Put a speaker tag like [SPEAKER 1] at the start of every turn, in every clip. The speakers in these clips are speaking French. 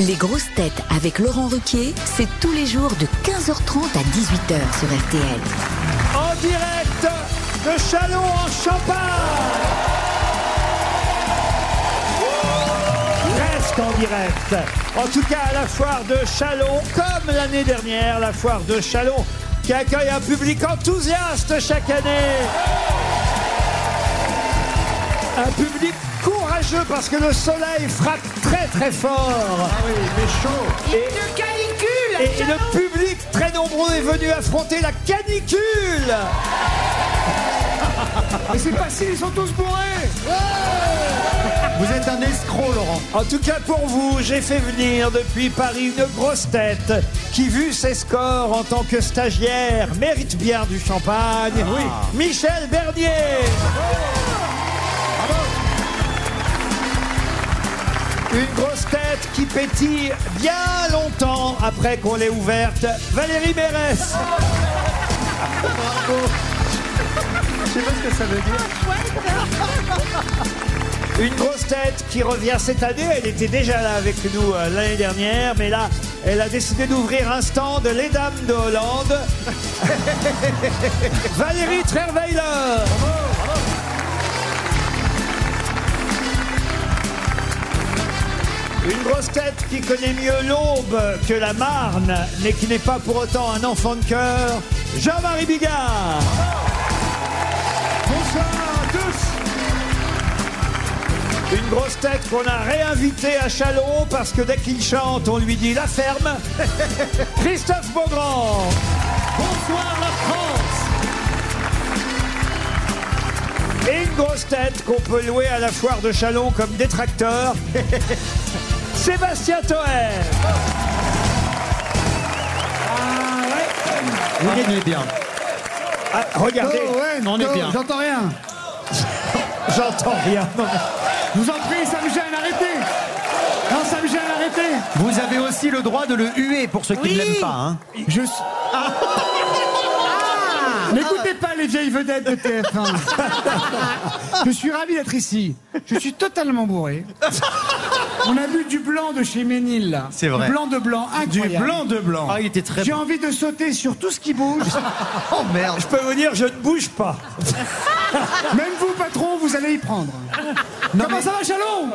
[SPEAKER 1] Les grosses têtes avec Laurent Ruquier, c'est tous les jours de 15h30 à 18h sur RTL.
[SPEAKER 2] En direct de Chalon en Champagne Presque en direct. En tout cas, à la foire de Chalon, comme l'année dernière, la foire de Chalon qui accueille un public enthousiaste chaque année. Un public courageux parce que le soleil frappe très très fort. Ah oui, mais chaud. Et, et le public très nombreux est venu affronter la canicule.
[SPEAKER 3] Mais c'est facile, ils sont tous bourrés
[SPEAKER 2] Vous êtes un escroc, Laurent. En tout cas, pour vous, j'ai fait venir depuis Paris une grosse tête qui, vu ses scores en tant que stagiaire, mérite bien du champagne. Oui, Michel Bernier. Une grosse tête qui pétille bien longtemps après qu'on l'ait ouverte, Valérie Mérès.
[SPEAKER 3] Je sais pas ce que ça veut dire.
[SPEAKER 2] Une grosse tête qui revient cette année. Elle était déjà là avec nous euh, l'année dernière, mais là, elle a décidé d'ouvrir un stand Les Dames de Hollande. Valérie Trierweiler. Une grosse tête qui connaît mieux l'aube que la marne, mais qui n'est pas pour autant un enfant de cœur, Jean-Marie Bigard. Bonsoir à tous Une grosse tête qu'on a réinvitée à Chalon parce que dès qu'il chante, on lui dit la ferme. Christophe Beaugrand Bonsoir la France Et une grosse tête qu'on peut louer à la foire de Chalon comme détracteur. Sébastien Toer
[SPEAKER 4] on est bien.
[SPEAKER 2] Ah, Regardez,
[SPEAKER 4] on est bien.
[SPEAKER 3] Oh, J'entends rien.
[SPEAKER 2] j'entends rien. Non, mais-
[SPEAKER 3] Je vous en prie, ça me gêne, arrêtez. Non, ça me gêne, arrêtez.
[SPEAKER 4] Vous avez aussi le droit de le huer pour ceux qui ne l'aiment pas. hein.
[SPEAKER 3] Je... suis-
[SPEAKER 4] Ah,
[SPEAKER 3] N'écoutez pas les vieilles vedettes de TF1. Je suis ravi d'être ici. Je suis totalement bourré. On a bu du blanc de chez Ménil, là.
[SPEAKER 4] C'est vrai.
[SPEAKER 3] Du blanc de blanc, incroyable.
[SPEAKER 4] de blanc. Ah, il était très
[SPEAKER 3] J'ai
[SPEAKER 4] bon.
[SPEAKER 3] envie de sauter sur tout ce qui bouge.
[SPEAKER 4] Oh merde.
[SPEAKER 2] Je peux vous dire, je ne bouge pas.
[SPEAKER 3] Même vous, patron, vous allez y prendre. Comment ça va, Chalon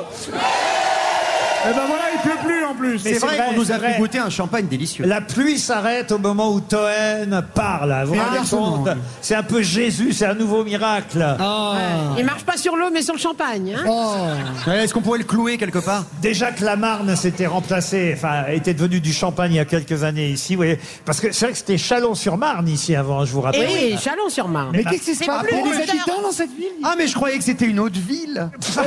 [SPEAKER 3] Eh ben voilà, il pleut plus en plus.
[SPEAKER 4] C'est
[SPEAKER 2] c'est
[SPEAKER 4] vrai,
[SPEAKER 2] vrai,
[SPEAKER 4] qu'on nous
[SPEAKER 2] c'est
[SPEAKER 4] a
[SPEAKER 2] vrai.
[SPEAKER 4] fait goûter un champagne délicieux.
[SPEAKER 2] La pluie s'arrête au moment où Toen parle. hein,
[SPEAKER 4] Ah,
[SPEAKER 2] Vous vous rendez
[SPEAKER 3] absolument.
[SPEAKER 2] compte C'est un peu Jésus, c'est un nouveau miracle.
[SPEAKER 4] Ah.
[SPEAKER 2] Ah.
[SPEAKER 5] Il marche pas sur l'eau, mais sur le champagne. hein.
[SPEAKER 4] Ouais, Est-ce qu'on pourrait le clouer quelque part
[SPEAKER 2] Déjà que la Marne s'était remplacée, enfin, était devenue du Champagne il y a quelques années ici, vous voyez. Parce que c'est vrai que c'était Chalon-sur-Marne ici avant, je vous
[SPEAKER 5] Et
[SPEAKER 2] rappelle.
[SPEAKER 5] oui, Chalon-sur-Marne.
[SPEAKER 3] Mais qu'est-ce qui se
[SPEAKER 5] C'est
[SPEAKER 3] passe
[SPEAKER 5] plus
[SPEAKER 3] Il y a des
[SPEAKER 5] vendeur.
[SPEAKER 3] habitants dans cette ville
[SPEAKER 4] Ah, mais je croyais que c'était une autre ville. Ah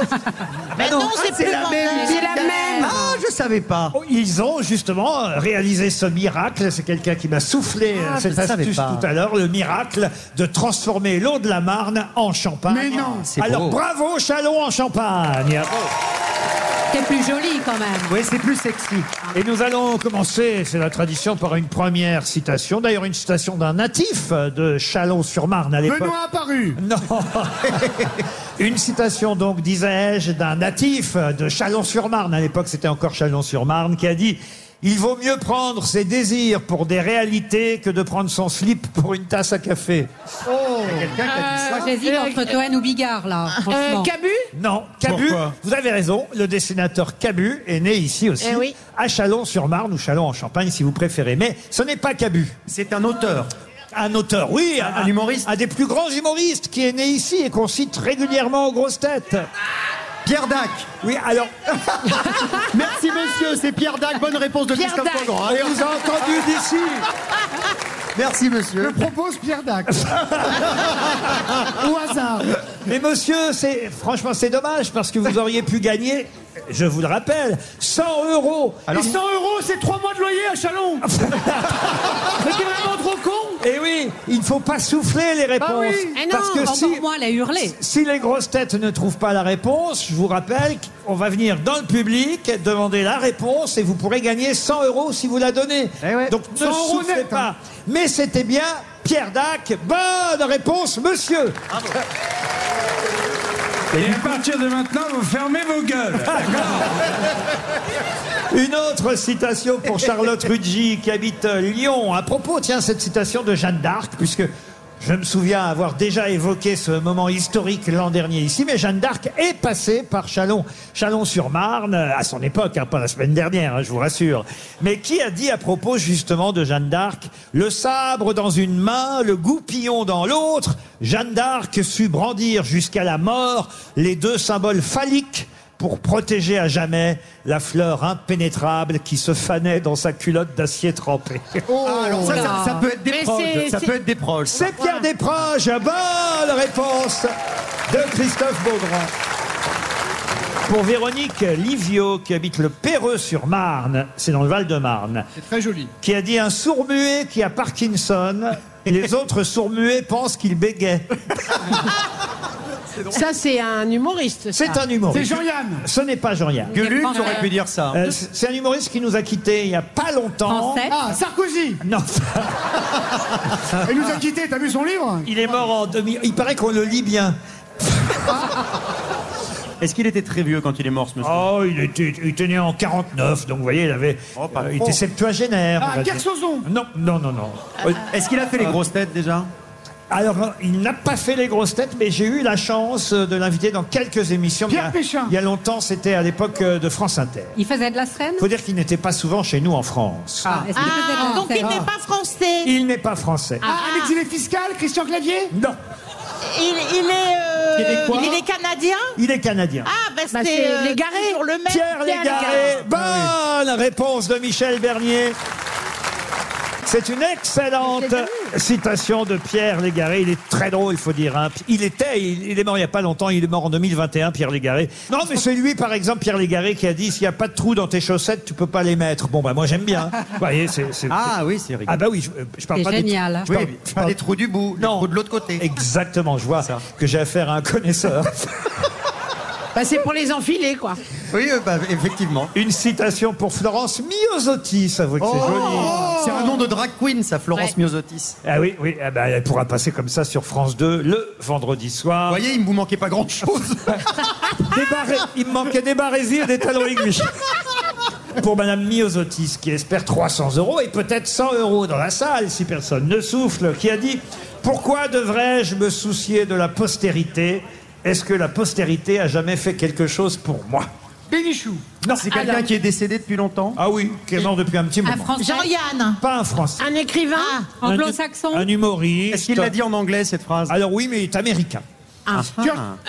[SPEAKER 5] Mais non, c'est plus
[SPEAKER 4] la
[SPEAKER 5] vendeur.
[SPEAKER 4] même.
[SPEAKER 5] C'est la même.
[SPEAKER 4] Ah, je savais pas.
[SPEAKER 2] Oh, Ils ont justement euh, réalisé ce miracle. C'est quelqu'un qui m'a soufflé euh,
[SPEAKER 4] Ah,
[SPEAKER 2] cette
[SPEAKER 4] je le savais
[SPEAKER 2] astuce
[SPEAKER 4] pas.
[SPEAKER 2] tout à l'heure, le miracle de transformer l'eau de la Marne en champagne.
[SPEAKER 3] Mais non.
[SPEAKER 4] C'est
[SPEAKER 2] Alors
[SPEAKER 4] beau.
[SPEAKER 2] bravo Chalon en champagne.
[SPEAKER 6] T'es plus joli quand même.
[SPEAKER 4] Oui, c'est plus sexy.
[SPEAKER 2] Et nous allons commencer, c'est la tradition, par une première citation. D'ailleurs, une citation d'un natif euh, de Chalon-sur-Marne à l'époque.
[SPEAKER 3] Benoît apparu
[SPEAKER 2] Non. Une citation donc, disais-je, d'un natif de Chalon-sur-Marne, à l'époque c'était encore Chalon-sur-Marne, qui a dit « Il vaut mieux prendre ses désirs pour des réalités que de prendre son slip pour une tasse à café.
[SPEAKER 4] Quelqu'un qui a dit ça.
[SPEAKER 6] Moi, J'hésite entre Toen ou Bigard là,
[SPEAKER 5] Oh. Euh,
[SPEAKER 6] franchement.
[SPEAKER 5] Cabu »
[SPEAKER 2] Non, Cabu,
[SPEAKER 4] Pourquoi
[SPEAKER 2] vous avez raison, le dessinateur Cabu est né ici aussi,
[SPEAKER 5] Eh oui.
[SPEAKER 2] à Chalon-sur-Marne ou Chalon-en-Champagne si vous préférez. Mais ce n'est pas Cabu.
[SPEAKER 4] C'est un auteur.
[SPEAKER 2] Un auteur, oui,
[SPEAKER 4] un humoriste.
[SPEAKER 2] Un des plus grands humoristes qui est né ici et qu'on cite régulièrement aux grosses têtes.
[SPEAKER 4] Pierre Dac.
[SPEAKER 2] Oui, alors,
[SPEAKER 4] Merci monsieur, c'est Pierre Dac. Bonne réponse de
[SPEAKER 5] Pierre
[SPEAKER 4] Christophe
[SPEAKER 5] Dac.
[SPEAKER 3] hein.
[SPEAKER 4] Beaugrand.
[SPEAKER 2] on
[SPEAKER 4] Allez,
[SPEAKER 2] vous a entendu d'ici
[SPEAKER 4] on- Merci monsieur.
[SPEAKER 3] Le propose Pierre Dac. Au hasard.
[SPEAKER 2] Mais monsieur, c'est franchement c'est dommage parce que vous auriez pu gagner, je vous le rappelle, 100 euros.
[SPEAKER 3] Et 100 euros, c'est 3 mois de loyer à Chalon Mais t'es vraiment trop con
[SPEAKER 2] Et Eh oui, il ne faut pas souffler les réponses
[SPEAKER 3] Bah oui.
[SPEAKER 6] Eh non,
[SPEAKER 2] parce que
[SPEAKER 6] encore
[SPEAKER 2] si
[SPEAKER 6] moins la hurler.
[SPEAKER 2] si les grosses têtes ne trouvent pas la réponse, je vous rappelle qu'on va venir dans le public demander la réponse et vous pourrez gagner 100 euros si vous la donnez.
[SPEAKER 4] Eh ouais.
[SPEAKER 2] Donc ne
[SPEAKER 3] 100 euros
[SPEAKER 2] soufflez
[SPEAKER 3] net, hein.
[SPEAKER 2] pas. Mais c'était bien Pierre Dac. Bonne réponse, monsieur.
[SPEAKER 7] Et à partir de maintenant, vous fermez vos gueules.
[SPEAKER 2] Une autre citation pour Charlotte Ruggi qui habite euh, Lyon. À propos, tiens, cette citation de Jeanne d'Arc, puisque je me souviens avoir déjà évoqué ce moment historique l'an dernier ici, mais Jeanne d'Arc est passée par Chalon, Chalon-sur-Marne, euh, à son époque, hein, pas la semaine dernière, hein, je vous rassure. Mais qui a dit à propos justement de Jeanne d'Arc, le sabre dans une main, le goupillon dans l'autre, Jeanne d'Arc sut brandir jusqu'à la mort les deux symboles phalliques pour protéger à jamais la fleur impénétrable qui se fanait dans sa culotte d'acier trempé.
[SPEAKER 4] ça, ça- ça peut être des
[SPEAKER 5] Mais
[SPEAKER 4] proches.
[SPEAKER 5] c'est-
[SPEAKER 4] Ça
[SPEAKER 5] c'est-
[SPEAKER 4] peut être des proches.
[SPEAKER 2] C'est Pierre Desproges, Ah, bonne réponse de Christophe Beaugrand. Pour Véronique Livio, qui habite le Perreux-sur-Marne, c'est dans le Val-de-Marne,
[SPEAKER 3] C'est très joli.
[SPEAKER 2] qui a dit un sourd-muet qui a Parkinson, et les autres sourds-muets pensent qu'il bégait.
[SPEAKER 5] Ça, c'est un humoriste. ça.
[SPEAKER 2] C'est un humoriste.
[SPEAKER 3] C'est Jean-Yann.
[SPEAKER 2] Ce n'est pas Jean-Yann.
[SPEAKER 4] Gueuluc,
[SPEAKER 6] Français.
[SPEAKER 4] j'aurais pu dire ça.
[SPEAKER 2] Euh, c'est c'est un humoriste qui nous a quittés il n'y a pas longtemps.
[SPEAKER 6] Français.
[SPEAKER 3] Ah, Sarkozy.
[SPEAKER 2] Non,
[SPEAKER 3] Il nous a quittés, t'as vu son livre
[SPEAKER 2] il est mort en demi. Il paraît qu'on le lit bien.
[SPEAKER 4] Est-ce qu'il était très vieux quand il est mort, ce monsieur
[SPEAKER 2] Oh, il était, il était né en 49, donc vous voyez, il avait,
[SPEAKER 4] Oh, pas
[SPEAKER 2] euh, il
[SPEAKER 4] trop.
[SPEAKER 2] était septuagénaire. on
[SPEAKER 3] Ah,
[SPEAKER 2] va dire.
[SPEAKER 3] Kersozon.
[SPEAKER 2] Non, non, non, non.
[SPEAKER 4] Est-ce qu'il a fait les grosses têtes déjà
[SPEAKER 2] Alors, euh, il n'a pas fait les grosses têtes, mais j'ai eu la chance euh, de l'inviter dans quelques émissions.
[SPEAKER 3] Pierre
[SPEAKER 2] Il y a-
[SPEAKER 3] Péchin.
[SPEAKER 2] Il y a longtemps, c'était à l'époque euh, de France Inter.
[SPEAKER 6] Il faisait de la scène
[SPEAKER 2] Faut dire qu'il n'était pas souvent chez nous en France.
[SPEAKER 6] Ah, est-ce qu'il faisait de la
[SPEAKER 5] Ah, donc il
[SPEAKER 6] scène
[SPEAKER 5] n'est pas français. Il,
[SPEAKER 2] Il n'est pas français.
[SPEAKER 3] Ah, un exilé fiscal, Christian Clavier
[SPEAKER 2] Non,
[SPEAKER 5] il est. euh,
[SPEAKER 2] Québécois.
[SPEAKER 5] il est canadien.
[SPEAKER 2] il est canadien.
[SPEAKER 5] Ah, bah,
[SPEAKER 6] Bah,
[SPEAKER 5] c'est
[SPEAKER 6] c'est
[SPEAKER 5] euh,
[SPEAKER 6] Légaré.
[SPEAKER 5] toujours le même.
[SPEAKER 2] Pierre Légaré. Bonne
[SPEAKER 6] Ah
[SPEAKER 2] réponse de Michel Bernier. C'est une excellente citation de Pierre Légaré. Il est très drôle, il faut dire. hein. Il était, il, il est mort il n'y a pas longtemps, il est mort en 2021, Pierre Légaré. Non, mais c'est lui, par exemple, Pierre Légaré, qui a dit, s'il n'y a pas de trou dans tes chaussettes, tu peux pas les mettre. Bon, bah moi j'aime bien. Vous voyez, c'est... c'est-
[SPEAKER 4] Ah oui, c'est rigolo.
[SPEAKER 2] Ah bah oui, je, je parle
[SPEAKER 6] C'est
[SPEAKER 2] pas des-
[SPEAKER 6] génial.
[SPEAKER 2] je parle-
[SPEAKER 4] oui,
[SPEAKER 2] je
[SPEAKER 4] pas
[SPEAKER 2] parle-
[SPEAKER 4] des trous du bout, des
[SPEAKER 2] Non.
[SPEAKER 4] trous de l'autre côté.
[SPEAKER 2] Exactement, je vois
[SPEAKER 4] Ça.
[SPEAKER 2] que j'ai affaire à un connaisseur.
[SPEAKER 5] Bah, c'est pour les enfiler, quoi.
[SPEAKER 4] Oui, euh, bah, effectivement.
[SPEAKER 2] Une citation pour Florence Miosotti, ça vaut que c'est joli.
[SPEAKER 4] Oh. C'est un nom de drag queen, ça, Florence Miosotis.
[SPEAKER 2] Ah oui, oui, ah bah, elle pourra passer comme ça sur France 2 le vendredi soir.
[SPEAKER 4] Vous voyez, il ne vous manquait pas grand-chose.
[SPEAKER 2] Des barré- il me manquait des barésies et des talons aiguilles. Pour Madame Miosotis, qui espère 300 euros et peut-être 100 euros dans la salle, si personne ne souffle, qui a dit Pourquoi devrais-je me soucier de la postérité Est-ce que la postérité a jamais fait quelque chose pour moi
[SPEAKER 3] Bénichou.
[SPEAKER 2] Non,
[SPEAKER 4] C'est quelqu'un qui est décédé depuis longtemps
[SPEAKER 2] Ah oui, qui est mort depuis un petit
[SPEAKER 6] Un
[SPEAKER 2] moment.
[SPEAKER 6] français
[SPEAKER 5] Jean-Yann. Ah.
[SPEAKER 2] Pas un Français.
[SPEAKER 5] Un écrivain.
[SPEAKER 2] Un-
[SPEAKER 6] anglo-saxon
[SPEAKER 2] Un humoriste.
[SPEAKER 4] Est-ce qu'il l'a dit en anglais, cette phrase
[SPEAKER 2] Alors oui, mais il est américain.
[SPEAKER 4] Ah.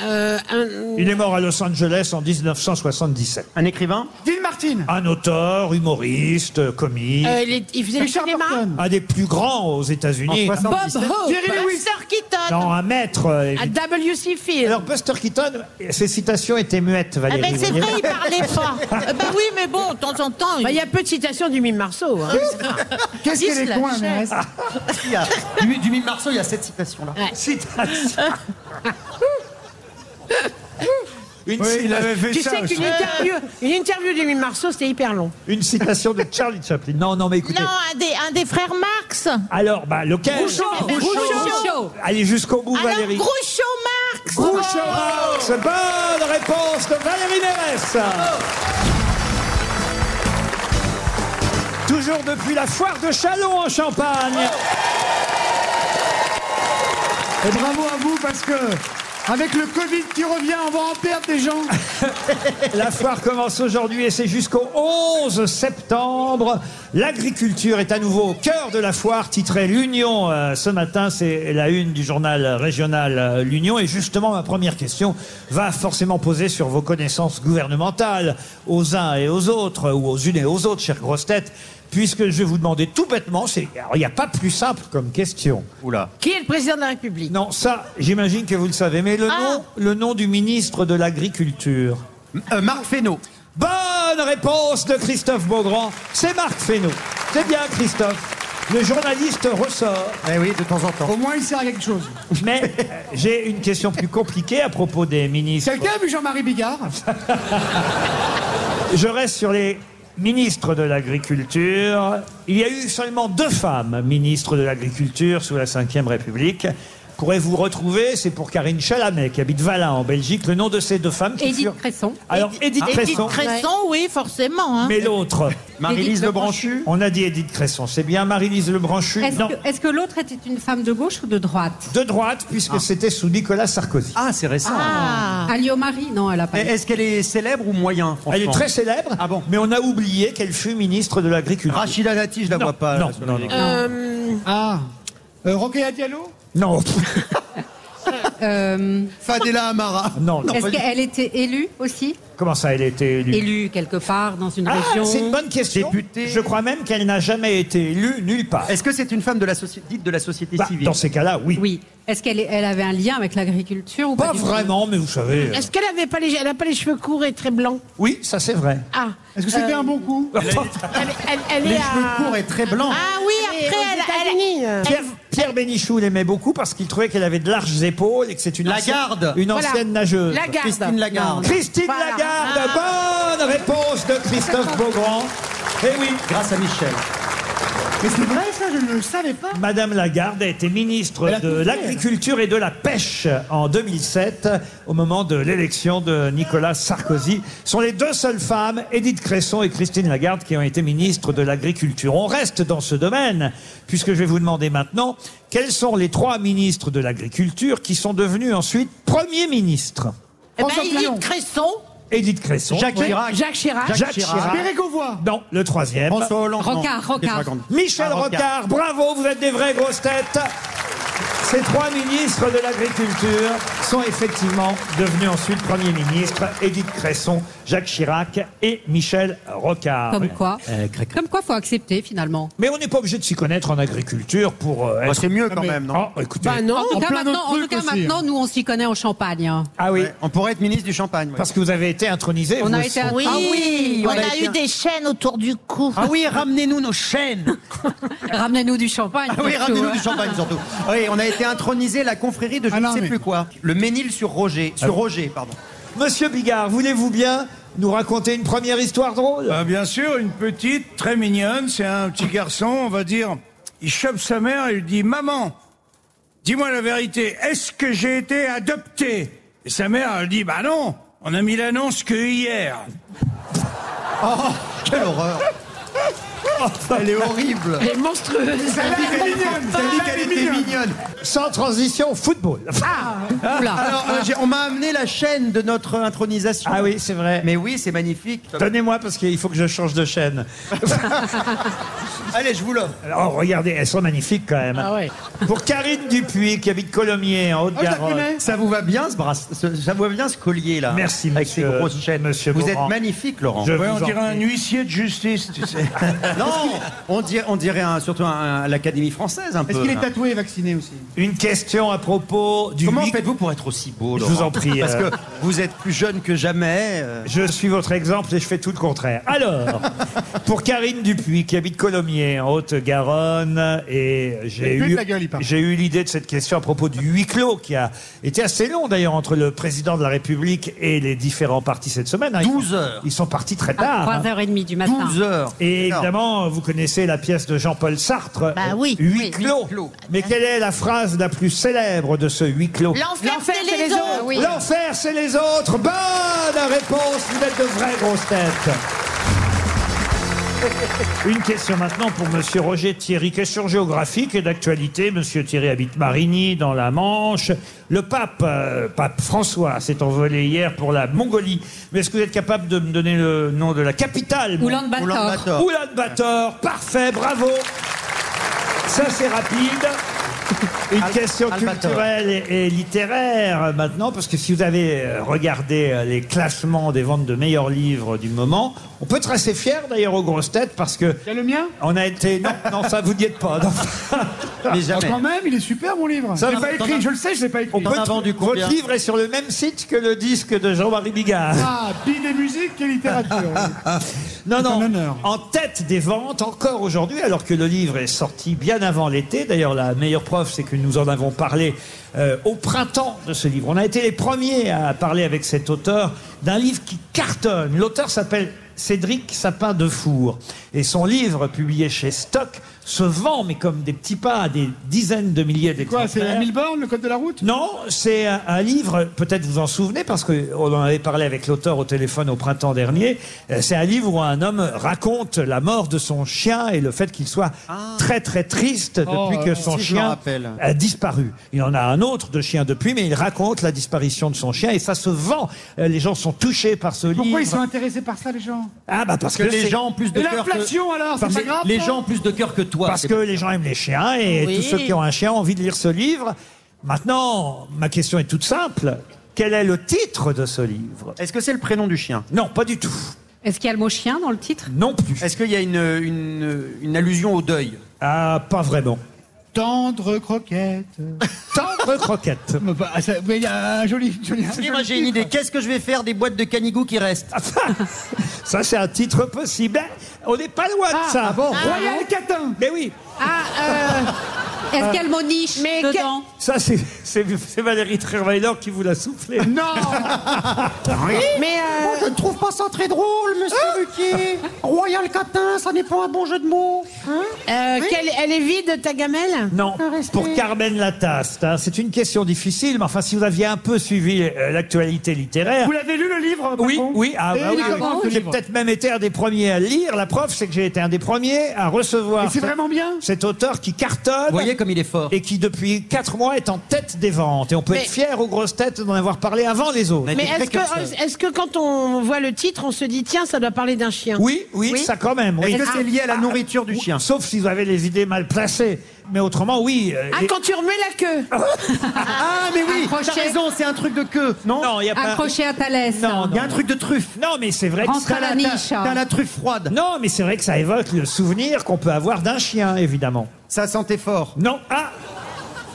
[SPEAKER 5] Euh, un-
[SPEAKER 2] Il est mort à Los Angeles en 1977.
[SPEAKER 4] Un écrivain
[SPEAKER 3] Dean Martin.
[SPEAKER 2] Un auteur, humoriste, euh, comique,
[SPEAKER 5] euh, il, est- il faisait du
[SPEAKER 3] Richard
[SPEAKER 5] cinéma.
[SPEAKER 3] Burton.
[SPEAKER 2] un des plus grands aux
[SPEAKER 4] En
[SPEAKER 2] États-Unis.
[SPEAKER 4] 77.
[SPEAKER 5] Bob Hope. Ah,
[SPEAKER 3] Jerry Lewis.
[SPEAKER 5] Buster Keaton.
[SPEAKER 2] Non, un maître. euh,
[SPEAKER 5] À
[SPEAKER 2] évidemment.
[SPEAKER 5] W.C. Fields.
[SPEAKER 2] Alors Buster Keaton, ses citations étaient muettes,
[SPEAKER 5] Ah
[SPEAKER 2] Valérie.
[SPEAKER 5] ben, c'est
[SPEAKER 2] vous voyez.
[SPEAKER 5] vrai, il parlait pas. ben oui, mais bon, de temps en temps. Bah, Il y a peu de citations du mime Marceau. hein.
[SPEAKER 3] Qu'est-ce
[SPEAKER 5] Dis
[SPEAKER 3] qu'elle est
[SPEAKER 5] la
[SPEAKER 3] con,
[SPEAKER 5] chef.
[SPEAKER 3] Agnès
[SPEAKER 4] Il y a- du, du Mime Marceau, il y a cette citation-là.
[SPEAKER 2] Citation. Une,
[SPEAKER 3] il
[SPEAKER 2] cita-
[SPEAKER 3] avait fait
[SPEAKER 5] Tu
[SPEAKER 3] ça
[SPEAKER 5] sais qu'une interview, une interview du mime Marceau, c'était hyper long.
[SPEAKER 2] une citation de Charlie Chaplin. Non, non, mais écoutez.
[SPEAKER 7] Non, un des, un des frères Marx.
[SPEAKER 2] Alors, bah, lequel
[SPEAKER 6] Groucho.
[SPEAKER 2] Allez jusqu'au bout,
[SPEAKER 7] Alors,
[SPEAKER 2] Valérie.
[SPEAKER 7] Groucho Marx. Oh.
[SPEAKER 2] Groucho Marx. Bonne réponse de Valérie Mérès.
[SPEAKER 7] Oh.
[SPEAKER 2] Toujours depuis la foire de Chalon en Champagne.
[SPEAKER 3] Et bravo à vous parce que. Avec le Covid qui revient, on va en perdre des gens.
[SPEAKER 2] La foire commence aujourd'hui et c'est jusqu'au 11 septembre. L'agriculture est à nouveau au cœur de la foire, titrée L'Union. euh, ce matin, c'est la une du journal régional euh, L'Union. Et justement, ma première question va forcément poser sur vos connaissances gouvernementales, aux uns et aux autres, ou aux unes et aux autres, chères grosses têtes, puisque je vais vous demander tout bêtement, c'est, alors, il n'y a pas plus simple comme question.
[SPEAKER 4] Oula.
[SPEAKER 5] Qui est le président de la République Ah.
[SPEAKER 2] Non, ça, j'imagine que vous le savez, mais le, nom, le nom du ministre de l'Agriculture.
[SPEAKER 4] Euh, Marc Fesneau.
[SPEAKER 2] Bonne réponse de Christophe Beaugrand. C'est Marc Fesneau. C'est bien, Christophe. Le journaliste ressort.
[SPEAKER 4] Eh oui, de temps en temps.
[SPEAKER 3] Au moins, il sert à quelque chose.
[SPEAKER 2] Mais euh, j'ai une question plus compliquée à propos des ministres.
[SPEAKER 3] Quelqu'un a vu Jean-Marie Bigard
[SPEAKER 2] Je reste sur les ministres de l'Agriculture. Il y a eu seulement deux femmes ministres de l'Agriculture sous la Ve République. pourrez vous retrouver. C'est pour Karine Chalamet, qui habite Valin, en Belgique. Le nom de ces deux femmes qui
[SPEAKER 6] Edith
[SPEAKER 2] furent-
[SPEAKER 6] Cresson.
[SPEAKER 2] Alors, Edith Cresson.
[SPEAKER 7] Cresson, oui, forcément. hein.
[SPEAKER 2] Mais l'autre,
[SPEAKER 4] Marie-Lise Lebranchu
[SPEAKER 2] on a dit Edith Cresson. C'est bien Marie-Lise Lebranchu.
[SPEAKER 6] Est-ce
[SPEAKER 2] Non,
[SPEAKER 6] que, est-ce que l'autre était une femme de gauche ou de droite
[SPEAKER 2] de droite, puisque c'était sous Nicolas Sarkozy.
[SPEAKER 4] Ah, c'est récent.
[SPEAKER 7] Ah.
[SPEAKER 6] Alliot Marie Non, elle a pas.
[SPEAKER 4] Et Est-ce qu'elle est célèbre ou moyen franchement
[SPEAKER 2] Elle est très célèbre,
[SPEAKER 4] Ah bon
[SPEAKER 2] mais on a oublié qu'elle fut ministre de l'Agriculture.
[SPEAKER 4] Rachida Dati, je la
[SPEAKER 2] Non,
[SPEAKER 4] vois pas.
[SPEAKER 2] non,
[SPEAKER 4] là, sur
[SPEAKER 2] non,
[SPEAKER 4] les-
[SPEAKER 3] Ah. Euh, Rokhaya Diallo
[SPEAKER 2] Non,
[SPEAKER 6] Euh,
[SPEAKER 4] Fadela Amara.
[SPEAKER 2] non, non.
[SPEAKER 6] est-ce
[SPEAKER 4] pas du-
[SPEAKER 6] qu'elle était élue aussi
[SPEAKER 2] Comment ça, elle a été élue
[SPEAKER 6] Élue quelque part dans une
[SPEAKER 2] Ah,
[SPEAKER 6] région
[SPEAKER 2] c'est une bonne question.
[SPEAKER 4] Députée.
[SPEAKER 2] Je crois même qu'elle n'a jamais été élue nulle part.
[SPEAKER 4] Est-ce que c'est une femme de la société dite de la société
[SPEAKER 2] Bah,
[SPEAKER 4] civile
[SPEAKER 2] dans ces cas-là, oui.
[SPEAKER 6] Oui. Est-ce qu'elle est- elle avait un lien avec l'agriculture ou pas,
[SPEAKER 2] Pas
[SPEAKER 6] du tout
[SPEAKER 2] vraiment, mais vous savez. euh,
[SPEAKER 7] Est-ce qu'elle avait pas les, elle a pas les cheveux courts et très blancs
[SPEAKER 2] Oui, ça c'est vrai.
[SPEAKER 7] Ah,
[SPEAKER 3] Est-ce que
[SPEAKER 5] Euh,
[SPEAKER 3] c'était un bon coup
[SPEAKER 7] elle, elle- elle
[SPEAKER 4] Les
[SPEAKER 7] est
[SPEAKER 4] cheveux
[SPEAKER 7] à...
[SPEAKER 4] courts et très blancs.
[SPEAKER 7] Ah oui, après, elle, elle,
[SPEAKER 2] Pierre, Pierre Bénichou l'aimait beaucoup parce qu'il trouvait qu'elle avait de larges épaules et que c'est une, ancienne-
[SPEAKER 4] Lagarde.
[SPEAKER 2] une
[SPEAKER 7] Voilà.
[SPEAKER 2] ancienne nageuse.
[SPEAKER 7] la garde.
[SPEAKER 4] Christine Lagarde.
[SPEAKER 2] Christine
[SPEAKER 7] Voilà.
[SPEAKER 2] Lagarde,
[SPEAKER 6] Ah.
[SPEAKER 2] bonne réponse de Christophe Beaugrand. Eh oui,
[SPEAKER 4] Grâce à Michel.
[SPEAKER 3] Mais c'est vrai ça, je ne le savais pas.
[SPEAKER 2] Madame Lagarde a été ministre
[SPEAKER 3] Elle a
[SPEAKER 2] de
[SPEAKER 3] tout fait,
[SPEAKER 2] l'Agriculture et de la Pêche en 2007, au moment de l'élection de Nicolas Sarkozy. Ce sont les deux seules femmes, Édith Cresson et Christine Lagarde, qui ont été ministres de l'Agriculture. On reste dans ce domaine, puisque je vais vous demander maintenant quels sont les trois ministres de l'Agriculture qui sont devenus ensuite premiers ministres.
[SPEAKER 7] Eh ben,
[SPEAKER 3] François
[SPEAKER 7] il
[SPEAKER 3] Planon.
[SPEAKER 7] dit Cresson,
[SPEAKER 2] Édith Cresson.
[SPEAKER 4] Jacques Chirac.
[SPEAKER 7] Jacques Chirac.
[SPEAKER 2] Jacques Chirac.
[SPEAKER 3] Pérec au voix.
[SPEAKER 2] Non, le troisième.
[SPEAKER 4] François Hollande. non.
[SPEAKER 6] Rocard, Rocard.
[SPEAKER 4] Qu'est-ce que je raconte
[SPEAKER 2] Michel
[SPEAKER 4] Ah,
[SPEAKER 2] Rocard, bravo, vous êtes des vraies grosses têtes. Ces trois ministres de l'Agriculture sont effectivement devenus ensuite Premier ministre, Édith Cresson, Jacques Chirac et Michel Rocard.
[SPEAKER 6] Comme quoi
[SPEAKER 4] Euh,
[SPEAKER 6] Comme quoi, faut accepter finalement.
[SPEAKER 2] Mais on n'est pas obligé de s'y connaître en agriculture pour euh,
[SPEAKER 4] Bah,
[SPEAKER 2] être...
[SPEAKER 4] c'est mieux quand même, non
[SPEAKER 2] Oh, écoutez.
[SPEAKER 7] Bah non.
[SPEAKER 6] En tout
[SPEAKER 3] En
[SPEAKER 6] cas,
[SPEAKER 3] plein
[SPEAKER 6] maintenant,
[SPEAKER 3] d'autres
[SPEAKER 6] en tout
[SPEAKER 3] trucs
[SPEAKER 6] cas,
[SPEAKER 3] aussi,
[SPEAKER 6] maintenant, nous, on s'y connaît en Champagne. hein.
[SPEAKER 2] Ah oui,
[SPEAKER 4] Ouais, On pourrait être ministre du champagne. ouais.
[SPEAKER 2] parce que vous avez été intronisé.
[SPEAKER 6] On
[SPEAKER 2] vous
[SPEAKER 6] a
[SPEAKER 2] aussi.
[SPEAKER 6] été. à-
[SPEAKER 7] Oui,
[SPEAKER 6] Ah oui
[SPEAKER 7] on
[SPEAKER 6] ouais.
[SPEAKER 7] a eu des chaînes autour du cou.
[SPEAKER 4] Ah oui, ramenez-nous nos chaînes.
[SPEAKER 6] Ramenez-nous du champagne.
[SPEAKER 4] Ah oui,
[SPEAKER 6] surtout,
[SPEAKER 4] ramenez-nous
[SPEAKER 6] hein.
[SPEAKER 4] du champagne surtout. Oui, on a été intronisé la confrérie de je
[SPEAKER 3] Ah
[SPEAKER 4] ne
[SPEAKER 3] non,
[SPEAKER 4] sais
[SPEAKER 3] mais-
[SPEAKER 4] plus quoi. Le Ménil sur Roger.
[SPEAKER 2] Ah
[SPEAKER 4] Sur Roger, pardon.
[SPEAKER 2] Monsieur Bigard, voulez-vous bien nous raconter une première histoire drôle
[SPEAKER 8] Ah, bien sûr, une petite, très mignonne, c'est un petit garçon, on va dire. Il chope sa mère et lui dit Maman, dis-moi la vérité, est-ce que j'ai été adopté Et sa mère, elle dit Bah non, on a mis l'annonce que hier.
[SPEAKER 2] Oh,
[SPEAKER 4] Quelle horreur. Elle est horrible.
[SPEAKER 7] Les monstrueuses.
[SPEAKER 4] T'as dit qu'elle était mignonne.
[SPEAKER 2] Sans transition, football.
[SPEAKER 6] Ah.
[SPEAKER 4] Alors, euh, j'ai- on m'a amené la chaîne de notre intronisation.
[SPEAKER 2] Ah oui, c'est vrai.
[SPEAKER 4] Mais oui, c'est magnifique.
[SPEAKER 2] Donnez-moi parce qu'il faut que je change de chaîne.
[SPEAKER 4] Allez, je vous l'offre.
[SPEAKER 2] Alors regardez, elles sont magnifiques quand même.
[SPEAKER 7] Ah ouais.
[SPEAKER 2] Pour Karine Dupuis qui habite Colomiers
[SPEAKER 4] Ah,
[SPEAKER 2] en Haute-Garonne.
[SPEAKER 4] Ça vous va bien ce bras, ce- ça vous va bien ce collier là.
[SPEAKER 2] Merci,
[SPEAKER 4] Avec
[SPEAKER 2] monsieur-
[SPEAKER 4] ces grosses chaînes.
[SPEAKER 2] monsieur
[SPEAKER 4] vous
[SPEAKER 2] Laurent.
[SPEAKER 4] êtes magnifique, Laurent.
[SPEAKER 2] Je
[SPEAKER 8] Ouais,
[SPEAKER 2] vous
[SPEAKER 8] on
[SPEAKER 2] en
[SPEAKER 8] dirait un
[SPEAKER 2] prie.
[SPEAKER 8] huissier de justice, tu sais.
[SPEAKER 4] Non, on dirait, on dirait un- surtout un- un- l'Académie française un peu.
[SPEAKER 3] Est-ce qu'il est
[SPEAKER 4] hein.
[SPEAKER 3] tatoué et vacciné aussi
[SPEAKER 2] Une question à propos du
[SPEAKER 4] Comment
[SPEAKER 2] huit-
[SPEAKER 4] faites-vous pour être aussi beau,
[SPEAKER 2] Je
[SPEAKER 4] Laurent
[SPEAKER 2] vous en prie,
[SPEAKER 4] Parce
[SPEAKER 2] euh.
[SPEAKER 4] que vous êtes plus jeune que jamais. euh.
[SPEAKER 2] Je suis votre exemple et je fais tout le contraire. Alors, pour Karine Dupuis qui habite Colomiers en Haute-Garonne et j'ai
[SPEAKER 3] Elle pue de
[SPEAKER 2] eu
[SPEAKER 3] la gueule, il paraît.
[SPEAKER 2] j'ai eu l'idée de cette question à propos du huis clos qui a été assez long d'ailleurs entre le président de la République et les différents partis cette semaine. hein. Ils
[SPEAKER 4] 12
[SPEAKER 2] sont-
[SPEAKER 4] heures.
[SPEAKER 2] Ils sont partis très tard. hein.
[SPEAKER 6] À 3h30 du matin.
[SPEAKER 4] 12 heures.
[SPEAKER 2] Et
[SPEAKER 4] Alors,
[SPEAKER 2] évidemment, vous connaissez la pièce de Jean-Paul Sartre, euh,
[SPEAKER 7] Bah oui.
[SPEAKER 2] Huis
[SPEAKER 7] Oui,
[SPEAKER 2] clos.
[SPEAKER 4] huis clos.
[SPEAKER 2] Mais quelle est la phrase la plus célèbre de ce huis clos
[SPEAKER 7] L'enfer, c'est les, autres.
[SPEAKER 2] L'enfer, c'est les autres. Bonne réponse, vous êtes de vraies grosses têtes. Une question maintenant pour Monsieur Roger Thierry. Question géographique et d'actualité. Monsieur Thierry habite Marigny, dans la Manche. Le pape, euh, pape François, s'est envolé hier pour la Mongolie. Mais est-ce que vous êtes capable de me donner le nom de la capitale
[SPEAKER 6] Oulan-Bator.
[SPEAKER 4] Oulan-Bator.
[SPEAKER 2] Oulan-Bator, parfait, bravo. Ça, c'est rapide. Une
[SPEAKER 4] Al-
[SPEAKER 2] question
[SPEAKER 4] Albator.
[SPEAKER 2] culturelle et, et littéraire euh, maintenant, parce que si vous avez euh, regardé euh, les classements des ventes de meilleurs livres du moment, on peut être assez fier d'ailleurs aux grosses têtes parce que
[SPEAKER 3] Il y a le mien
[SPEAKER 2] on a été. Non, non ça vous n'y êtes pas. non.
[SPEAKER 4] mais
[SPEAKER 3] Ah,
[SPEAKER 4] jamais.
[SPEAKER 3] Quand même, il est super mon livre.
[SPEAKER 2] Ça,
[SPEAKER 3] je l'ai pas
[SPEAKER 4] t'en
[SPEAKER 3] écrit,
[SPEAKER 4] as-
[SPEAKER 3] je le sais, je l'ai pas
[SPEAKER 2] On
[SPEAKER 3] écrit.
[SPEAKER 2] peut
[SPEAKER 4] as vendu
[SPEAKER 2] votre
[SPEAKER 4] combien
[SPEAKER 2] livre est sur le même site que le disque de Jean-Marie Bigard.
[SPEAKER 3] Ah, bide et musique et littérature.
[SPEAKER 2] Non,
[SPEAKER 3] C'est un
[SPEAKER 2] non.
[SPEAKER 3] honneur.
[SPEAKER 2] En tête des ventes encore aujourd'hui, alors que le livre est sorti bien avant l'été. D'ailleurs, la meilleure preuve, c'est que nous en avons parlé euh, au printemps de ce livre. On a été les premiers à parler avec cet auteur d'un livre qui cartonne. L'auteur s'appelle Cédric Sapin de Four. Et son livre, publié chez Stock, se vend, mais comme des petits pas, à des dizaines de milliers d'exemplaires.
[SPEAKER 3] Quoi, c'est la Milborn, le code de la route
[SPEAKER 2] Non, c'est un, un livre, peut-être vous en souvenez, parce qu'on en avait parlé avec l'auteur au téléphone au printemps dernier. Euh, C'est un livre où un homme raconte la mort de son chien et le fait qu'il soit très très triste depuis que son
[SPEAKER 4] Ah. Oh, si, je m'en
[SPEAKER 2] chien
[SPEAKER 4] rappelle.
[SPEAKER 2] a disparu. Il en a un autre de chien depuis, mais il raconte la disparition de son chien et ça se vend. Euh, Les gens sont touchés par ce livre.
[SPEAKER 3] Pourquoi ils sont intéressés par ça, les gens
[SPEAKER 2] Ah bah parce que,
[SPEAKER 4] les
[SPEAKER 2] c'est-
[SPEAKER 4] gens ont plus de
[SPEAKER 3] Et
[SPEAKER 4] cœur que
[SPEAKER 3] l'inflation, alors C'est
[SPEAKER 2] Parce-
[SPEAKER 3] pas grave
[SPEAKER 4] les
[SPEAKER 3] ça
[SPEAKER 4] gens ont plus de cœur que toi.
[SPEAKER 2] Parce
[SPEAKER 4] c'est
[SPEAKER 2] que les gens aiment les chiens et
[SPEAKER 5] Oui.
[SPEAKER 2] tous ceux qui ont un chien ont envie de lire ce livre. Maintenant, ma question est toute simple. Quel est le titre de ce livre
[SPEAKER 4] Est-ce que c'est le prénom du chien
[SPEAKER 2] Non, pas du tout.
[SPEAKER 6] Est-ce qu'il y a le mot chien dans le titre
[SPEAKER 2] Non plus.
[SPEAKER 4] Est-ce qu'il y a une, une, une allusion au deuil
[SPEAKER 2] Ah, pas vraiment.
[SPEAKER 3] Tendre croquette.
[SPEAKER 2] Tendre croquette.
[SPEAKER 3] Mais
[SPEAKER 4] ah,
[SPEAKER 3] bah, ça- mais il y a un joli. joli, un
[SPEAKER 4] Si,
[SPEAKER 3] joli
[SPEAKER 4] moi j'ai une
[SPEAKER 3] titre.
[SPEAKER 4] idée. Qu'est-ce que je vais faire des boîtes de canigou qui restent
[SPEAKER 2] Ça, c'est un titre possible. Ben, on n'est pas loin
[SPEAKER 4] Ah,
[SPEAKER 2] de ça.
[SPEAKER 3] Royal Catin
[SPEAKER 2] Mais oui,
[SPEAKER 6] Ah, euh, est-ce qu'il y a le mot niche
[SPEAKER 5] mais que-
[SPEAKER 6] dedans
[SPEAKER 2] ça, c'est- c'est c'est Valérie Trierweiler qui vous l'a soufflé.
[SPEAKER 3] Non
[SPEAKER 5] Mais euh, Hein
[SPEAKER 4] Je ne trouve pas ça très drôle, monsieur Ruquier. Royal Catin, ça n'est pas un bon jeu de mots. Hein
[SPEAKER 5] euh, qu'elle- elle est vide, ta gamelle
[SPEAKER 2] Non, pour Carmen Lataste. hein. C'est une question difficile, mais enfin, si vous aviez un peu suivi euh, l'actualité littéraire,
[SPEAKER 3] Vous l'avez lu le livre par
[SPEAKER 2] Oui,
[SPEAKER 3] contre
[SPEAKER 2] oui, ah,
[SPEAKER 3] Et
[SPEAKER 2] bah
[SPEAKER 3] il
[SPEAKER 2] oui,
[SPEAKER 3] est comment,
[SPEAKER 2] oui.
[SPEAKER 3] ce
[SPEAKER 2] J'ai
[SPEAKER 3] livre
[SPEAKER 2] peut-être même été un des premiers à le lire. La preuve, c'est que j'ai été un des premiers à recevoir
[SPEAKER 3] Et c'est
[SPEAKER 2] cet-
[SPEAKER 3] vraiment bien
[SPEAKER 2] cet auteur qui cartonne.
[SPEAKER 4] Vous voyez comme il est fort.
[SPEAKER 2] Et qui, depuis 4 mois, est en tête des ventes. Et on peut
[SPEAKER 5] Mais-
[SPEAKER 2] être fier aux grosses têtes d'en avoir parlé avant les autres.
[SPEAKER 4] Mais-
[SPEAKER 5] Mais
[SPEAKER 4] Très
[SPEAKER 5] est-ce que, est que quand on voit le titre, on se dit tiens, ça doit parler d'un chien
[SPEAKER 2] Oui, oui, ça quand même. oui. Ah,
[SPEAKER 4] Est-ce que c'est lié à la nourriture du chien
[SPEAKER 2] Sauf si vous avez les idées mal placées. Mais autrement, oui. euh,
[SPEAKER 5] Ah,
[SPEAKER 2] et-
[SPEAKER 5] quand tu remets la queue
[SPEAKER 4] Ah, mais oui,
[SPEAKER 6] Accroché.
[SPEAKER 4] t'as raison, c'est un truc de queue, non
[SPEAKER 2] Non, il y a pas.
[SPEAKER 6] Accroché à ta laisse.
[SPEAKER 2] Non,
[SPEAKER 4] Il y a un truc de truffe.
[SPEAKER 2] Non, mais c'est vrai. que
[SPEAKER 6] Rentre
[SPEAKER 2] ça-
[SPEAKER 6] à la niche.
[SPEAKER 4] T'as la truffe froide.
[SPEAKER 2] Non, mais c'est vrai que ça évoque le souvenir qu'on peut avoir d'un chien, évidemment.
[SPEAKER 4] Ça sentait fort.
[SPEAKER 2] Non, ah,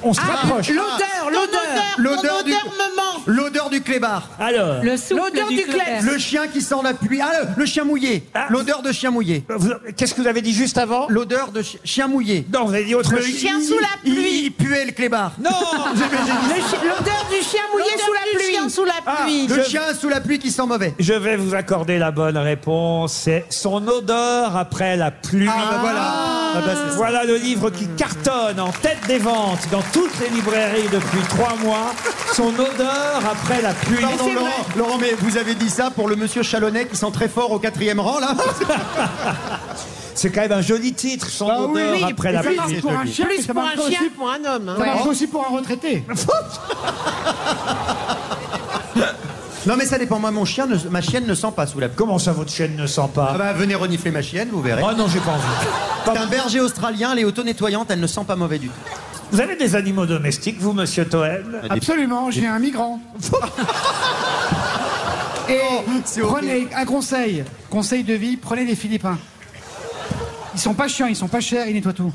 [SPEAKER 2] on
[SPEAKER 6] Ah,
[SPEAKER 2] se rapproche.
[SPEAKER 5] L'odeur, l'odeur,
[SPEAKER 4] Ah, L'odeur
[SPEAKER 5] l'odeur
[SPEAKER 4] du-
[SPEAKER 5] me ment.
[SPEAKER 4] L'odeur du clébard.
[SPEAKER 2] Alors,
[SPEAKER 6] Le souffle
[SPEAKER 5] L'odeur du
[SPEAKER 6] clerc.
[SPEAKER 4] Le chien qui sent la pluie. Ah, le, le chien mouillé.
[SPEAKER 2] Ah. Euh,
[SPEAKER 4] L'odeur de chien mouillé.
[SPEAKER 2] vous- qu'est-ce que vous avez dit juste avant
[SPEAKER 4] L'odeur de chi- chien mouillé.
[SPEAKER 2] Non, vous avez dit autre
[SPEAKER 4] Le
[SPEAKER 2] chose.
[SPEAKER 5] Chien sous la
[SPEAKER 4] Il,
[SPEAKER 5] pluie.
[SPEAKER 4] il puait le clébard.
[SPEAKER 2] Non
[SPEAKER 5] Le chi- L'odeur du chien mouillé
[SPEAKER 7] L'odeur
[SPEAKER 5] sous la
[SPEAKER 7] du
[SPEAKER 5] pluie.
[SPEAKER 7] chien sous la
[SPEAKER 2] Ah,
[SPEAKER 7] pluie.
[SPEAKER 4] Le
[SPEAKER 2] Je-
[SPEAKER 4] chien sous la pluie qui sent mauvais.
[SPEAKER 2] Je vais vous accorder la bonne réponse. C'est son odeur après la pluie. ben
[SPEAKER 4] Ah, bah voilà. Ah, bah, c'est ça.
[SPEAKER 2] Voilà le livre qui cartonne en tête des ventes dans toutes les librairies depuis trois mois. Son odeur après la pluie.
[SPEAKER 4] Pardon, Laurent, Laurent, mais vous avez dit ça pour le monsieur Chalonnet qui sent très fort au quatrième rang, là
[SPEAKER 2] C'est quand même un joli titre,
[SPEAKER 4] Ah
[SPEAKER 2] son
[SPEAKER 3] Bah oui,
[SPEAKER 2] odeur
[SPEAKER 3] oui,
[SPEAKER 2] après
[SPEAKER 3] et
[SPEAKER 2] la
[SPEAKER 3] ça
[SPEAKER 2] pluie.
[SPEAKER 3] marche pour un chien, mais
[SPEAKER 5] Plus
[SPEAKER 3] ça
[SPEAKER 5] pour
[SPEAKER 3] marche
[SPEAKER 5] un
[SPEAKER 3] aussi-
[SPEAKER 5] chien que pour un homme. hein.
[SPEAKER 3] Ça marche aussi pour un retraité.
[SPEAKER 4] Non, mais ça dépend. Moi, mon chien, ne- ma chienne ne sent pas sous la pluie.
[SPEAKER 2] Comment ça, votre chaîne ne sent pas
[SPEAKER 4] Ah bah, venez renifler ma chienne, vous verrez.
[SPEAKER 2] Oh non, j'ai pas envie. Pas-
[SPEAKER 4] C'est un berger australien, elle est auto-nettoyante, elle ne sent pas mauvais du tout.
[SPEAKER 2] Vous avez des animaux domestiques, vous, monsieur Toen
[SPEAKER 3] Ah, Absolument, j'ai un migrant. Et
[SPEAKER 2] Oh,
[SPEAKER 4] c'est
[SPEAKER 3] prenez un conseil, conseil de vie, prenez les Philippins. Ils sont pas chiants, ils sont pas chers, ils nettoient tout.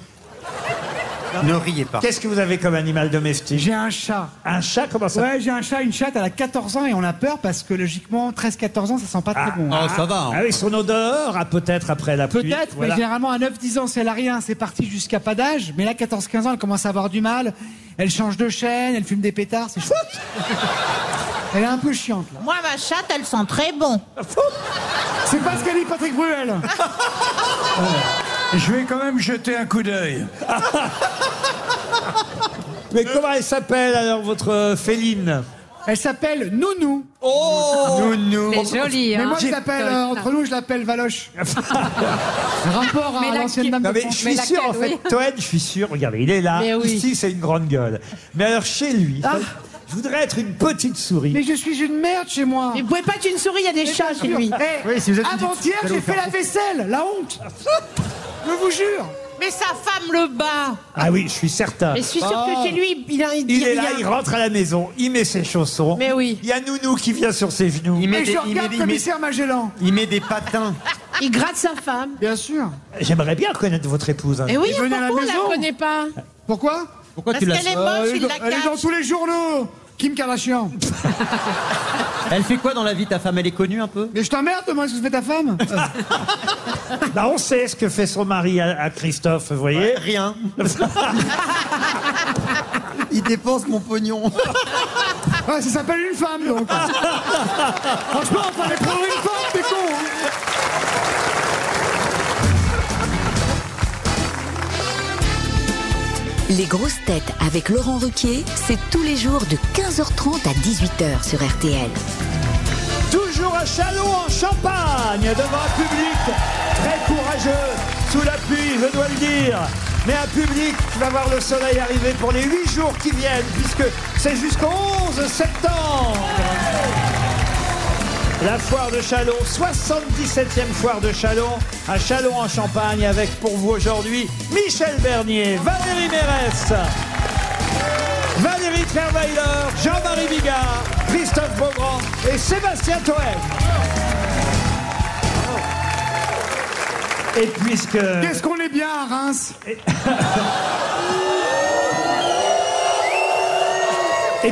[SPEAKER 4] Ne riez pas.
[SPEAKER 2] Qu'est-ce que vous avez comme animal domestique
[SPEAKER 3] J'ai un chat.
[SPEAKER 2] Un chat, comment ça
[SPEAKER 3] Ouais, j'ai un chat, une chatte, elle a 14 ans et on a peur parce que logiquement, 13-14 ans, oh, ça sent pas très bon.
[SPEAKER 4] Oh, ça va.
[SPEAKER 2] Ah oui, son odeur, ah, peut-être après la pluie.
[SPEAKER 3] Peut-être, mais
[SPEAKER 2] Voilà.
[SPEAKER 3] généralement à 9-10 ans, si elle a rien, c'est parti jusqu'à pas d'âge. Mais là, 14-15 ans, elle commence à avoir du mal. Elle change de chaîne, elle fume des pétards, c'est chouette. elle est un peu chiante, là.
[SPEAKER 7] Moi, ma chatte, elle sent très bon.
[SPEAKER 3] C'est pas ce qu'a dit Patrick Bruel.
[SPEAKER 8] Je vais quand même jeter un coup d'œil.
[SPEAKER 2] Mais comment elle s'appelle alors votre euh, féline Oh
[SPEAKER 3] Elle s'appelle Nounou.
[SPEAKER 4] Nounou.
[SPEAKER 6] C'est joli,
[SPEAKER 3] Mais
[SPEAKER 6] hein
[SPEAKER 3] moi, je l'appelle, euh, entre nous, je l'appelle Valoche. Rapport
[SPEAKER 6] Mais
[SPEAKER 3] à
[SPEAKER 6] la-
[SPEAKER 3] l'ancienne dame
[SPEAKER 2] Non
[SPEAKER 3] de
[SPEAKER 2] mais je
[SPEAKER 3] France.
[SPEAKER 2] suis sûr en
[SPEAKER 6] laquelle,
[SPEAKER 2] fait, Toen, je suis sûr, regardez, il est là,
[SPEAKER 5] Mais oui. Ah.
[SPEAKER 2] ici c'est une grande gueule. Mais alors chez lui, je voudrais être une petite souris.
[SPEAKER 3] Mais je suis une merde chez moi.
[SPEAKER 5] Mais vous pouvez pas être une souris, il y a des chats chez lui.
[SPEAKER 3] Eh,
[SPEAKER 4] Oui, si vous êtes une petite-
[SPEAKER 3] Avant-hier,
[SPEAKER 4] vous allez
[SPEAKER 3] j'ai
[SPEAKER 4] vous faire
[SPEAKER 3] fait la vaisselle, la honte. Je vous jure.
[SPEAKER 5] Mais sa femme le bat.
[SPEAKER 2] Ah oui, je suis certain.
[SPEAKER 5] Mais je suis sûre
[SPEAKER 3] Ah.
[SPEAKER 5] que chez lui, il, a, il dit
[SPEAKER 2] Il est là,
[SPEAKER 5] rien.
[SPEAKER 2] il rentre à la maison, il met ses chaussons.
[SPEAKER 5] Mais oui.
[SPEAKER 2] Il y a Nounou qui vient sur ses genoux.
[SPEAKER 4] Il met,
[SPEAKER 3] Et
[SPEAKER 4] des,
[SPEAKER 3] je
[SPEAKER 4] il, met,
[SPEAKER 3] regarde
[SPEAKER 4] il met-
[SPEAKER 3] commissaire Magellan.
[SPEAKER 4] il met des patins.
[SPEAKER 5] Il gratte sa femme.
[SPEAKER 3] Bien sûr.
[SPEAKER 2] J'aimerais bien connaître votre épouse. hein.
[SPEAKER 5] Et Eh oui,
[SPEAKER 3] Il est venu à
[SPEAKER 5] pourquoi
[SPEAKER 3] la
[SPEAKER 5] on la
[SPEAKER 3] maison.
[SPEAKER 5] connaît pas
[SPEAKER 3] Pourquoi
[SPEAKER 4] Pourquoi
[SPEAKER 5] Parce qu'elle est moche,
[SPEAKER 3] Elle
[SPEAKER 5] il la
[SPEAKER 3] est dans
[SPEAKER 5] cache.
[SPEAKER 3] tous les journaux. Kim Kardashian.
[SPEAKER 4] Elle fait quoi dans la vie ta femme Elle est connue un peu
[SPEAKER 3] Mais je t'emmerde, moi, ce que fait ta femme
[SPEAKER 2] Bah, on sait ce que fait son mari à, à Christophe, vous voyez.
[SPEAKER 4] Rien. Il dépense mon pognon.
[SPEAKER 3] Ouais, Ah, ça s'appelle une femme, donc. Franchement, fallait prendre une femme, t'es con. hein.
[SPEAKER 1] Les grosses têtes avec Laurent Ruquier, c'est tous les jours de 15h30 à 18h sur RTL.
[SPEAKER 2] Toujours à Chalon en Champagne, devant un public très courageux, sous la pluie, je dois le dire. Mais un public qui va voir le soleil arriver pour les 8 jours qui viennent, puisque c'est jusqu'au 11 septembre. La foire de Chalon, 77e foire de Chalon, à Chalon en Champagne, avec pour vous aujourd'hui Michel Bernier, Valérie Mérès, Valérie Trierweiler, Jean-Marie Bigard, Christophe Beaugrand et Sébastien Toel. Et puisque...
[SPEAKER 3] Qu'est-ce qu'on est bien à Reims
[SPEAKER 2] Et
[SPEAKER 3] Ah,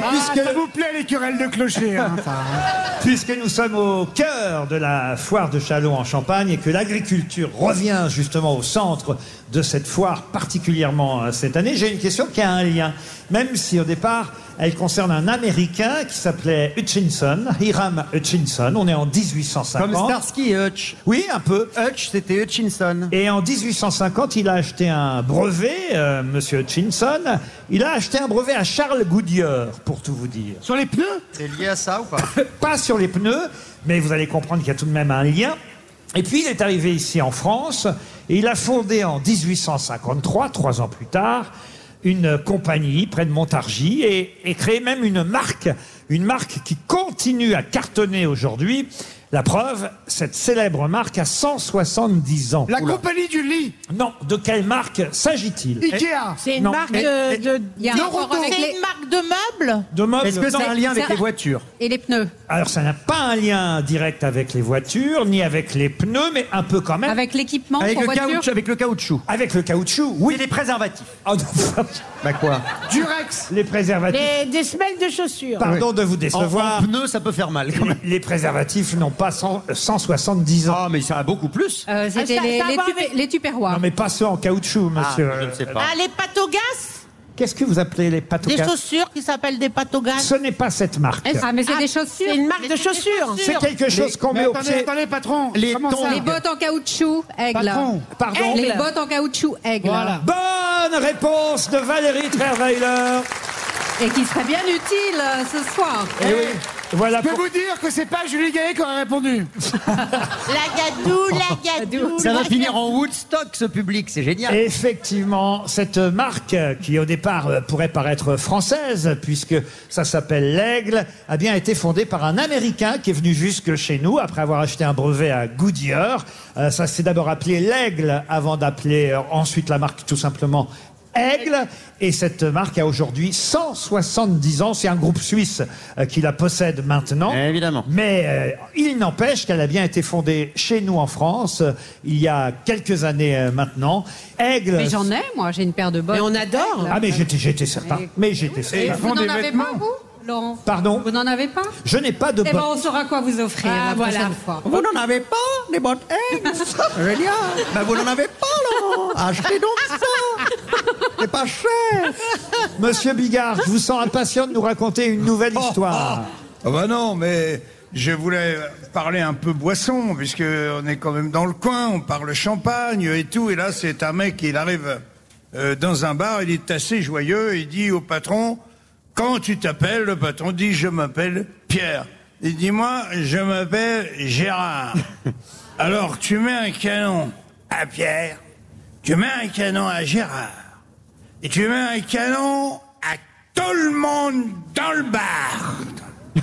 [SPEAKER 2] puisque...
[SPEAKER 3] s'il vous plaît, les querelles de clocher. hein, ça, hein.
[SPEAKER 2] Puisque nous sommes au cœur de la foire de Chalon en Champagne et que l'agriculture revient justement au centre de cette foire particulièrement euh, cette année, j'ai une question qui a un lien. Même si au départ, elle concerne un Américain qui s'appelait Hutchinson, Hiram Hutchinson, on est en
[SPEAKER 4] Comme
[SPEAKER 2] 1850.
[SPEAKER 4] Starsky et Hutch.
[SPEAKER 2] Oui, un peu.
[SPEAKER 4] Hutch, c'était Hutchinson.
[SPEAKER 2] Et en 1850, il a acheté un brevet, euh, Monsieur Hutchinson. Il a acheté un brevet à Charles Goodyear, pour tout vous dire.
[SPEAKER 3] Sur les pneus
[SPEAKER 4] C'est lié à ça ou pas
[SPEAKER 2] pas sur les pneus, mais vous allez comprendre qu'il y a tout de même un lien. Et puis il est arrivé ici en France et il a fondé en 1853, trois ans plus tard, une compagnie près de Montargis et, et créé même une marque, une marque qui continue à cartonner aujourd'hui. La preuve, cette célèbre marque a 170 ans.
[SPEAKER 3] La compagnie du lit.
[SPEAKER 2] Non, de quelle marque s'agit-il Eh,
[SPEAKER 3] Ikea.
[SPEAKER 5] Eh, C'est une
[SPEAKER 2] Non,
[SPEAKER 5] marque
[SPEAKER 2] mais-
[SPEAKER 5] de. de-
[SPEAKER 6] Il y a un
[SPEAKER 3] Non,
[SPEAKER 6] rapport
[SPEAKER 3] retour.
[SPEAKER 6] avec
[SPEAKER 7] C'est
[SPEAKER 6] les...
[SPEAKER 7] une marque de meubles
[SPEAKER 2] De meubles
[SPEAKER 4] Est-ce que c'est
[SPEAKER 2] Non.
[SPEAKER 4] un lien
[SPEAKER 6] ça-
[SPEAKER 4] avec les voitures
[SPEAKER 6] et les pneus.
[SPEAKER 2] Alors ça n'a pas un lien direct avec les voitures, ni avec les pneus, mais un peu quand même.
[SPEAKER 6] Avec l'équipement
[SPEAKER 4] Avec
[SPEAKER 6] pour
[SPEAKER 4] le
[SPEAKER 6] voiture.
[SPEAKER 4] caoutchouc, avec le caoutchouc.
[SPEAKER 2] Avec le caoutchouc, oui.
[SPEAKER 4] Et les préservatifs.
[SPEAKER 2] Ah non,
[SPEAKER 4] Bah quoi
[SPEAKER 3] Durex.
[SPEAKER 2] les préservatifs.
[SPEAKER 5] des, des semelles de chaussures.
[SPEAKER 2] Pardon de vous
[SPEAKER 4] en,
[SPEAKER 2] décevoir.
[SPEAKER 4] en pneu, ça peut faire mal quand même.
[SPEAKER 2] les préservatifs n'ont pas 100 170 ans.
[SPEAKER 4] Ah, mais ça a beaucoup plus.
[SPEAKER 6] Euh, c'était
[SPEAKER 5] Ah, ça-
[SPEAKER 6] les,
[SPEAKER 5] ça
[SPEAKER 6] les,
[SPEAKER 5] va
[SPEAKER 6] tupe-
[SPEAKER 5] avec-
[SPEAKER 6] les tupperwares.
[SPEAKER 2] Non, Ah, mais pas ceux en caoutchouc, monsieur.
[SPEAKER 4] je ne sais pas.
[SPEAKER 7] Ah, les pâtes au gaz
[SPEAKER 2] Qu'est-ce que vous appelez les
[SPEAKER 7] Des
[SPEAKER 2] patoucas
[SPEAKER 7] chaussures qui s'appellent des pâtes au gaz
[SPEAKER 2] Ce n'est pas cette marque.
[SPEAKER 6] Ah, mais c'est
[SPEAKER 5] Ah,
[SPEAKER 6] des chaussures.
[SPEAKER 5] C'est une marque
[SPEAKER 7] Mais
[SPEAKER 5] de
[SPEAKER 7] c'est des
[SPEAKER 5] chaussures.
[SPEAKER 7] chaussures.
[SPEAKER 2] C'est quelque chose qu'on
[SPEAKER 3] Mais
[SPEAKER 2] met au
[SPEAKER 3] attendez,
[SPEAKER 2] pied.
[SPEAKER 3] attendez, patron.
[SPEAKER 4] Les
[SPEAKER 3] Comment
[SPEAKER 4] tons.
[SPEAKER 3] ça
[SPEAKER 6] Les bottes en caoutchouc, aigle.
[SPEAKER 3] Patron.
[SPEAKER 2] Pardon
[SPEAKER 6] Les bottes en caoutchouc, aigle.
[SPEAKER 3] Voilà.
[SPEAKER 2] Bonne réponse de Valérie Trierweiler.
[SPEAKER 6] Et qui serait bien utile euh, ce soir.
[SPEAKER 2] Eh oui. Voilà
[SPEAKER 3] Je peux
[SPEAKER 2] pour-
[SPEAKER 3] vous dire que c'est pas Julie Gaillet qui aurait répondu.
[SPEAKER 7] La gadou, la
[SPEAKER 6] Ah,
[SPEAKER 7] gadou.
[SPEAKER 4] Ça va
[SPEAKER 7] la
[SPEAKER 4] finir en Woodstock, ce public, c'est génial.
[SPEAKER 2] Et Effectivement, cette marque euh, qui au départ euh, pourrait paraître française, puisque ça s'appelle l'Aigle, a bien été fondée par un Américain qui est venu jusque chez nous après avoir acheté un brevet à Goodyear. Euh, ça s'est d'abord appelé l'Aigle avant d'appeler euh, ensuite la marque tout simplement Aigle. Et cette marque a aujourd'hui 170 ans. C'est un groupe suisse euh, qui la possède maintenant.
[SPEAKER 4] Évidemment.
[SPEAKER 2] Mais euh, il n'empêche qu'elle a bien été fondée chez nous en France euh, il y a quelques années euh, maintenant. Aigle.
[SPEAKER 6] Mais j'en ai, moi, j'ai une paire de bottes.
[SPEAKER 5] Mais on adore.
[SPEAKER 2] Ah mais j'étais j'étais certain. Mais j'étais certain.
[SPEAKER 6] Vous
[SPEAKER 8] font
[SPEAKER 6] n'en
[SPEAKER 8] des
[SPEAKER 6] avez
[SPEAKER 8] vêtements.
[SPEAKER 6] pas, vous, Laurent
[SPEAKER 2] Pardon
[SPEAKER 6] Vous n'en avez pas
[SPEAKER 2] Je n'ai pas de
[SPEAKER 6] Eh ben,
[SPEAKER 2] bottes.
[SPEAKER 6] on saura quoi vous offrir
[SPEAKER 5] Ah,
[SPEAKER 6] la
[SPEAKER 5] voilà.
[SPEAKER 6] prochaine fois.
[SPEAKER 4] Vous n'en avez pas, les bottes aigles Génial Bah vous n'en avez pas, Laurent Achetez donc ça C'est pas cher
[SPEAKER 2] Monsieur Bigard, je vous sens impatient de nous raconter une nouvelle histoire.
[SPEAKER 8] Oh, Ah bah non, mais je voulais parler un peu boisson, puisque on est quand même dans le coin, on parle champagne et tout, et là c'est un mec, il arrive euh, dans un bar, il est assez joyeux, il dit au patron, quand tu t'appelles, le patron dit, je m'appelle Pierre. Il dit, moi, je m'appelle Gérard. Alors tu mets un canon à Pierre, tu mets un canon à Gérard. Et tu mets un canon à tout le monde dans le bar.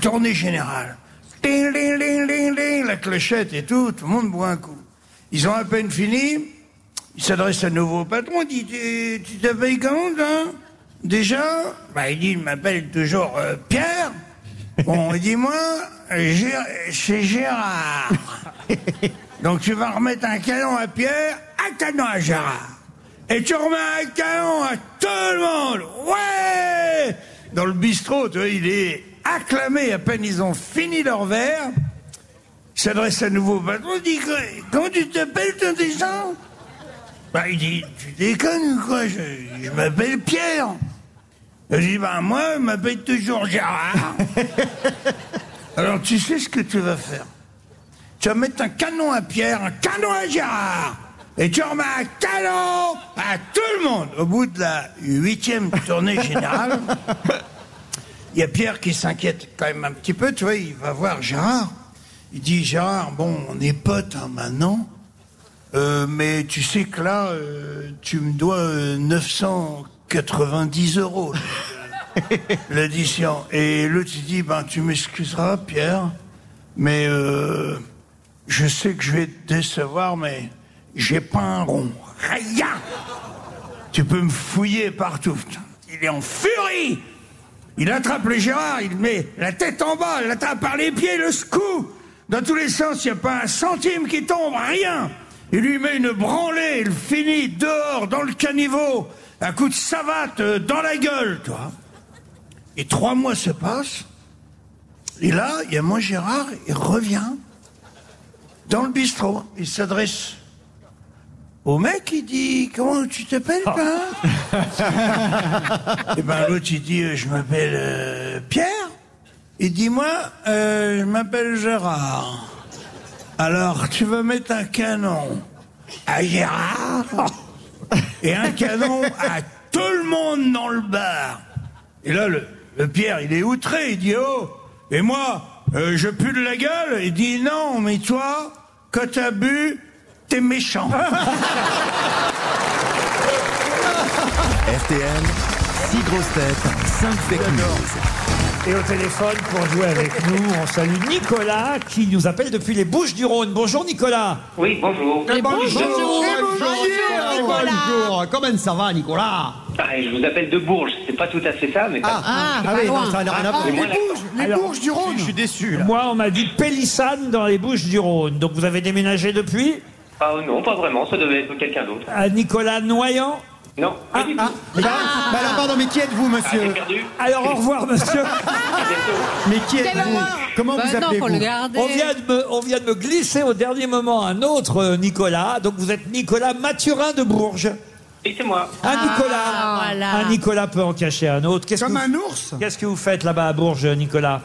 [SPEAKER 8] Tournée générale. Ding, ding, ding, ding, ding, la clochette et tout, tout le monde boit un coup. Ils ont à peine fini, ils s'adressent à nouveau au patron, il dit, tu tu t'appelles comment, toi Déjà Bah, il dit, il m'appelle toujours euh, Pierre. Bon, il dit, moi, euh, Gér- c'est Gérard. Donc tu vas remettre un canon à Pierre, un canon à Gérard. Et tu remets un canon à tout le monde. Ouais dans le bistrot, tu vois, il est acclamé. À peine ils ont fini leur verre, il s'adresse à nouveau au patron, il dit Comment tu t'appelles, toi, déjà bah, Il dit Tu déconnes ou quoi Je, je m'appelle Pierre. Il dit Bah, moi, je m'appelle toujours Gérard. Alors, tu sais ce que tu vas faire tu vas mettre un canon à Pierre, un canon à Gérard. Et tu remets un canon à tout le monde. Au bout de la huitième tournée générale, il y a Pierre qui s'inquiète quand même un petit peu. Tu vois, il va voir Gérard. Il dit Gérard, bon, on est potes hein, maintenant. Euh, mais tu sais que là, euh, tu me dois euh, 990 euros. L'addition. Et l'autre, il dit, ben, tu m'excuseras, Pierre, mais euh, je sais que je vais te décevoir, mais j'ai pas un rond. Rien Tu peux me fouiller partout. Putain, Il est en furie Il attrape le Gérard, il met la tête en bas, il l'attrape par les pieds, le secoue Dans tous les sens, il n'y a pas un centime qui tombe, rien Il lui met une branlée, il finit dehors, dans le caniveau, un coup de savate euh, dans la gueule, toi et trois mois se passent. Et là, il y a mon Gérard, il revient dans le bistrot. Il s'adresse au mec, il dit Comment tu t'appelles, ben Et ben l'autre, il dit euh, Je m'appelle euh, Pierre. Il dit Moi, euh, je m'appelle Gérard. Alors, tu vas mettre un canon à Gérard et un canon à tout le monde dans le bar. Et là, le, le Pierre, il est outré, il dit Oh, et moi, euh, je pue de la gueule Il dit Non, mais toi, quand t'as bu, t'es méchant.
[SPEAKER 9] RTL, 6 grosses têtes, 5 fake news.
[SPEAKER 2] Et au téléphone pour jouer avec nous, on salue Nicolas qui nous appelle depuis les Bouches du Rhône. Bonjour Nicolas. Ah,
[SPEAKER 10] Oui, bonjour.
[SPEAKER 5] Ah,
[SPEAKER 4] Bonjour, Ah, Comment ça va, Nicolas
[SPEAKER 10] Ah, je vous appelle de Bourges, c'est pas tout à fait ça, mais pas-
[SPEAKER 4] Ah,
[SPEAKER 2] Ah oui, non, ça n'a rien à voir.
[SPEAKER 10] mais moi, la-
[SPEAKER 3] Les Bourges du Rhône.
[SPEAKER 4] déçu.
[SPEAKER 2] Moi, on m'a dit Pélissane dans les Bouches du Rhône. Donc vous avez déménagé depuis
[SPEAKER 10] Ah non, pas vraiment, ça devait être quelqu'un d'autre.
[SPEAKER 2] à Nicolas Noyant.
[SPEAKER 10] Non, pas du tout.
[SPEAKER 4] Ah, mais bah, bah alors, pardon, mais qui êtes-vous,
[SPEAKER 10] Ah, j'ai
[SPEAKER 4] monsieur
[SPEAKER 10] perdu.
[SPEAKER 2] Alors au revoir monsieur.
[SPEAKER 10] À bientôt.
[SPEAKER 4] Mais qui êtes-vous
[SPEAKER 6] horreur
[SPEAKER 4] Comment
[SPEAKER 6] Bah
[SPEAKER 4] vous
[SPEAKER 6] non, faut le
[SPEAKER 4] appelez-vous
[SPEAKER 6] garder.
[SPEAKER 2] On vient, de me, on vient de me glisser au dernier moment un autre euh, Nicolas. Donc vous êtes Nicolas Mathurin de Bourges.
[SPEAKER 10] Et c'est moi.
[SPEAKER 2] Un
[SPEAKER 6] Ah,
[SPEAKER 2] Nicolas.
[SPEAKER 5] voilà.
[SPEAKER 2] Un Nicolas peut en cacher un autre. Qu'est-ce que,
[SPEAKER 3] Comme
[SPEAKER 2] vous-
[SPEAKER 3] un ours
[SPEAKER 2] qu'est-ce que vous faites là-bas à Bourges, Nicolas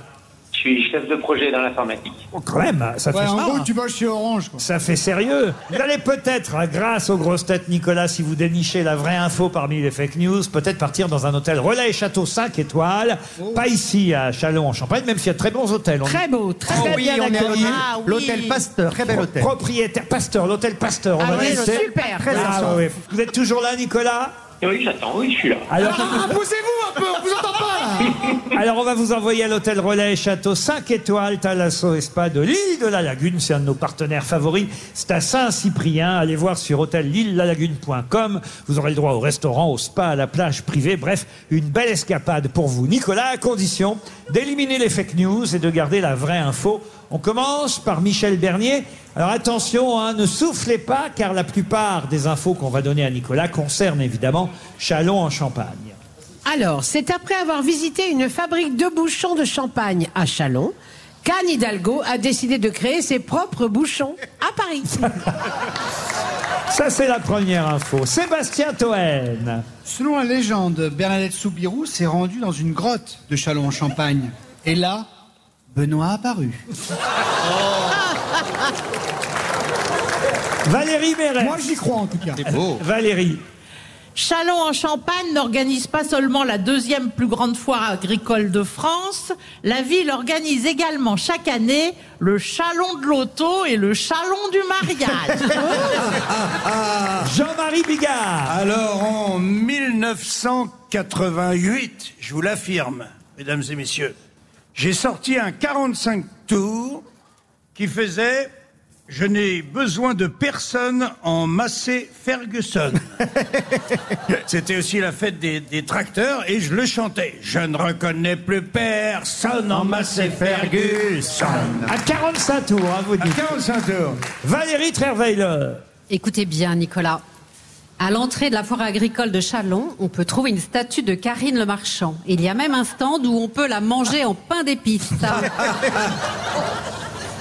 [SPEAKER 10] Je suis chef de projet dans l'informatique.
[SPEAKER 2] Oh, Quand même, ça
[SPEAKER 3] Ouais,
[SPEAKER 2] fait
[SPEAKER 3] en gros, tu vas chez Orange. Quoi.
[SPEAKER 2] Ça fait sérieux. Vous allez peut-être, hein, grâce aux grosses têtes Nicolas, si vous dénichez la vraie info parmi les fake news, peut-être partir dans un hôtel relais château 5 étoiles. Pas ici à Chalon en Champagne, même s'il y a de très bons hôtels. On
[SPEAKER 5] Très beau, très
[SPEAKER 4] Oh
[SPEAKER 2] Très
[SPEAKER 4] oui,
[SPEAKER 2] bien
[SPEAKER 4] on est à
[SPEAKER 2] accueilli.
[SPEAKER 4] l'hôtel-
[SPEAKER 5] Ah oui.
[SPEAKER 4] l'hôtel Pasteur, très bel hôtel.
[SPEAKER 2] Propriétaire, Pasteur, l'hôtel Pasteur. On
[SPEAKER 5] Ah
[SPEAKER 2] va
[SPEAKER 5] oui,
[SPEAKER 2] rester.
[SPEAKER 5] super.
[SPEAKER 2] Ah, ouais, ouais. Vous êtes toujours là, Nicolas
[SPEAKER 10] Et oui, j'attends, oui, je suis là.
[SPEAKER 2] alors,
[SPEAKER 3] Ah, poussez-vous un peu, on vous entend pas là
[SPEAKER 2] alors, on va vous envoyer à l'hôtel relais Château 5 étoiles, Talasso Spa de l'île de la Lagune. C'est un de nos partenaires favoris. C'est à Saint-Cyprien. Allez voir sur hôtellille-la-lagune.com. Vous aurez le droit au restaurant, au spa, à la plage privée. Bref, une belle escapade pour vous, Nicolas, à condition d'éliminer les fake news et de garder la vraie info. On commence par Michel Bernier. Alors attention, hein, ne soufflez pas, car la plupart des infos qu'on va donner à Nicolas concernent évidemment Chalon en Champagne.
[SPEAKER 5] Alors, c'est après avoir visité une fabrique de bouchons de champagne à Chalon qu'Anne Hidalgo a décidé de créer ses propres bouchons à Paris.
[SPEAKER 2] Ça, c'est la première info. Sébastien Toen.
[SPEAKER 3] Selon la légende, Bernadette Soubirous s'est rendue dans une grotte de Chalon en Champagne. Et là, Benoît apparut.
[SPEAKER 2] Valérie Mérès.
[SPEAKER 3] Moi, j'y crois en tout cas.
[SPEAKER 4] beau.
[SPEAKER 2] Valérie.
[SPEAKER 7] Chalon en Champagne n'organise pas seulement la deuxième plus grande foire agricole de France, la ville organise également chaque année le Chalon de l'auto et le Chalon du mariage.
[SPEAKER 2] Jean-Marie Bigard.
[SPEAKER 8] Alors, en 1988, je vous l'affirme, mesdames et messieurs, j'ai sorti un 45 tours qui faisait Je n'ai besoin de personne en Massé Ferguson. C'était aussi la fête des, des tracteurs et je le chantais. Je ne reconnais plus personne en Massé Ferguson.
[SPEAKER 2] À 45 tours, hein, vous
[SPEAKER 8] À
[SPEAKER 2] dites.
[SPEAKER 8] 45 tours.
[SPEAKER 2] Valérie Trerweiler.
[SPEAKER 6] Écoutez bien, Nicolas. À l'entrée de la foire agricole de Chalon, on peut trouver une statue de Karine le Marchand. Il y a même un stand où on peut la manger en pain d'épices.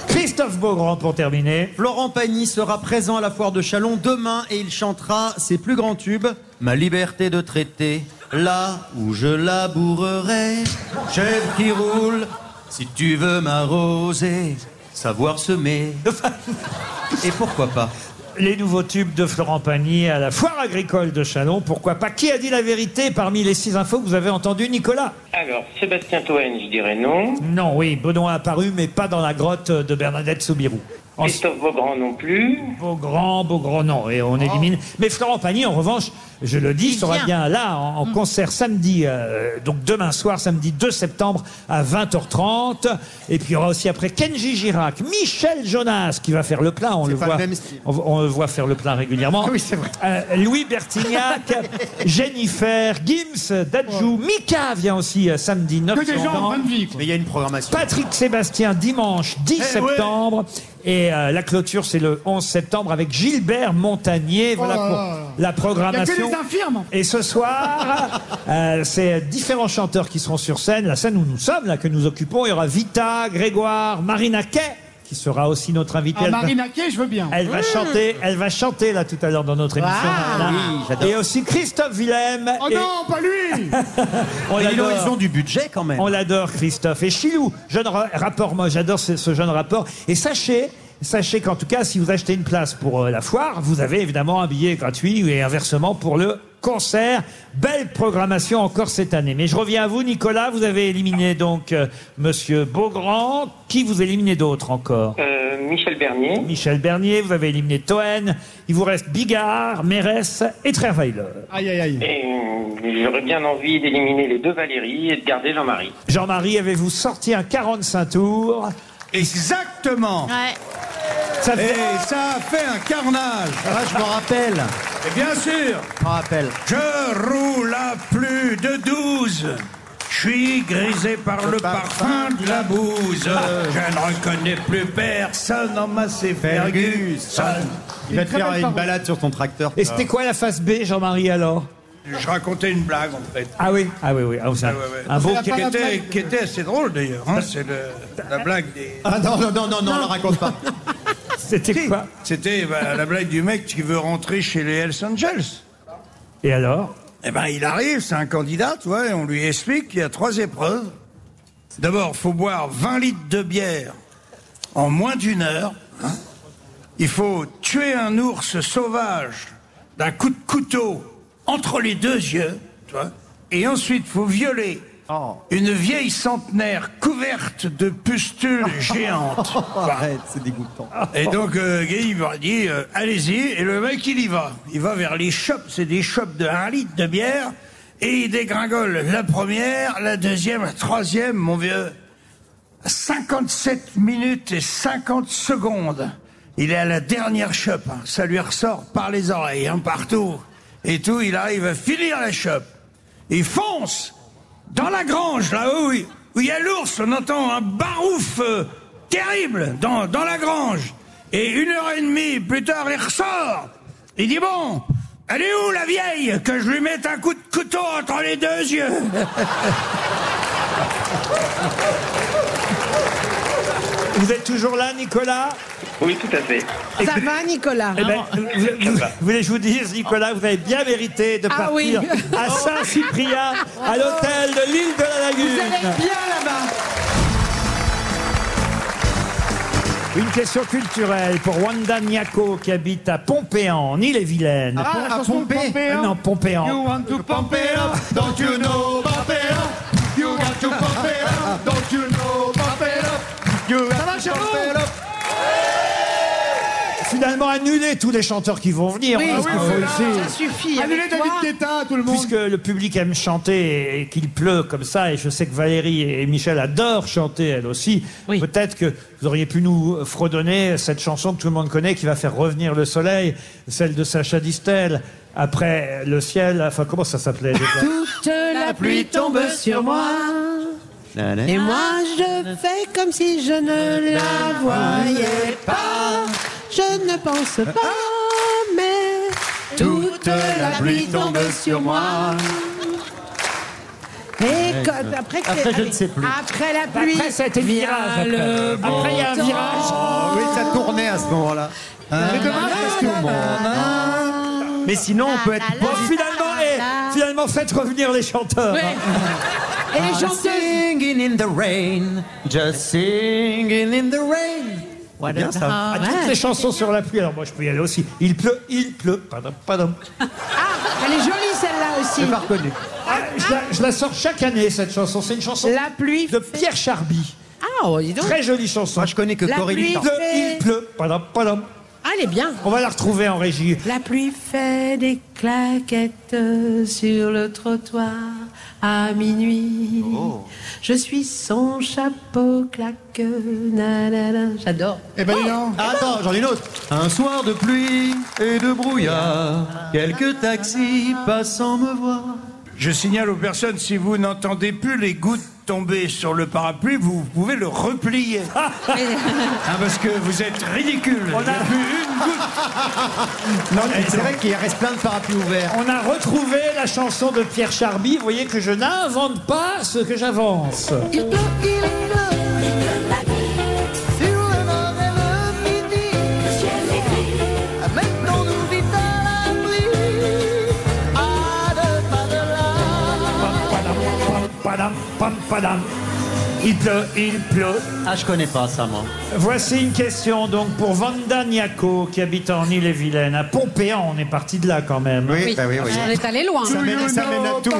[SPEAKER 2] Christophe Beaugrand pour terminer.
[SPEAKER 11] Florent Pagny sera présent à la foire de Chalon demain et il chantera ses plus grands tubes. Ma liberté de traiter, là où je labourerai. Chèvre qui roule, si tu veux m'arroser, savoir semer. Et pourquoi pas
[SPEAKER 2] Les nouveaux tubes de Florent Pagny à la foire agricole de Chalon. Pourquoi pas Qui a dit la vérité parmi les six infos que vous avez entendues, Nicolas
[SPEAKER 10] Alors, Sébastien Toen, je dirais non.
[SPEAKER 2] Non, oui, Benoît a paru, mais pas dans la grotte de Bernadette Soubirou. En-
[SPEAKER 10] Christophe Beaugrand non plus. Oh.
[SPEAKER 2] Beaugrand, Beaugrand, non, et on élimine. Mais Florent Pagny, en revanche, je le dis, sera
[SPEAKER 10] vient.
[SPEAKER 2] bien là en, en concert samedi, euh, donc demain soir, samedi 2 septembre à 20h30. Et puis il y aura aussi après Kenji Girac, Michel Jonas qui va faire le plat, on le
[SPEAKER 4] pas
[SPEAKER 2] voit,
[SPEAKER 4] le même style.
[SPEAKER 2] on, on le voit faire le plat régulièrement. Oui, c'est vrai. Louis Bertignac, Jennifer, Gims, Dadju, Mika vient aussi euh, samedi 9
[SPEAKER 3] Que des gens en
[SPEAKER 2] septembre.
[SPEAKER 3] fin de vie, quoi.
[SPEAKER 11] Mais il y a une programmation.
[SPEAKER 2] Patrick Sébastien, dimanche 10
[SPEAKER 11] Eh ouais.
[SPEAKER 2] septembre. Et euh, la clôture, c'est le 11 septembre avec Gilbert Montagnier. Voilà
[SPEAKER 3] Oh là
[SPEAKER 2] pour
[SPEAKER 3] là.
[SPEAKER 2] la programmation.
[SPEAKER 3] Il y a que des infirmes.
[SPEAKER 2] Et ce soir, euh, c'est différents chanteurs qui seront sur scène. La scène où nous sommes, là, que nous occupons, il y aura Vita, Grégoire, Marina Kay, qui sera aussi notre invitée.
[SPEAKER 3] Ah,
[SPEAKER 2] Elle va-
[SPEAKER 3] Marine Aquet, je veux bien.
[SPEAKER 2] elle va
[SPEAKER 3] Mmh.
[SPEAKER 2] chanter, elle va chanter là tout à l'heure dans notre émission.
[SPEAKER 3] Ah,
[SPEAKER 2] Marina.
[SPEAKER 11] oui, j'adore.
[SPEAKER 2] et aussi Christophe Willem.
[SPEAKER 3] Oh
[SPEAKER 2] euh, et-
[SPEAKER 3] non, pas lui
[SPEAKER 2] on
[SPEAKER 11] Mais dis donc,
[SPEAKER 2] l'adore.
[SPEAKER 11] ils ont du budget quand même.
[SPEAKER 2] On l'adore, Christophe. Et Chilou, jeune ra- rapport, moi j'adore ce, ce jeune rapport. Et sachez, sachez qu'en tout cas, si vous achetez une place pour euh, la foire, vous avez évidemment un billet gratuit et inversement pour le concert. Belle programmation encore cette année. Mais je reviens à vous, Nicolas. Vous avez éliminé donc euh, Monsieur Beaugrand. Qui vous éliminez d'autres encore
[SPEAKER 10] Euh, Michel Bernier.
[SPEAKER 2] Michel Bernier, vous avez éliminé Toen. Il vous reste Bigard, Mérès et Trerweiler.
[SPEAKER 3] Aïe, aïe, aïe.
[SPEAKER 10] Et euh, j'aurais bien envie d'éliminer les deux Valérie et de garder Jean-Marie.
[SPEAKER 2] Jean-Marie, avez-vous sorti un 45 tours
[SPEAKER 8] Exactement.
[SPEAKER 7] Ouais.
[SPEAKER 2] Ça fait-
[SPEAKER 8] Et ça a fait un carnage.
[SPEAKER 11] Ah, je me rappelle.
[SPEAKER 8] Et bien sûr,
[SPEAKER 11] Je me rappelle.
[SPEAKER 8] je roule à plus de 12. Je suis grisé par le parfum de la bouse. Je ne reconnais plus personne en ma Ferguson.
[SPEAKER 11] Il va te faire une balade sur ton tracteur.
[SPEAKER 2] Et
[SPEAKER 8] Euh.
[SPEAKER 2] c'était quoi la face B, Jean-Marie, alors
[SPEAKER 8] Je racontais une blague en fait.
[SPEAKER 2] Ah oui Ah oui, oui. Ah, c'est un,
[SPEAKER 8] Ouais, ouais, ouais.
[SPEAKER 2] un beau...
[SPEAKER 8] qui, était, qui était assez drôle d'ailleurs. hein. C'est le- la blague des.
[SPEAKER 11] Ah non, non, non, non, non, on la raconte pas.
[SPEAKER 2] C'était quoi
[SPEAKER 8] C'était bah, la blague du mec qui veut rentrer chez les Hells Angels.
[SPEAKER 2] Et alors
[SPEAKER 8] Eh ben, il arrive, c'est un candidat, tu vois, et on lui explique qu'il y a trois épreuves. D'abord, faut boire 20 litres de bière en moins d'une heure. hein. Il faut tuer un ours sauvage d'un coup de couteau entre les deux yeux, tu vois. Et ensuite, faut violer une vieille centenaire couverte de pustules géantes.
[SPEAKER 11] Arrête, c'est dégoûtant.
[SPEAKER 8] Et donc, euh, Guy il m'a dit, euh, allez-y, et le mec, il y va. Il va vers les shops, c'est des shops de 1 litre de bière, et il dégringole la première, la deuxième, la troisième, mon vieux. 57 minutes et 50 secondes. Il est à la dernière shop, hein. ça lui ressort par les oreilles, hein, partout. Et tout, il arrive à finir la shop. Il fonce dans la grange, là-haut, où il- où il y a l'ours, on entend un barouf euh, terrible dans, dans la grange. Et une heure et demie plus tard, il ressort. Il dit bon, elle est où la vieille Que je lui mette un coup de couteau entre les deux yeux.
[SPEAKER 2] Vous êtes toujours là, Nicolas
[SPEAKER 10] Oui, tout à fait.
[SPEAKER 5] Ça va, Nicolas
[SPEAKER 2] Eh ben, vous, vous- vous voulez que je vous dise, Nicolas, vous avez bien mérité de
[SPEAKER 5] Ah
[SPEAKER 2] partir
[SPEAKER 5] oui.
[SPEAKER 2] à Saint-Cyprien,
[SPEAKER 3] Oh.
[SPEAKER 2] à l'hôtel de l'île de la Lagune.
[SPEAKER 5] Vous allez bien là-bas
[SPEAKER 2] Une question culturelle pour Wanda Nyako qui habite à Pompéan, en Ille-et-Vilaine.
[SPEAKER 3] Ah, à Pompée.
[SPEAKER 2] Euh, non, Pompéan.
[SPEAKER 3] You want to pump it up, don't you know pump it up You got to pump it up, don't you know pump it up You got to pump it up
[SPEAKER 2] Finalement, annuler tous les chanteurs qui vont venir.
[SPEAKER 5] Oui,
[SPEAKER 2] parce
[SPEAKER 5] oui,
[SPEAKER 2] qu'il faut
[SPEAKER 5] voilà.
[SPEAKER 2] aussi-
[SPEAKER 5] Ça suffit.
[SPEAKER 3] Annulez
[SPEAKER 5] avec toi.
[SPEAKER 3] David Guetta, tout le monde
[SPEAKER 2] Puisque le public aime chanter et qu'il pleut comme ça, et je sais que Valérie et Michel adorent chanter elles aussi,
[SPEAKER 5] Oui.
[SPEAKER 2] peut-être que vous auriez pu nous fredonner cette chanson que tout le monde connaît qui va faire revenir le soleil, celle de Sacha Distel, après le ciel, enfin comment ça s'appelait déjà
[SPEAKER 5] Toute la pluie tombe sur moi. Et moi je fais comme si je ne la voyais pas. Je ne pense pas, mais toute quand la pluie tombe sur moi. Et quand, après, que-
[SPEAKER 12] Après, je ne sais plus.
[SPEAKER 5] Après la pluie.
[SPEAKER 12] Après, ça a été le virage,
[SPEAKER 5] vient
[SPEAKER 12] après.
[SPEAKER 5] le
[SPEAKER 12] Après,
[SPEAKER 5] beau
[SPEAKER 12] il y a un
[SPEAKER 5] temps.
[SPEAKER 11] Oh,
[SPEAKER 12] virage.
[SPEAKER 4] Oui, ça tournait à ce moment-là.
[SPEAKER 11] Hein
[SPEAKER 12] C'est
[SPEAKER 2] dommage
[SPEAKER 11] Ah,
[SPEAKER 2] parce que-
[SPEAKER 12] Mais sinon, on peut être.
[SPEAKER 2] Bon, finalement, eh, finalement, faites revenir les chanteurs.
[SPEAKER 4] hein.
[SPEAKER 5] Et les chanteuses.
[SPEAKER 4] Ah,
[SPEAKER 11] Singing in the rain, just singing in the rain.
[SPEAKER 2] C'est bien, ça. Ah, toutes les chansons sur la pluie, alors moi je peux y aller aussi. Il pleut, il pleut, pardon, pardon.
[SPEAKER 5] Ah, Elle est jolie celle-là aussi.
[SPEAKER 2] pas reconnu.
[SPEAKER 5] Ah,
[SPEAKER 2] je, la, je la sors chaque année cette chanson. C'est une chanson de Pierre Charby.
[SPEAKER 5] Ah, dis donc.
[SPEAKER 2] Très jolie chanson. Moi je connais que
[SPEAKER 5] La Corinne pluie Tartan. fait-
[SPEAKER 2] Il pleut, pardon, pardon.
[SPEAKER 5] Ah, elle est bien.
[SPEAKER 2] On va la retrouver en régie.
[SPEAKER 6] La pluie fait des claquettes sur le trottoir à minuit.
[SPEAKER 11] Oh.
[SPEAKER 6] Je suis son chapeau claque. nanana. J'adore.
[SPEAKER 11] Eh ben
[SPEAKER 4] Oh.
[SPEAKER 11] non. Attends, j'en ai une autre. Un soir de pluie et de brouillard, quelques taxis passants me voient.
[SPEAKER 8] Je signale aux personnes, si vous n'entendez plus les gouttes tomber sur le parapluie, vous pouvez le replier. Hein, parce que vous êtes ridicule. On a plus une goutte.
[SPEAKER 2] Non, mais
[SPEAKER 4] C'est vrai qu'il reste plein de parapluies ouverts.
[SPEAKER 2] On a retrouvé la chanson de Pierre Charby. Vous voyez que je n'invente pas ce que j'avance.
[SPEAKER 12] Il pleut, il est là. Sur le nord et le midi. Ah, Maintenant, nous vit à l'abri. À deux pas de là.
[SPEAKER 2] Padam, pam, padam. Il pleut, il pleut.
[SPEAKER 11] Ah, je connais pas ça, moi.
[SPEAKER 2] Voici une question donc pour Vanda Niako qui habite en Ille-et-Vilaine. À Pompéan, on est parti de là quand même.
[SPEAKER 6] Oui. bah oui, oui.
[SPEAKER 5] Ah,
[SPEAKER 6] On est allé loin. Ça mène-
[SPEAKER 4] ça mène à tout.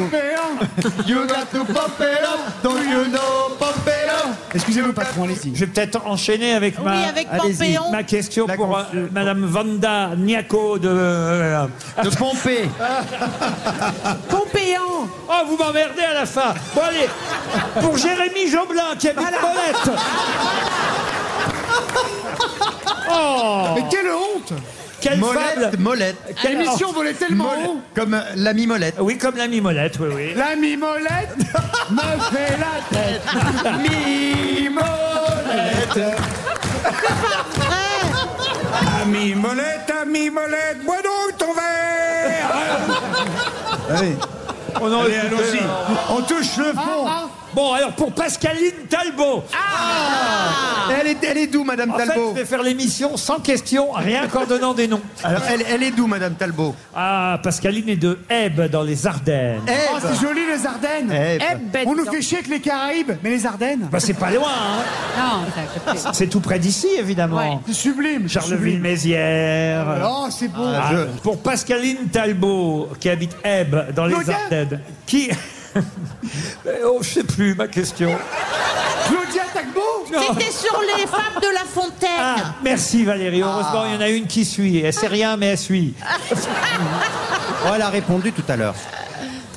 [SPEAKER 11] You got to pump it up, don't you know pump it up.
[SPEAKER 2] Excusez-moi, patron, allez-y. Je vais peut-être enchaîner avec,
[SPEAKER 7] Oui,
[SPEAKER 2] ma,
[SPEAKER 7] avec
[SPEAKER 2] Allez-y.
[SPEAKER 7] Pompéon.
[SPEAKER 2] ma question pour euh, Madame Vanda Niako de. euh,
[SPEAKER 11] De Pompée.
[SPEAKER 2] Pompéan Oh, vous m'emmerdez à la fin Bon, allez Pour Jérémy Joblin qui habite Paulette Oh
[SPEAKER 3] Mais quelle honte
[SPEAKER 2] Quelle
[SPEAKER 4] Molette,
[SPEAKER 2] fable
[SPEAKER 4] molette. Ah,
[SPEAKER 3] Quelle émission volait tellement haut
[SPEAKER 4] Comme euh, l'ami molette.
[SPEAKER 2] Oui, comme l'ami molette, oui, oui.
[SPEAKER 3] La mimolette me fait la tête.
[SPEAKER 8] Mimolette. Ami Molette, ami Molette, bois donc ton verre.
[SPEAKER 2] On en
[SPEAKER 8] Allez,
[SPEAKER 2] est-
[SPEAKER 8] allons-y.
[SPEAKER 2] On touche le fond
[SPEAKER 3] Ah,
[SPEAKER 2] Bon, alors pour Pascaline Talbot
[SPEAKER 4] Ah Elle est, elle est d'où, Madame
[SPEAKER 2] Ah. En fait,
[SPEAKER 4] Talbot
[SPEAKER 2] je vais faire l'émission sans question, rien qu'en donnant des noms.
[SPEAKER 4] Alors, elle, elle est d'où, Madame Talbot
[SPEAKER 2] Ah, Pascaline est de Hebe, dans les Ardennes.
[SPEAKER 3] Oh, c'est joli les Ardennes.
[SPEAKER 2] Eh ben.
[SPEAKER 3] On nous fait chier avec les Caraïbes, mais les Ardennes.
[SPEAKER 2] Bah, c'est pas loin, hein.
[SPEAKER 6] Non, t'as capté.
[SPEAKER 2] C'est tout près d'ici, évidemment.
[SPEAKER 3] Ouais. C'est sublime. c'est sublime.
[SPEAKER 2] Charleville-Mézières.
[SPEAKER 3] Oh, c'est beau.
[SPEAKER 2] Ah, je- Pour Pascaline Talbot, qui habite Hebe, dans les
[SPEAKER 3] Claudia
[SPEAKER 2] Ardennes, qui. oh, je sais plus ma question.
[SPEAKER 3] Claudia Tagbo
[SPEAKER 7] C'était sur les femmes de la fontaine.
[SPEAKER 2] Ah, merci Valérie. Heureusement, il y en a une qui suit. Elle sait rien, mais elle suit.
[SPEAKER 4] Oh, Elle a répondu tout à l'heure.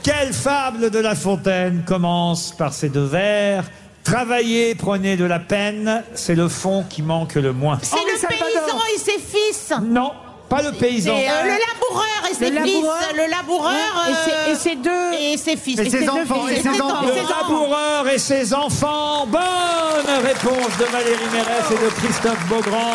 [SPEAKER 2] Quelle fable de La Fontaine commence par ces deux vers Travaillez, prenez de la peine, c'est le fond qui manque le moins.
[SPEAKER 7] C'est
[SPEAKER 3] Henri
[SPEAKER 7] le
[SPEAKER 3] Salvador.
[SPEAKER 7] paysan et ses fils.
[SPEAKER 2] Non, pas le paysan.
[SPEAKER 7] C'est euh, le laboureur et ses
[SPEAKER 5] Le
[SPEAKER 7] fils.
[SPEAKER 5] laboureur.
[SPEAKER 7] Le laboureur euh,
[SPEAKER 5] Ouais, et ses- et ses deux-
[SPEAKER 7] et ses fils.
[SPEAKER 4] Et ses
[SPEAKER 7] deux
[SPEAKER 4] enfants,
[SPEAKER 7] fils.
[SPEAKER 4] et ses
[SPEAKER 7] deux
[SPEAKER 4] enfants.
[SPEAKER 2] Le laboureur et ses enfants. Bonne réponse de Valérie Mérès et de Christophe Beaugrand.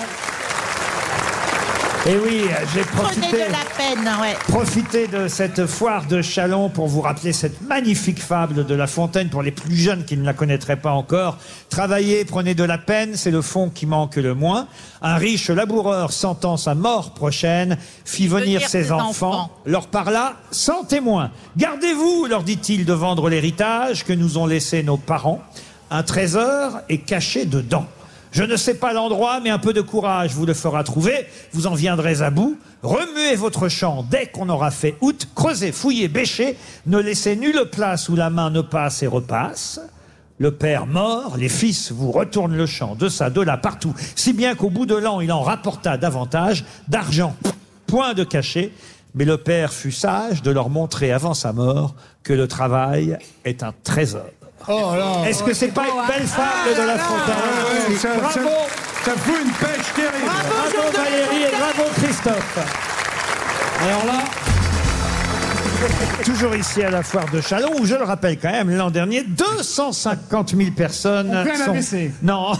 [SPEAKER 2] Et oui, j'ai
[SPEAKER 7] Prenez
[SPEAKER 2] profité.
[SPEAKER 7] de la peine, ouais.
[SPEAKER 2] Profitez de cette foire de Chalon pour vous rappeler cette magnifique fable de La Fontaine pour les plus jeunes qui ne la connaîtraient pas encore. Travaillez, prenez de la peine, c'est le fond qui manque le moins. Un riche laboureur sentant sa mort prochaine fit venir
[SPEAKER 7] Venir
[SPEAKER 2] ses,
[SPEAKER 7] ses
[SPEAKER 2] enfants,
[SPEAKER 7] enfants.
[SPEAKER 2] leur parla sans témoin. Gardez-vous, leur dit-il, de vendre l'héritage que nous ont laissé nos parents. Un trésor est caché dedans. Je ne sais pas l'endroit, mais un peu de courage vous le fera trouver. Vous en viendrez à bout. Remuez votre champ dès qu'on aura fait août. Creusez, fouillez, bêchez. Ne laissez nulle place où la main ne passe et repasse. Le père mort, les fils vous retournent le champ, de ça, de là, partout, si bien qu'au bout de l'an, il en rapporta davantage d'argent. Point de cachet, mais le père fut sage de leur montrer avant sa mort que le travail est un trésor.
[SPEAKER 3] Oh là. hein.
[SPEAKER 2] Est-ce que c'est pas une belle fable de la
[SPEAKER 8] Ah
[SPEAKER 2] Fontaine
[SPEAKER 8] ouais, ça, ça-
[SPEAKER 2] Bravo,
[SPEAKER 8] ça fout une pêche terrible.
[SPEAKER 2] bravo Valérie et bravo Christophe. Alors là. Toujours ici à la foire de Chalon, où je le rappelle quand même, l'an dernier, 250 000 personnes
[SPEAKER 3] On fait un
[SPEAKER 2] sont...
[SPEAKER 3] AVC.
[SPEAKER 2] Non.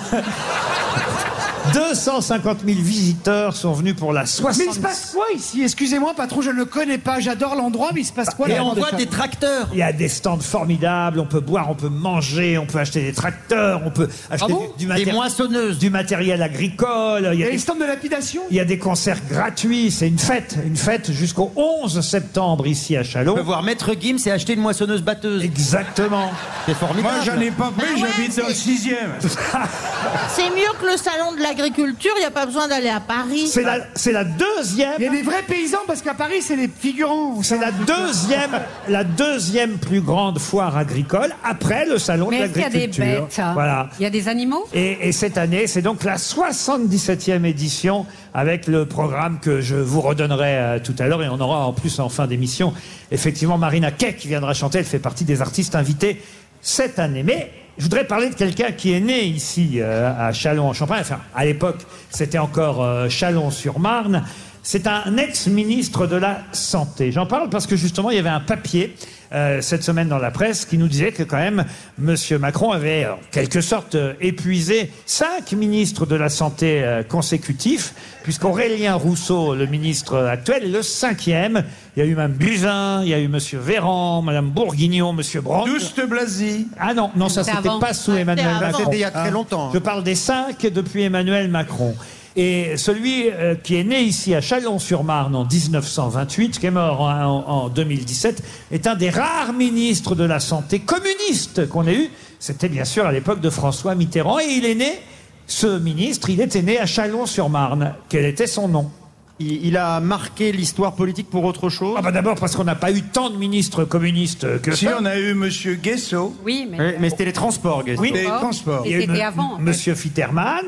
[SPEAKER 2] 250 000 visiteurs sont venus pour la
[SPEAKER 3] Mais il se
[SPEAKER 2] 60
[SPEAKER 3] passe quoi ici Excusez-moi, patron, je ne connais pas, j'adore l'endroit, mais il se passe quoi là-bas déjà
[SPEAKER 2] tracteurs. Il y a des stands formidables, on peut boire, on peut manger, on peut acheter des tracteurs, on peut acheter
[SPEAKER 3] bon
[SPEAKER 2] du, matériel. moissonneuses. Du matériel agricole. Il y a des stands de lapidation. Il y a des concerts gratuits, c'est une fête, une fête jusqu'au 11 septembre ici à
[SPEAKER 11] On
[SPEAKER 2] Chalon.
[SPEAKER 11] peut voir Maître Gims et acheter une moissonneuse batteuse.
[SPEAKER 2] Exactement.
[SPEAKER 11] C'est formidable.
[SPEAKER 8] Moi, j'en ai pas
[SPEAKER 3] Ah
[SPEAKER 8] pris, j'habite dans le sixième.
[SPEAKER 7] C'est mieux que le salon de l'agriculture, il n'y a pas besoin d'aller à Paris.
[SPEAKER 2] C'est la deuxième.
[SPEAKER 3] Il y a des vrais paysans parce qu'à Paris, c'est des figurants.
[SPEAKER 2] C'est la deuxième, la deuxième plus grande foire agricole après le salon
[SPEAKER 13] Mais
[SPEAKER 2] de
[SPEAKER 13] est-ce qu'il y a des
[SPEAKER 2] l'agriculture.
[SPEAKER 13] bêtes hein
[SPEAKER 2] Voilà.
[SPEAKER 13] Il y a des animaux
[SPEAKER 2] Et, et cette année, c'est donc la 77e édition avec le programme que je vous redonnerai euh, tout à l'heure. Et on aura en plus en fin d'émission, effectivement, Marina Kay qui viendra chanter. Elle fait partie des artistes invités cette année. Mais je voudrais parler de quelqu'un qui est né ici euh, à Chalon-en-Champagne. Enfin, à l'époque, c'était encore euh, Chalon-sur-Marne. C'est un ex-ministre de la Santé. J'en parle parce que justement, il y avait un papier euh, cette semaine dans la presse qui nous disait que quand même, Monsieur Macron avait euh, en quelque sorte euh, épuisé cinq ministres de la Santé euh, consécutifs, puisqu'Aurélien Rousseau, le ministre actuel, est le cinquième. Il y a eu Mme Buzyn, il y a eu Monsieur Véran, Madame Bourguignon, Monsieur Brandt.
[SPEAKER 8] Douste Blasi.
[SPEAKER 2] Ah non, non, ça
[SPEAKER 8] C'était
[SPEAKER 2] c'était
[SPEAKER 8] avant.
[SPEAKER 2] pas sous
[SPEAKER 8] Ah,
[SPEAKER 2] Emmanuel
[SPEAKER 8] c'était avant.
[SPEAKER 2] Macron.
[SPEAKER 8] C'était il y a très
[SPEAKER 2] hein.
[SPEAKER 8] longtemps, hein.
[SPEAKER 2] Je parle des cinq depuis Emmanuel Macron. Et celui euh, qui est né ici à Chalon-sur-Marne en 1928, qui est mort en, en 2017, est un des rares ministres de la Santé communiste qu'on ait eu. C'était bien sûr à l'époque de François Mitterrand. Et il est né, ce ministre, il était né à Chalon-sur-Marne. Quel était son nom il, a marqué l'histoire politique pour autre chose ah bah D'abord parce qu'on n'a pas eu tant de ministres communistes que
[SPEAKER 8] Si
[SPEAKER 2] ça.
[SPEAKER 8] on a eu Monsieur Guesso.
[SPEAKER 13] Oui,
[SPEAKER 11] Oui, mais c'était les transports, Gaston.
[SPEAKER 2] Oui,
[SPEAKER 8] Les transports.
[SPEAKER 2] Il y a eu me- Monsieur Fitterman.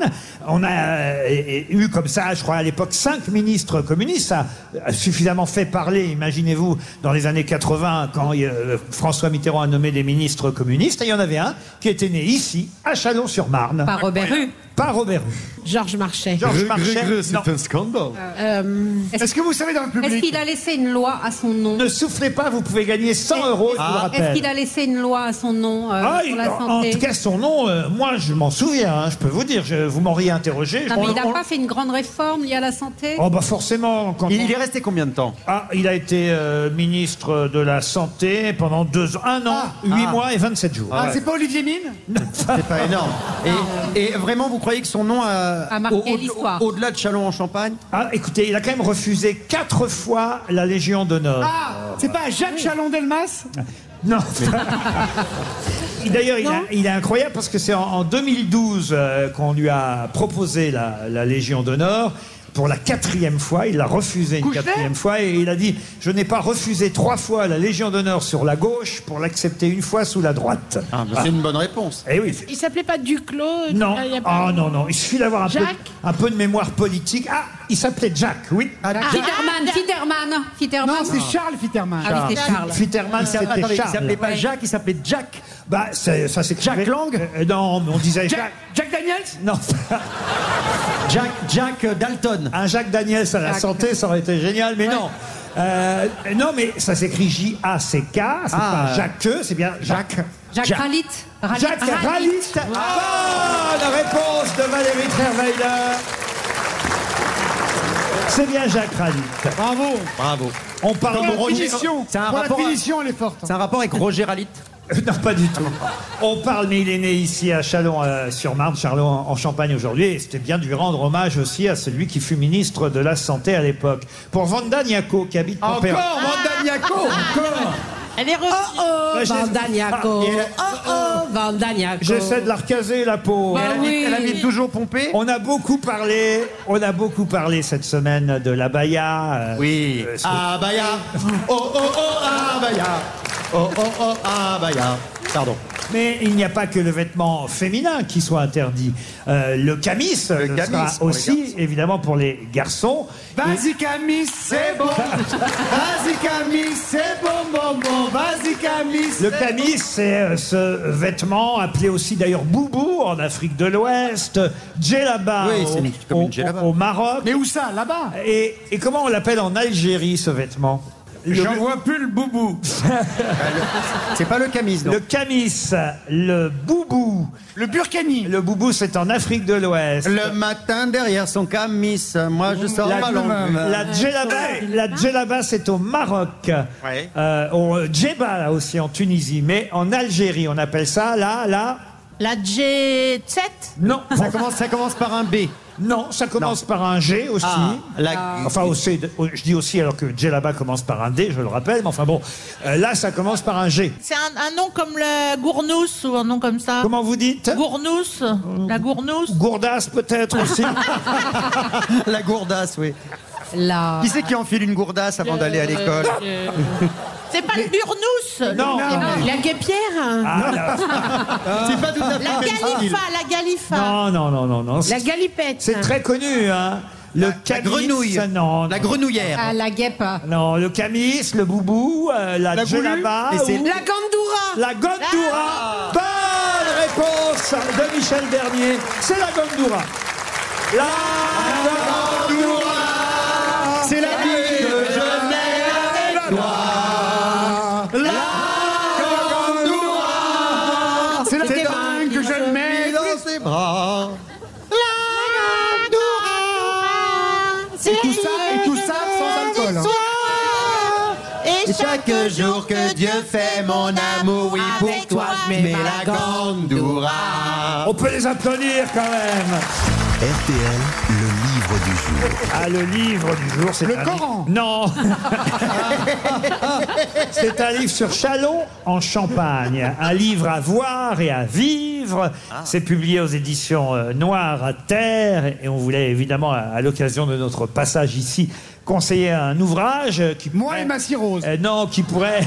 [SPEAKER 2] On a euh, et- et eu comme ça, je crois, à l'époque, cinq ministres communistes. Ça a suffisamment fait parler, imaginez-vous, dans les années 80, quand il y a- euh, François Mitterrand a nommé des ministres communistes. Et il y en avait un qui était né ici, à Chalon-sur-Marne.
[SPEAKER 13] Par Robert Hue.
[SPEAKER 2] Par Robert
[SPEAKER 5] Georges Marchais.
[SPEAKER 2] Georges Marchais. non.
[SPEAKER 9] C'est un scandale.
[SPEAKER 13] Euh, Est-ce
[SPEAKER 3] que vous savez dans le public
[SPEAKER 13] Est-ce qu'il a laissé une loi à son nom
[SPEAKER 2] Ne soufflez pas, vous pouvez gagner 100 euros, je vous le rappelle.
[SPEAKER 13] Est-ce qu'il a laissé une loi à son nom euh,
[SPEAKER 2] Ah,
[SPEAKER 13] pour
[SPEAKER 2] il-
[SPEAKER 13] la
[SPEAKER 2] en- en
[SPEAKER 13] santé
[SPEAKER 2] tout cas, son nom, euh, moi, je m'en souviens, hein, je peux vous dire. Je- vous m'auriez interrogé. je-
[SPEAKER 13] Non, mais
[SPEAKER 2] on-
[SPEAKER 13] il n'a
[SPEAKER 2] on-
[SPEAKER 13] pas fait une grande réforme liée à la santé
[SPEAKER 2] Oh bah forcément. Quand
[SPEAKER 11] Il,
[SPEAKER 2] on-
[SPEAKER 11] il est resté combien de temps
[SPEAKER 2] Ah, il a été euh, ministre de la Santé pendant deux, un an, huit
[SPEAKER 11] Ah.
[SPEAKER 2] mois et 27 jours.
[SPEAKER 11] Ah,
[SPEAKER 3] C'est pas Olivier Mine
[SPEAKER 11] C'est pas énorme.
[SPEAKER 3] Ah.
[SPEAKER 11] Et, et vraiment, vous croyez que son nom a,
[SPEAKER 13] A marqué
[SPEAKER 11] au- au-
[SPEAKER 13] l'histoire.
[SPEAKER 11] Au-delà de Chalon-en-Champagne
[SPEAKER 2] Ah, écoutez, il a quand même refusé quatre fois la Légion d'honneur.
[SPEAKER 3] Ah C'est pas Jacques Chalon-Delmas
[SPEAKER 2] Non. Et D'ailleurs, il, a- il est incroyable parce que c'est en, en 2012 euh, qu'on lui a proposé la, la Légion d'honneur. Pour la quatrième fois, il l'a refusé une quatrième fois et il a dit Je n'ai pas refusé trois fois la Légion d'honneur sur la gauche pour l'accepter une fois sous la droite.
[SPEAKER 11] Ah, bah, C'est une bonne réponse.
[SPEAKER 2] Eh oui.
[SPEAKER 5] Il s'appelait pas Duclos euh,
[SPEAKER 2] Non.
[SPEAKER 5] il y a pas-
[SPEAKER 2] Ah non, non. Il suffit d'avoir un peu,
[SPEAKER 5] Jacques
[SPEAKER 2] un peu de mémoire politique. Ah, il s'appelait Jack, oui.
[SPEAKER 11] Ah,
[SPEAKER 13] Ah,
[SPEAKER 5] Ah,
[SPEAKER 13] Fitterman, Fitterman, Fitterman.
[SPEAKER 3] Non, c'est Charles Fitterman.
[SPEAKER 13] Ah oui, c'était Charles.
[SPEAKER 2] Fitterman,
[SPEAKER 11] Il s'appelait-
[SPEAKER 2] c'était
[SPEAKER 11] attendez, il
[SPEAKER 2] Charles.
[SPEAKER 11] s'appelait pas Jacques, il s'appelait Jack.
[SPEAKER 2] Bah, c'est- ça c'est Jack Lang Non, mais on disait Jack.
[SPEAKER 3] Jack Daniels
[SPEAKER 2] Non.
[SPEAKER 11] Jack, Jack euh, Dalton.
[SPEAKER 2] Un Jacques Daniels à la
[SPEAKER 11] Jack.
[SPEAKER 2] santé, ça aurait été génial, mais non. Euh, non, mais ça s'écrit J-A-C-K, c'est
[SPEAKER 11] Ah.
[SPEAKER 2] pas Jacques, c'est bien Jacques.
[SPEAKER 13] Jacques Ralit. Ralit.
[SPEAKER 2] Jacques Ralit. Ah, la réponse de Valérie Trierweiler. C'est bien Jacques Ralit.
[SPEAKER 3] Bravo
[SPEAKER 11] Bravo.
[SPEAKER 2] On parle
[SPEAKER 3] Pour
[SPEAKER 2] de
[SPEAKER 3] la
[SPEAKER 2] Roger.
[SPEAKER 3] finition,
[SPEAKER 11] C'est un
[SPEAKER 3] pour
[SPEAKER 11] rapport à-
[SPEAKER 3] la finition, elle est forte.
[SPEAKER 11] C'est un rapport avec Roger Ralit.
[SPEAKER 2] Non, pas du tout. On parle, mais il est né ici à euh, Chalon-sur-Marne, Chalon en Champagne aujourd'hui, et c'était bien de lui rendre hommage aussi à celui qui fut ministre de la Santé à l'époque. Pour Vanda Niaco, qui habite
[SPEAKER 8] Encore,
[SPEAKER 2] Montpellier.
[SPEAKER 8] Vandaniaco, encore.
[SPEAKER 7] Ah. Elle est revenue.
[SPEAKER 5] Oh,
[SPEAKER 2] Ouais, je-
[SPEAKER 5] Vandaniaco.
[SPEAKER 2] Ah, et elle-
[SPEAKER 5] Oh, oh, Vandaniaco.
[SPEAKER 2] J'essaie de la recaser, la peau.
[SPEAKER 5] Bah
[SPEAKER 2] Elle habite-
[SPEAKER 5] oui.
[SPEAKER 2] elle habite toujours-
[SPEAKER 11] pompé
[SPEAKER 2] On a beaucoup parlé, on a beaucoup parlé cette semaine de la Baïa. euh,
[SPEAKER 11] Oui. Ah bah ya. Oh oh oh ah bah ya. Oh oh oh ah bah ya. Pardon.
[SPEAKER 2] Mais il n'y a pas que le vêtement féminin qui soit interdit. Euh, le camis le
[SPEAKER 11] camis
[SPEAKER 2] sera
[SPEAKER 11] pour les
[SPEAKER 2] aussi, évidemment, pour les garçons.
[SPEAKER 3] Vas-y Camille, c'est bon Vas-y Camille, c'est bon, bon, bon Vas-y Camille,
[SPEAKER 2] Le
[SPEAKER 3] c'est bon
[SPEAKER 2] camis, c'est euh, ce vêtement appelé aussi d'ailleurs boubou en Afrique de l'Ouest, djellaba
[SPEAKER 11] Oui, c'est
[SPEAKER 2] au-
[SPEAKER 11] une- comme une
[SPEAKER 2] au-
[SPEAKER 11] djellaba.
[SPEAKER 2] au Maroc.
[SPEAKER 3] Mais où ça Là-bas
[SPEAKER 2] Et, et comment on l'appelle en Algérie ce vêtement
[SPEAKER 8] J'en vois plus le boubou.
[SPEAKER 2] C'est pas le camis, non Le camis, le boubou.
[SPEAKER 3] Le burkani.
[SPEAKER 2] Le boubou, c'est en Afrique de l'Ouest.
[SPEAKER 4] Le matin derrière son camis, moi je sors
[SPEAKER 2] La,
[SPEAKER 4] ma langue.
[SPEAKER 2] la djellaba, la djellaba, c'est au Maroc.
[SPEAKER 4] Ouais.
[SPEAKER 2] Euh, au djeba, là aussi, en Tunisie. Mais en Algérie, on appelle ça, là, là...
[SPEAKER 7] La G7
[SPEAKER 2] Non.
[SPEAKER 4] Ça commence, ça commence par un B.
[SPEAKER 2] Non, ça commence par un G aussi.
[SPEAKER 4] Ah, la-
[SPEAKER 2] Enfin, au C, au- je dis aussi alors que djellaba commence par un D, je le rappelle. Mais enfin bon, euh, là, ça commence par un G.
[SPEAKER 7] C'est un, un nom comme la gournousse ou un nom comme ça
[SPEAKER 2] Comment vous dites
[SPEAKER 7] Gournousse La gournousse
[SPEAKER 2] Gourdasse peut-être aussi.
[SPEAKER 4] la gourdasse, oui.
[SPEAKER 13] La...
[SPEAKER 4] Qui c'est qui enfile une gourdasse avant d'aller à l'école
[SPEAKER 7] Euh, C'est pas le burnous
[SPEAKER 4] Non,
[SPEAKER 7] le-
[SPEAKER 4] non.
[SPEAKER 7] La guépière
[SPEAKER 5] Ah,
[SPEAKER 4] C'est pas tout à fait
[SPEAKER 7] La
[SPEAKER 4] le même
[SPEAKER 7] galifa,
[SPEAKER 4] style.
[SPEAKER 7] la galifa
[SPEAKER 2] Non, non, non, non, non.
[SPEAKER 7] La
[SPEAKER 2] C'est-
[SPEAKER 7] galipette.
[SPEAKER 2] C'est très connu, hein. Le camis,
[SPEAKER 4] grenouille.
[SPEAKER 2] Non,
[SPEAKER 4] La
[SPEAKER 2] non.
[SPEAKER 4] grenouillère.
[SPEAKER 13] Ah, la guêpe.
[SPEAKER 2] Non, le camis, le boubou, euh, la,
[SPEAKER 4] La goulue.
[SPEAKER 2] djellaba
[SPEAKER 4] Et c'est-
[SPEAKER 2] ou-
[SPEAKER 4] La
[SPEAKER 13] gandoura.
[SPEAKER 2] La gandoura. Bonne réponse de Michel Bernier. C'est la gandoura. La gandoura.
[SPEAKER 4] C'est la vie que je
[SPEAKER 2] mène avec toi.
[SPEAKER 3] C'est la
[SPEAKER 4] C'est
[SPEAKER 3] dingue que je le mets
[SPEAKER 4] dans ses bras.
[SPEAKER 3] Et tout ça, et tout ça sans alcool. hein.
[SPEAKER 4] Et chaque jour que Dieu fait mon amour, oui, pour toi, je mets la gandoura.
[SPEAKER 2] On peut les applaudir quand même.
[SPEAKER 9] RTL, le livre du jour.
[SPEAKER 2] Ah, le livre du jour, c'est
[SPEAKER 3] Le
[SPEAKER 2] un
[SPEAKER 3] Coran.
[SPEAKER 2] livre- Non. c'est un livre sur Chalon en Champagne. Un livre à voir et à vivre. C'est publié aux éditions euh, Noir à Terre. Et on voulait évidemment, à, à l'occasion de notre passage ici, conseiller un ouvrage euh, qui.
[SPEAKER 3] Moi
[SPEAKER 2] pourrait-
[SPEAKER 3] et ma cirrhose.
[SPEAKER 2] Euh, non, qui pourrait.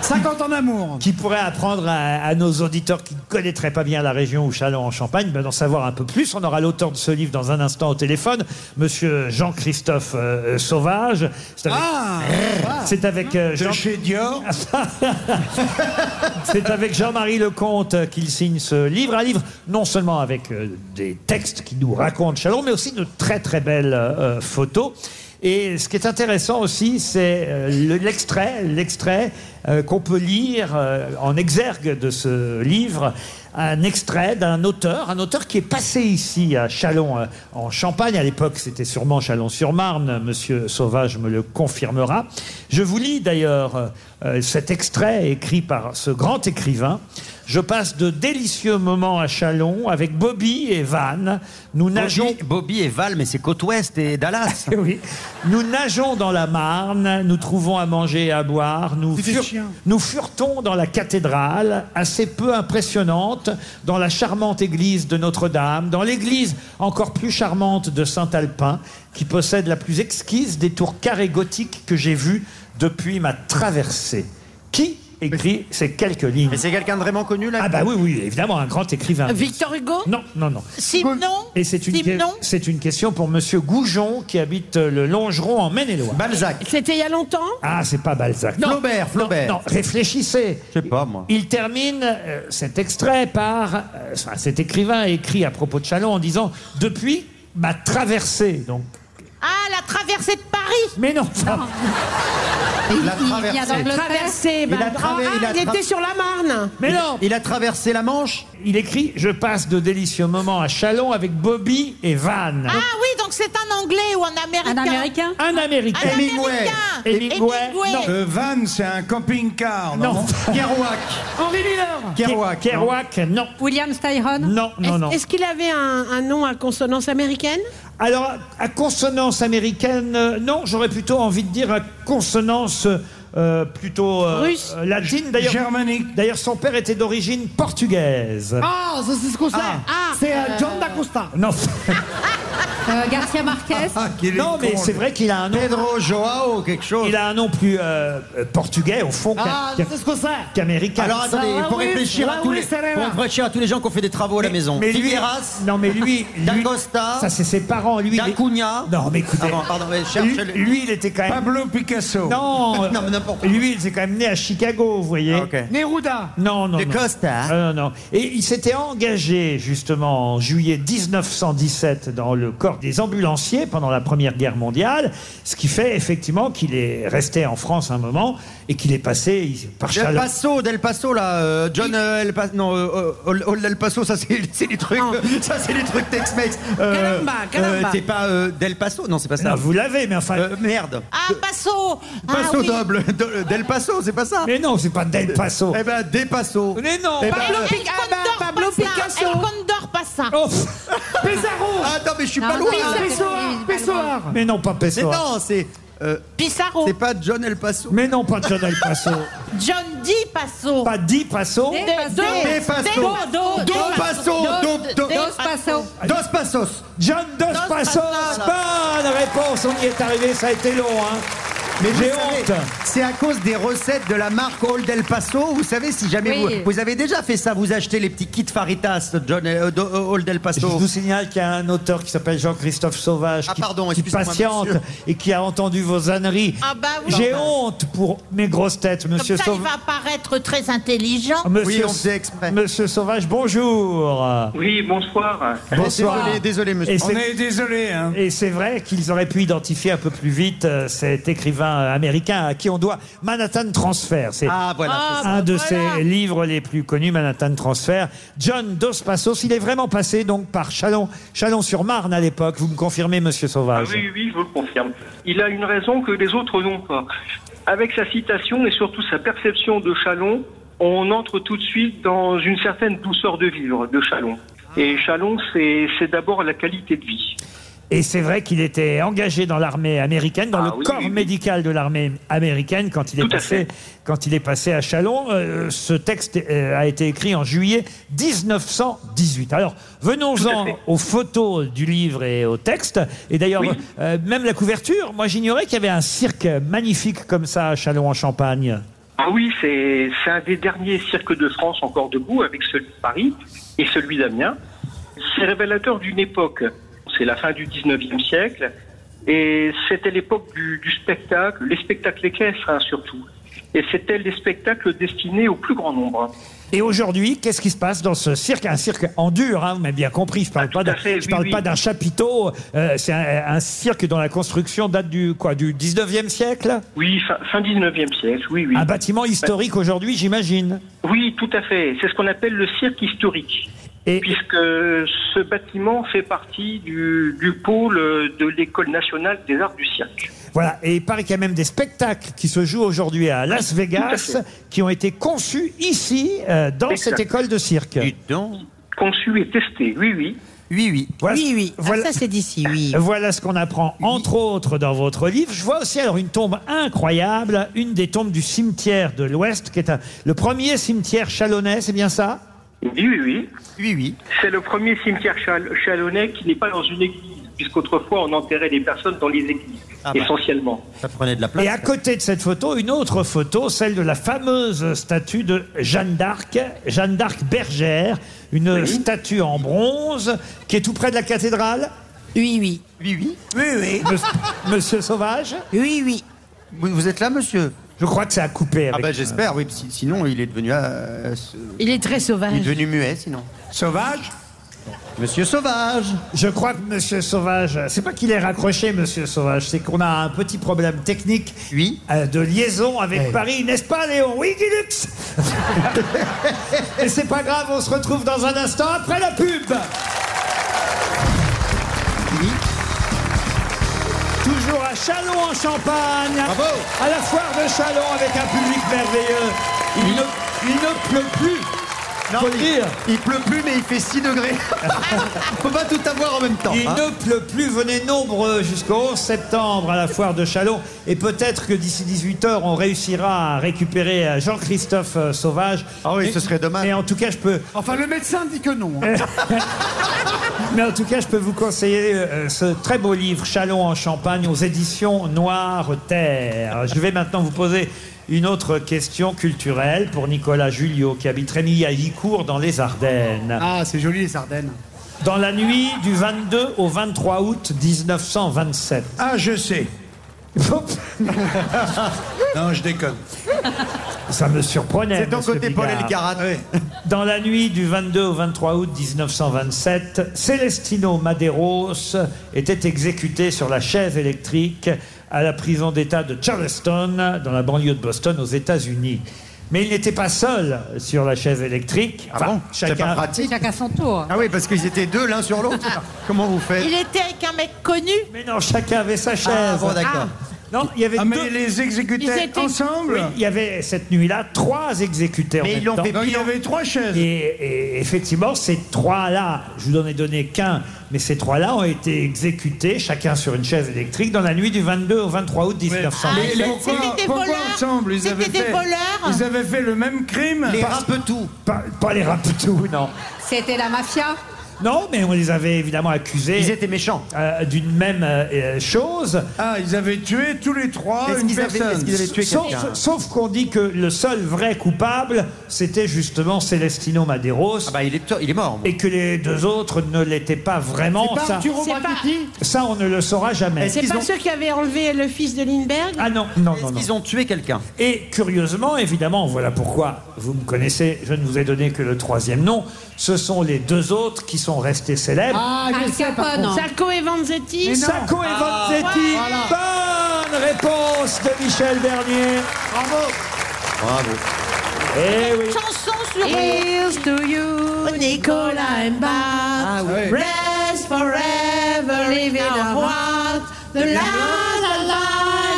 [SPEAKER 3] 50 ans d'amour.
[SPEAKER 2] qui pourrait apprendre à, à nos auditeurs qui ne connaîtraient pas bien la région ou Chalon en Champagne ben, d'en savoir un peu plus. On aura l'auteur de ce livre dans un instant au téléphone, monsieur Jean-Christophe euh, euh, Sauvage. C'est avec,
[SPEAKER 3] Ah
[SPEAKER 2] c'est avec, euh, Jean-
[SPEAKER 8] De chez Dior.
[SPEAKER 2] c'est avec Jean-Marie Lecomte euh, qu'il signe ce livre. Un livre non seulement avec euh, des textes qui nous racontent Chalon, mais aussi de très très belles euh, photos. Et ce qui est intéressant aussi, c'est euh, le- l'extrait, l'extrait euh, qu'on peut lire euh, en exergue de ce livre, un extrait d'un auteur, un auteur qui est passé ici à Chalon euh, en Champagne. À l'époque, c'était sûrement Chalon-sur-Marne. Monsieur Sauvage me le confirmera. Je vous lis d'ailleurs euh, euh, cet extrait écrit par ce grand écrivain. Je passe de délicieux moments à Chalon avec Bobby et Van. Nous nageons.
[SPEAKER 11] Bobby, Bobby et Val, mais c'est côte ouest et Dallas.
[SPEAKER 2] Eh oui. Nous nageons dans la Marne, nous trouvons à manger et à boire, nous,
[SPEAKER 3] C'est des
[SPEAKER 2] fur-
[SPEAKER 3] chiens.
[SPEAKER 2] nous furetons dans la cathédrale, assez peu impressionnante, dans la charmante église de Notre-Dame, dans l'église encore plus charmante de Saint-Alpin, qui possède la plus exquise des tours carrées gothiques que j'ai vues depuis ma traversée. Qui écrit ces quelques lignes
[SPEAKER 4] Mais c'est quelqu'un de vraiment connu là
[SPEAKER 2] Ah bah oui, oui, évidemment, un grand écrivain.
[SPEAKER 7] Victor Hugo
[SPEAKER 2] Non, non, non.
[SPEAKER 7] Simon
[SPEAKER 2] Et c'est une, que-
[SPEAKER 7] Simon
[SPEAKER 2] c'est une question pour Monsieur Goujon qui habite euh, le Longeron en Maine-et-Loire.
[SPEAKER 4] Balzac.
[SPEAKER 5] C'était il y a longtemps
[SPEAKER 2] Ah, c'est pas Balzac. Non,
[SPEAKER 4] Flaubert, Flaubert.
[SPEAKER 2] non, non, réfléchissez.
[SPEAKER 11] Je sais pas, moi.
[SPEAKER 2] Il termine euh, cet extrait par. euh, enfin, cet écrivain écrit à propos de Chalon en disant Depuis ma traversée. Donc,
[SPEAKER 7] Ah, la traversée de Paris
[SPEAKER 2] mais non, ça-
[SPEAKER 4] La
[SPEAKER 13] vient
[SPEAKER 4] traversée.
[SPEAKER 13] d'Angleterre.
[SPEAKER 5] Traversé.
[SPEAKER 4] Il a
[SPEAKER 5] bah,
[SPEAKER 4] travé-
[SPEAKER 5] ah,
[SPEAKER 4] il a
[SPEAKER 5] il
[SPEAKER 4] tra-
[SPEAKER 5] était sur la Marne.
[SPEAKER 2] mais non
[SPEAKER 4] Il a traversé la Manche
[SPEAKER 2] Il écrit Je passe de délicieux moments à Chalon avec Bobby et Van.
[SPEAKER 7] Ah oui, donc c'est un Anglais ou un Américain
[SPEAKER 13] Un Américain
[SPEAKER 2] Un Américain.
[SPEAKER 7] Un
[SPEAKER 4] Hemingway.
[SPEAKER 7] Américain
[SPEAKER 2] Hemingway. Non.
[SPEAKER 8] Euh, van, c'est un camping-car.
[SPEAKER 2] Non.
[SPEAKER 4] Kerouac.
[SPEAKER 3] Henri Miller
[SPEAKER 4] Kerouac. non
[SPEAKER 2] Kerouac, non.
[SPEAKER 13] William Styron
[SPEAKER 2] Non, non, Ah. non.
[SPEAKER 5] Est-ce qu'il avait un, un nom à consonance américaine
[SPEAKER 2] Alors, à consonance américaine, euh, non, j'aurais plutôt envie de dire à consonance euh, plutôt euh,
[SPEAKER 5] Russe.
[SPEAKER 2] euh, latine. D'ailleurs,
[SPEAKER 8] Germanique.
[SPEAKER 2] d'ailleurs, son père était d'origine portugaise.
[SPEAKER 3] Ah, ça, c'est ce qu'on sait.
[SPEAKER 13] Ah.
[SPEAKER 3] c'est euh, John d'Acosta.
[SPEAKER 2] Non,
[SPEAKER 13] Euh, Garcia Marquez
[SPEAKER 4] Ah, qu'il est
[SPEAKER 2] non mais
[SPEAKER 4] con,
[SPEAKER 2] c'est
[SPEAKER 4] lui.
[SPEAKER 2] vrai qu'il a un nom,
[SPEAKER 4] Pedro Joao, quelque chose.
[SPEAKER 2] il a un nom plus euh, euh, portugais au fond
[SPEAKER 3] Ah,
[SPEAKER 2] qu'un-
[SPEAKER 3] c'est ce qu'on sait.
[SPEAKER 2] qu'américain.
[SPEAKER 4] Alors attendez,
[SPEAKER 3] Raoul,
[SPEAKER 4] pour réfléchir à tous
[SPEAKER 3] Raoul
[SPEAKER 4] les,
[SPEAKER 3] Serena.
[SPEAKER 4] pour réfléchir à tous les gens qui ont fait des travaux à la maison.
[SPEAKER 2] mais lui,
[SPEAKER 4] Figueras,
[SPEAKER 2] non mais lui, lui-
[SPEAKER 4] D'Acosta,
[SPEAKER 2] ça c'est ses parents, lui. il est-
[SPEAKER 4] D'Acunha.
[SPEAKER 2] Non mais écoutez,
[SPEAKER 4] Ah bon, pardon, mais cherche
[SPEAKER 2] lui,
[SPEAKER 4] le-
[SPEAKER 2] lui, il était quand même.
[SPEAKER 8] Pablo Picasso.
[SPEAKER 2] Non,
[SPEAKER 4] Non, mais n'importe quoi.
[SPEAKER 2] lui il était quand même né à Chicago, vous voyez.
[SPEAKER 4] Ah, ok.
[SPEAKER 3] Neruda.
[SPEAKER 2] Non, non.
[SPEAKER 4] De
[SPEAKER 2] non.
[SPEAKER 4] Costa.
[SPEAKER 2] Ah, non, non. Et il s'était engagé, justement, en juillet 1917, dans le corps des ambulanciers pendant la Première Guerre mondiale, ce qui fait effectivement qu'il est resté en France un moment et qu'il est passé il- par
[SPEAKER 11] Del
[SPEAKER 2] Chalon.
[SPEAKER 11] Paso, Del Paso, là, euh, John euh, El Paso, non, euh, Old- Old Del Paso, ça c'est c'est les trucs, ça c'est les trucs Tex-Mex. Euh,
[SPEAKER 7] Calamba, Calamba.
[SPEAKER 11] euh, c'est pas euh, Del Paso, non, c'est pas ça. Euh,
[SPEAKER 2] Non, vous l'avez, mais enfin.
[SPEAKER 11] merde.
[SPEAKER 7] Ah, Passo
[SPEAKER 11] Paso
[SPEAKER 7] ah, oui.
[SPEAKER 11] Doble, Do- euh, Del Paso, c'est pas ça.
[SPEAKER 2] Mais non, c'est pas Del Paso.
[SPEAKER 11] Eh ben, Des Paso.
[SPEAKER 2] Mais non.
[SPEAKER 11] Eh ben,
[SPEAKER 7] Pablo,
[SPEAKER 11] euh,
[SPEAKER 7] Pic- ah, bah, Pablo Picasso El Condor Passa
[SPEAKER 2] Oh.
[SPEAKER 3] Pesaro
[SPEAKER 11] Attends, mais je suis
[SPEAKER 7] Non,
[SPEAKER 11] pas
[SPEAKER 7] non,
[SPEAKER 11] loin.
[SPEAKER 7] non,
[SPEAKER 11] hein.
[SPEAKER 3] Pessoa Pessoa
[SPEAKER 2] Mais non, pas Pessoa.
[SPEAKER 11] Mais non, c'est. euh,
[SPEAKER 7] Pissarro
[SPEAKER 11] c'est pas John El Paso.
[SPEAKER 2] Mais non, pas John El Paso.
[SPEAKER 7] John D. Passo
[SPEAKER 2] pas Di Paso.
[SPEAKER 7] Des-
[SPEAKER 11] Des Paso.
[SPEAKER 7] Dos-
[SPEAKER 11] Dos
[SPEAKER 7] Dos-
[SPEAKER 11] Paso.
[SPEAKER 7] Dos-
[SPEAKER 11] Dos-
[SPEAKER 7] Dos-
[SPEAKER 13] Passo.
[SPEAKER 11] Dos Pasos.
[SPEAKER 2] John Dos,
[SPEAKER 7] Dos
[SPEAKER 2] Passos.
[SPEAKER 7] Passos.
[SPEAKER 2] Bonne réponse, on y est arrivé, ça a été long. Hein. Mais
[SPEAKER 11] Vous
[SPEAKER 2] j'ai
[SPEAKER 11] savez,
[SPEAKER 2] honte.
[SPEAKER 11] C'est à cause des recettes de la marque Old Del Paso. Vous savez, si jamais
[SPEAKER 13] Oui.
[SPEAKER 11] vous, vous avez déjà fait ça, vous achetez les petits kits Faritas John, euh, de- euh, Old Del
[SPEAKER 2] Je
[SPEAKER 11] Paso.
[SPEAKER 2] vous signale qu'il y a un auteur qui s'appelle Jean-Christophe Sauvage
[SPEAKER 11] Ah,
[SPEAKER 2] qui,
[SPEAKER 11] pardon,
[SPEAKER 2] qui
[SPEAKER 11] excusez-moi,
[SPEAKER 2] patiente
[SPEAKER 11] monsieur.
[SPEAKER 2] et qui a entendu vos âneries.
[SPEAKER 7] Ah bah oui.
[SPEAKER 2] J'ai
[SPEAKER 7] Non, bah.
[SPEAKER 2] honte pour mes grosses têtes,
[SPEAKER 7] Comme
[SPEAKER 2] monsieur
[SPEAKER 7] ça, il
[SPEAKER 2] Sauvage.
[SPEAKER 7] va hein paraître très intelligent.
[SPEAKER 11] Oui,
[SPEAKER 2] Ah, Monsieur,
[SPEAKER 11] on faisait exprès.
[SPEAKER 2] monsieur Sauvage, bonjour.
[SPEAKER 10] Oui, bonsoir.
[SPEAKER 2] Bonsoir.
[SPEAKER 11] Désolé, désolé, monsieur.
[SPEAKER 2] Et
[SPEAKER 8] On
[SPEAKER 2] c'est-
[SPEAKER 8] est désolé, hein.
[SPEAKER 2] Et c'est vrai qu'ils auraient pu identifier un peu plus vite euh, cet écrivain euh, américain à qui on doit Manhattan Transfer. C'est
[SPEAKER 11] Ah, voilà.
[SPEAKER 7] Ah,
[SPEAKER 2] un
[SPEAKER 7] bah,
[SPEAKER 2] de
[SPEAKER 7] voilà.
[SPEAKER 2] ses livres les plus connus, Manhattan Transfer. John Dos Passos, il est vraiment passé donc par Chalon, Chalon-sur-Marne à l'époque. Vous me confirmez, Monsieur
[SPEAKER 10] Ah
[SPEAKER 2] Sauvage
[SPEAKER 10] oui, oui, oui, je vous le confirme. Il a une raison que les autres n'ont pas. Avec sa citation et surtout sa perception de Chalon, on entre tout de suite dans une certaine douceur de vivre de Chalon. Et Chalon, c'est c'est d'abord la qualité de vie.
[SPEAKER 2] Et c'est vrai qu'il était engagé dans l'armée américaine, dans
[SPEAKER 10] Ah
[SPEAKER 2] le
[SPEAKER 10] oui,
[SPEAKER 2] corps
[SPEAKER 10] oui, oui.
[SPEAKER 2] médical de l'armée américaine quand il est
[SPEAKER 10] Tout à
[SPEAKER 2] passé,
[SPEAKER 10] fait.
[SPEAKER 2] quand il est passé à Chalon. Euh, ce texte euh, a été écrit en juillet 1918. Alors venons-en
[SPEAKER 10] fait.
[SPEAKER 2] aux photos du livre et au texte. Et d'ailleurs
[SPEAKER 10] Oui.
[SPEAKER 2] euh, même la couverture. Moi j'ignorais qu'il y avait un cirque magnifique comme ça à Chalon en Champagne.
[SPEAKER 10] Ah oui, c'est c'est un des derniers cirques de France encore debout, avec celui de Paris et celui d'Amiens. C'est révélateur d'une époque. C'est la fin du 19e siècle. Et c'était l'époque du, du spectacle, les spectacles équestres hein, surtout. Et c'était les spectacles destinés au plus grand nombre.
[SPEAKER 2] Et aujourd'hui, qu'est-ce qui se passe dans ce cirque Un cirque en dur, hein, vous m'avez bien compris. Je parle
[SPEAKER 10] Ah,
[SPEAKER 2] pas
[SPEAKER 10] tout à
[SPEAKER 2] d'un-
[SPEAKER 10] fait,
[SPEAKER 2] je
[SPEAKER 10] oui,
[SPEAKER 2] parle
[SPEAKER 10] oui.
[SPEAKER 2] pas d'un chapiteau. euh, c'est un, un cirque dont la construction date du quoi Du 19e siècle
[SPEAKER 10] Oui, fin, fin 19e siècle, oui, oui.
[SPEAKER 2] Un bâtiment historique aujourd'hui, j'imagine.
[SPEAKER 10] Oui, tout à fait. C'est ce qu'on appelle le cirque historique.
[SPEAKER 2] Et
[SPEAKER 10] puisque ce bâtiment fait partie du, du pôle de l'École nationale des arts du cirque.
[SPEAKER 2] voilà. Et il paraît qu'il y a même des spectacles qui se jouent aujourd'hui à Las Vegas,
[SPEAKER 10] fait.
[SPEAKER 2] qui ont été conçus ici, euh, dans
[SPEAKER 10] Exact.
[SPEAKER 2] cette école de cirque.
[SPEAKER 11] Dis donc.
[SPEAKER 10] Conçu et testé, oui, oui.
[SPEAKER 11] Oui, oui.
[SPEAKER 2] Voilà,
[SPEAKER 5] Oui, oui. Ah,
[SPEAKER 2] voilà-
[SPEAKER 5] ça, c'est d'ici, oui.
[SPEAKER 2] Voilà ce qu'on apprend, entre autres, dans votre livre. Je vois aussi alors une tombe incroyable, une des tombes du cimetière de l'Ouest, qui est un- le premier cimetière chalonnais, c'est bien ça
[SPEAKER 10] Oui, oui, oui.
[SPEAKER 11] Oui, oui.
[SPEAKER 10] C'est le premier cimetière chal- chalonnais qui n'est pas dans une église, puisqu'autrefois on enterrait les personnes dans les églises,
[SPEAKER 11] Ah bah.
[SPEAKER 10] essentiellement.
[SPEAKER 11] Ça prenait de la place.
[SPEAKER 2] Et à côté de cette photo, une autre photo, celle de la fameuse statue de Jeanne d'Arc, Jeanne d'Arc bergère, une statue en bronze qui est tout près de la cathédrale.
[SPEAKER 5] Oui, oui.
[SPEAKER 11] Oui, oui.
[SPEAKER 8] Oui, oui.
[SPEAKER 2] Monsieur, Monsieur Sauvage
[SPEAKER 5] Oui, oui.
[SPEAKER 11] Vous, vous êtes là, monsieur
[SPEAKER 2] Je crois que c'est à couper.
[SPEAKER 11] Ah,
[SPEAKER 2] avec-
[SPEAKER 11] bah j'espère, oui. si- sinon, il est devenu. euh, ce-
[SPEAKER 5] Il est très
[SPEAKER 11] Il est
[SPEAKER 5] sauvage.
[SPEAKER 11] devenu muet, sinon.
[SPEAKER 8] Sauvage
[SPEAKER 11] Monsieur Sauvage
[SPEAKER 2] Je crois que Monsieur Sauvage, c'est pas qu'il est raccroché, Monsieur Sauvage, c'est qu'on a un petit problème technique
[SPEAKER 11] Oui.
[SPEAKER 2] euh, de liaison avec
[SPEAKER 11] Eh.
[SPEAKER 2] Paris, n'est-ce pas, Léon Oui, Guilux Et c'est pas grave, on se retrouve dans un instant après la pub
[SPEAKER 11] Oui.
[SPEAKER 2] Toujours à Chalon en Champagne,
[SPEAKER 11] Bravo.
[SPEAKER 2] à la foire de Chalon avec un public merveilleux. Il, ne, il ne pleut plus.
[SPEAKER 11] Non,
[SPEAKER 2] faut le
[SPEAKER 11] il,
[SPEAKER 2] dire.
[SPEAKER 11] il pleut plus, mais il fait 6 degrés. Faut pas tout avoir en même temps.
[SPEAKER 2] Il
[SPEAKER 11] hein.
[SPEAKER 2] ne pleut plus, venez nombreux jusqu'au 11 septembre à la foire de Chalon. Et peut-être que d'ici 18h, on réussira à récupérer euh, Jean-Christophe euh, Sauvage.
[SPEAKER 11] Ah oui,
[SPEAKER 2] Mais-
[SPEAKER 11] ce serait dommage.
[SPEAKER 2] Mais en tout cas, je peux,
[SPEAKER 3] Enfin, le médecin dit que non. hein.
[SPEAKER 2] mais en tout cas, je peux vous conseiller euh, ce très beau livre, Chalon en Champagne, aux éditions Noire Terre. Je vais maintenant vous poser une autre question culturelle pour Nicolas Julio, qui habite Rémy à Yicourt dans les Ardennes.
[SPEAKER 3] Ah, c'est joli les Ardennes.
[SPEAKER 2] Dans la nuit du 22 au 23 août 1927.
[SPEAKER 8] Ah, je sais. Non, je déconne.
[SPEAKER 2] Ça me surprenait.
[SPEAKER 11] C'est ton
[SPEAKER 2] monsieur
[SPEAKER 11] côté Paul
[SPEAKER 2] Bigard.
[SPEAKER 11] Elkarat.
[SPEAKER 2] Dans la nuit du 22 au 23 août 1927, Celestino Maderos était exécuté sur la chaise électrique à la prison d'État de Charleston, dans la banlieue de Boston, aux États-Unis. Mais il n'était pas seul sur la chaise électrique.
[SPEAKER 11] Ah
[SPEAKER 2] Enfin, chacun...
[SPEAKER 13] Chacun son tour.
[SPEAKER 2] Ah oui, parce qu'ils étaient deux l'un sur l'autre. Comment vous faites
[SPEAKER 7] Il était avec un mec connu
[SPEAKER 2] Mais non, chacun avait sa chaise.
[SPEAKER 7] Ah, bon, d'accord.
[SPEAKER 2] Non, il y avait
[SPEAKER 8] Ah, mais
[SPEAKER 2] deux-
[SPEAKER 8] les exécutaient Ils étaient- ensemble
[SPEAKER 2] Oui, il y avait cette nuit-là trois exécutés
[SPEAKER 8] Mais
[SPEAKER 2] en
[SPEAKER 8] ils
[SPEAKER 2] même
[SPEAKER 8] l'ont
[SPEAKER 2] temps.
[SPEAKER 8] fait Donc, il y pire. avait trois chaises.
[SPEAKER 2] Et, et effectivement, ces trois-là, je vous en ai donné qu'un, mais ces trois-là ont été exécutés, chacun sur une chaise électrique, dans la nuit du 22 au 23 août Ah, 1900.
[SPEAKER 8] Mais les- pourquoi, pourquoi ensemble ils avaient,
[SPEAKER 13] C'était des
[SPEAKER 8] fait,
[SPEAKER 13] voleurs.
[SPEAKER 8] ils avaient fait le même crime
[SPEAKER 2] Les
[SPEAKER 11] rapetous.
[SPEAKER 2] Pas, pas les rapetous, non.
[SPEAKER 13] C'était la mafia.
[SPEAKER 2] Oh. Non, mais on les avait évidemment accusés. Ils étaient méchants. D'une même euh, euh, chose.
[SPEAKER 8] Ah, ils avaient tué tous les trois
[SPEAKER 2] Est-ce
[SPEAKER 8] une
[SPEAKER 2] qu'ils avaient-
[SPEAKER 8] personne.
[SPEAKER 2] est-ce qu'ils avaient tué Oh, Sauf- quelqu'un sauf qu'on dit que le seul vrai coupable, c'était justement Celestino Maderos.
[SPEAKER 11] Ah bah, il est, mort.
[SPEAKER 2] Et que les deux autres ne l'étaient pas vraiment.
[SPEAKER 5] C'est pas
[SPEAKER 2] ça,
[SPEAKER 5] Arturo C'est pas- Brachetti
[SPEAKER 2] ça, on ne le saura jamais.
[SPEAKER 5] C'est pas ceux qui avaient enlevé le fils de Lindbergh
[SPEAKER 2] Ah non, non, non. non.
[SPEAKER 11] Ils ont tué quelqu'un.
[SPEAKER 2] Et curieusement, évidemment, voilà pourquoi vous me connaissez, je ne vous ai donné que le troisième nom, ce sont les deux autres qui sont restés célèbres.
[SPEAKER 5] Al Capone. Sacco et Vanzetti.
[SPEAKER 2] Eh, Sacco et Vanzetti. Bonne réponse de Michel Bernier. Bravo.
[SPEAKER 11] Bravo.
[SPEAKER 2] Eh oui.
[SPEAKER 7] Chanson sur
[SPEAKER 6] Here's to you, Nicolas and
[SPEAKER 7] Ah
[SPEAKER 6] Bob.
[SPEAKER 2] oui.
[SPEAKER 6] Rest forever, living our heart. The la la la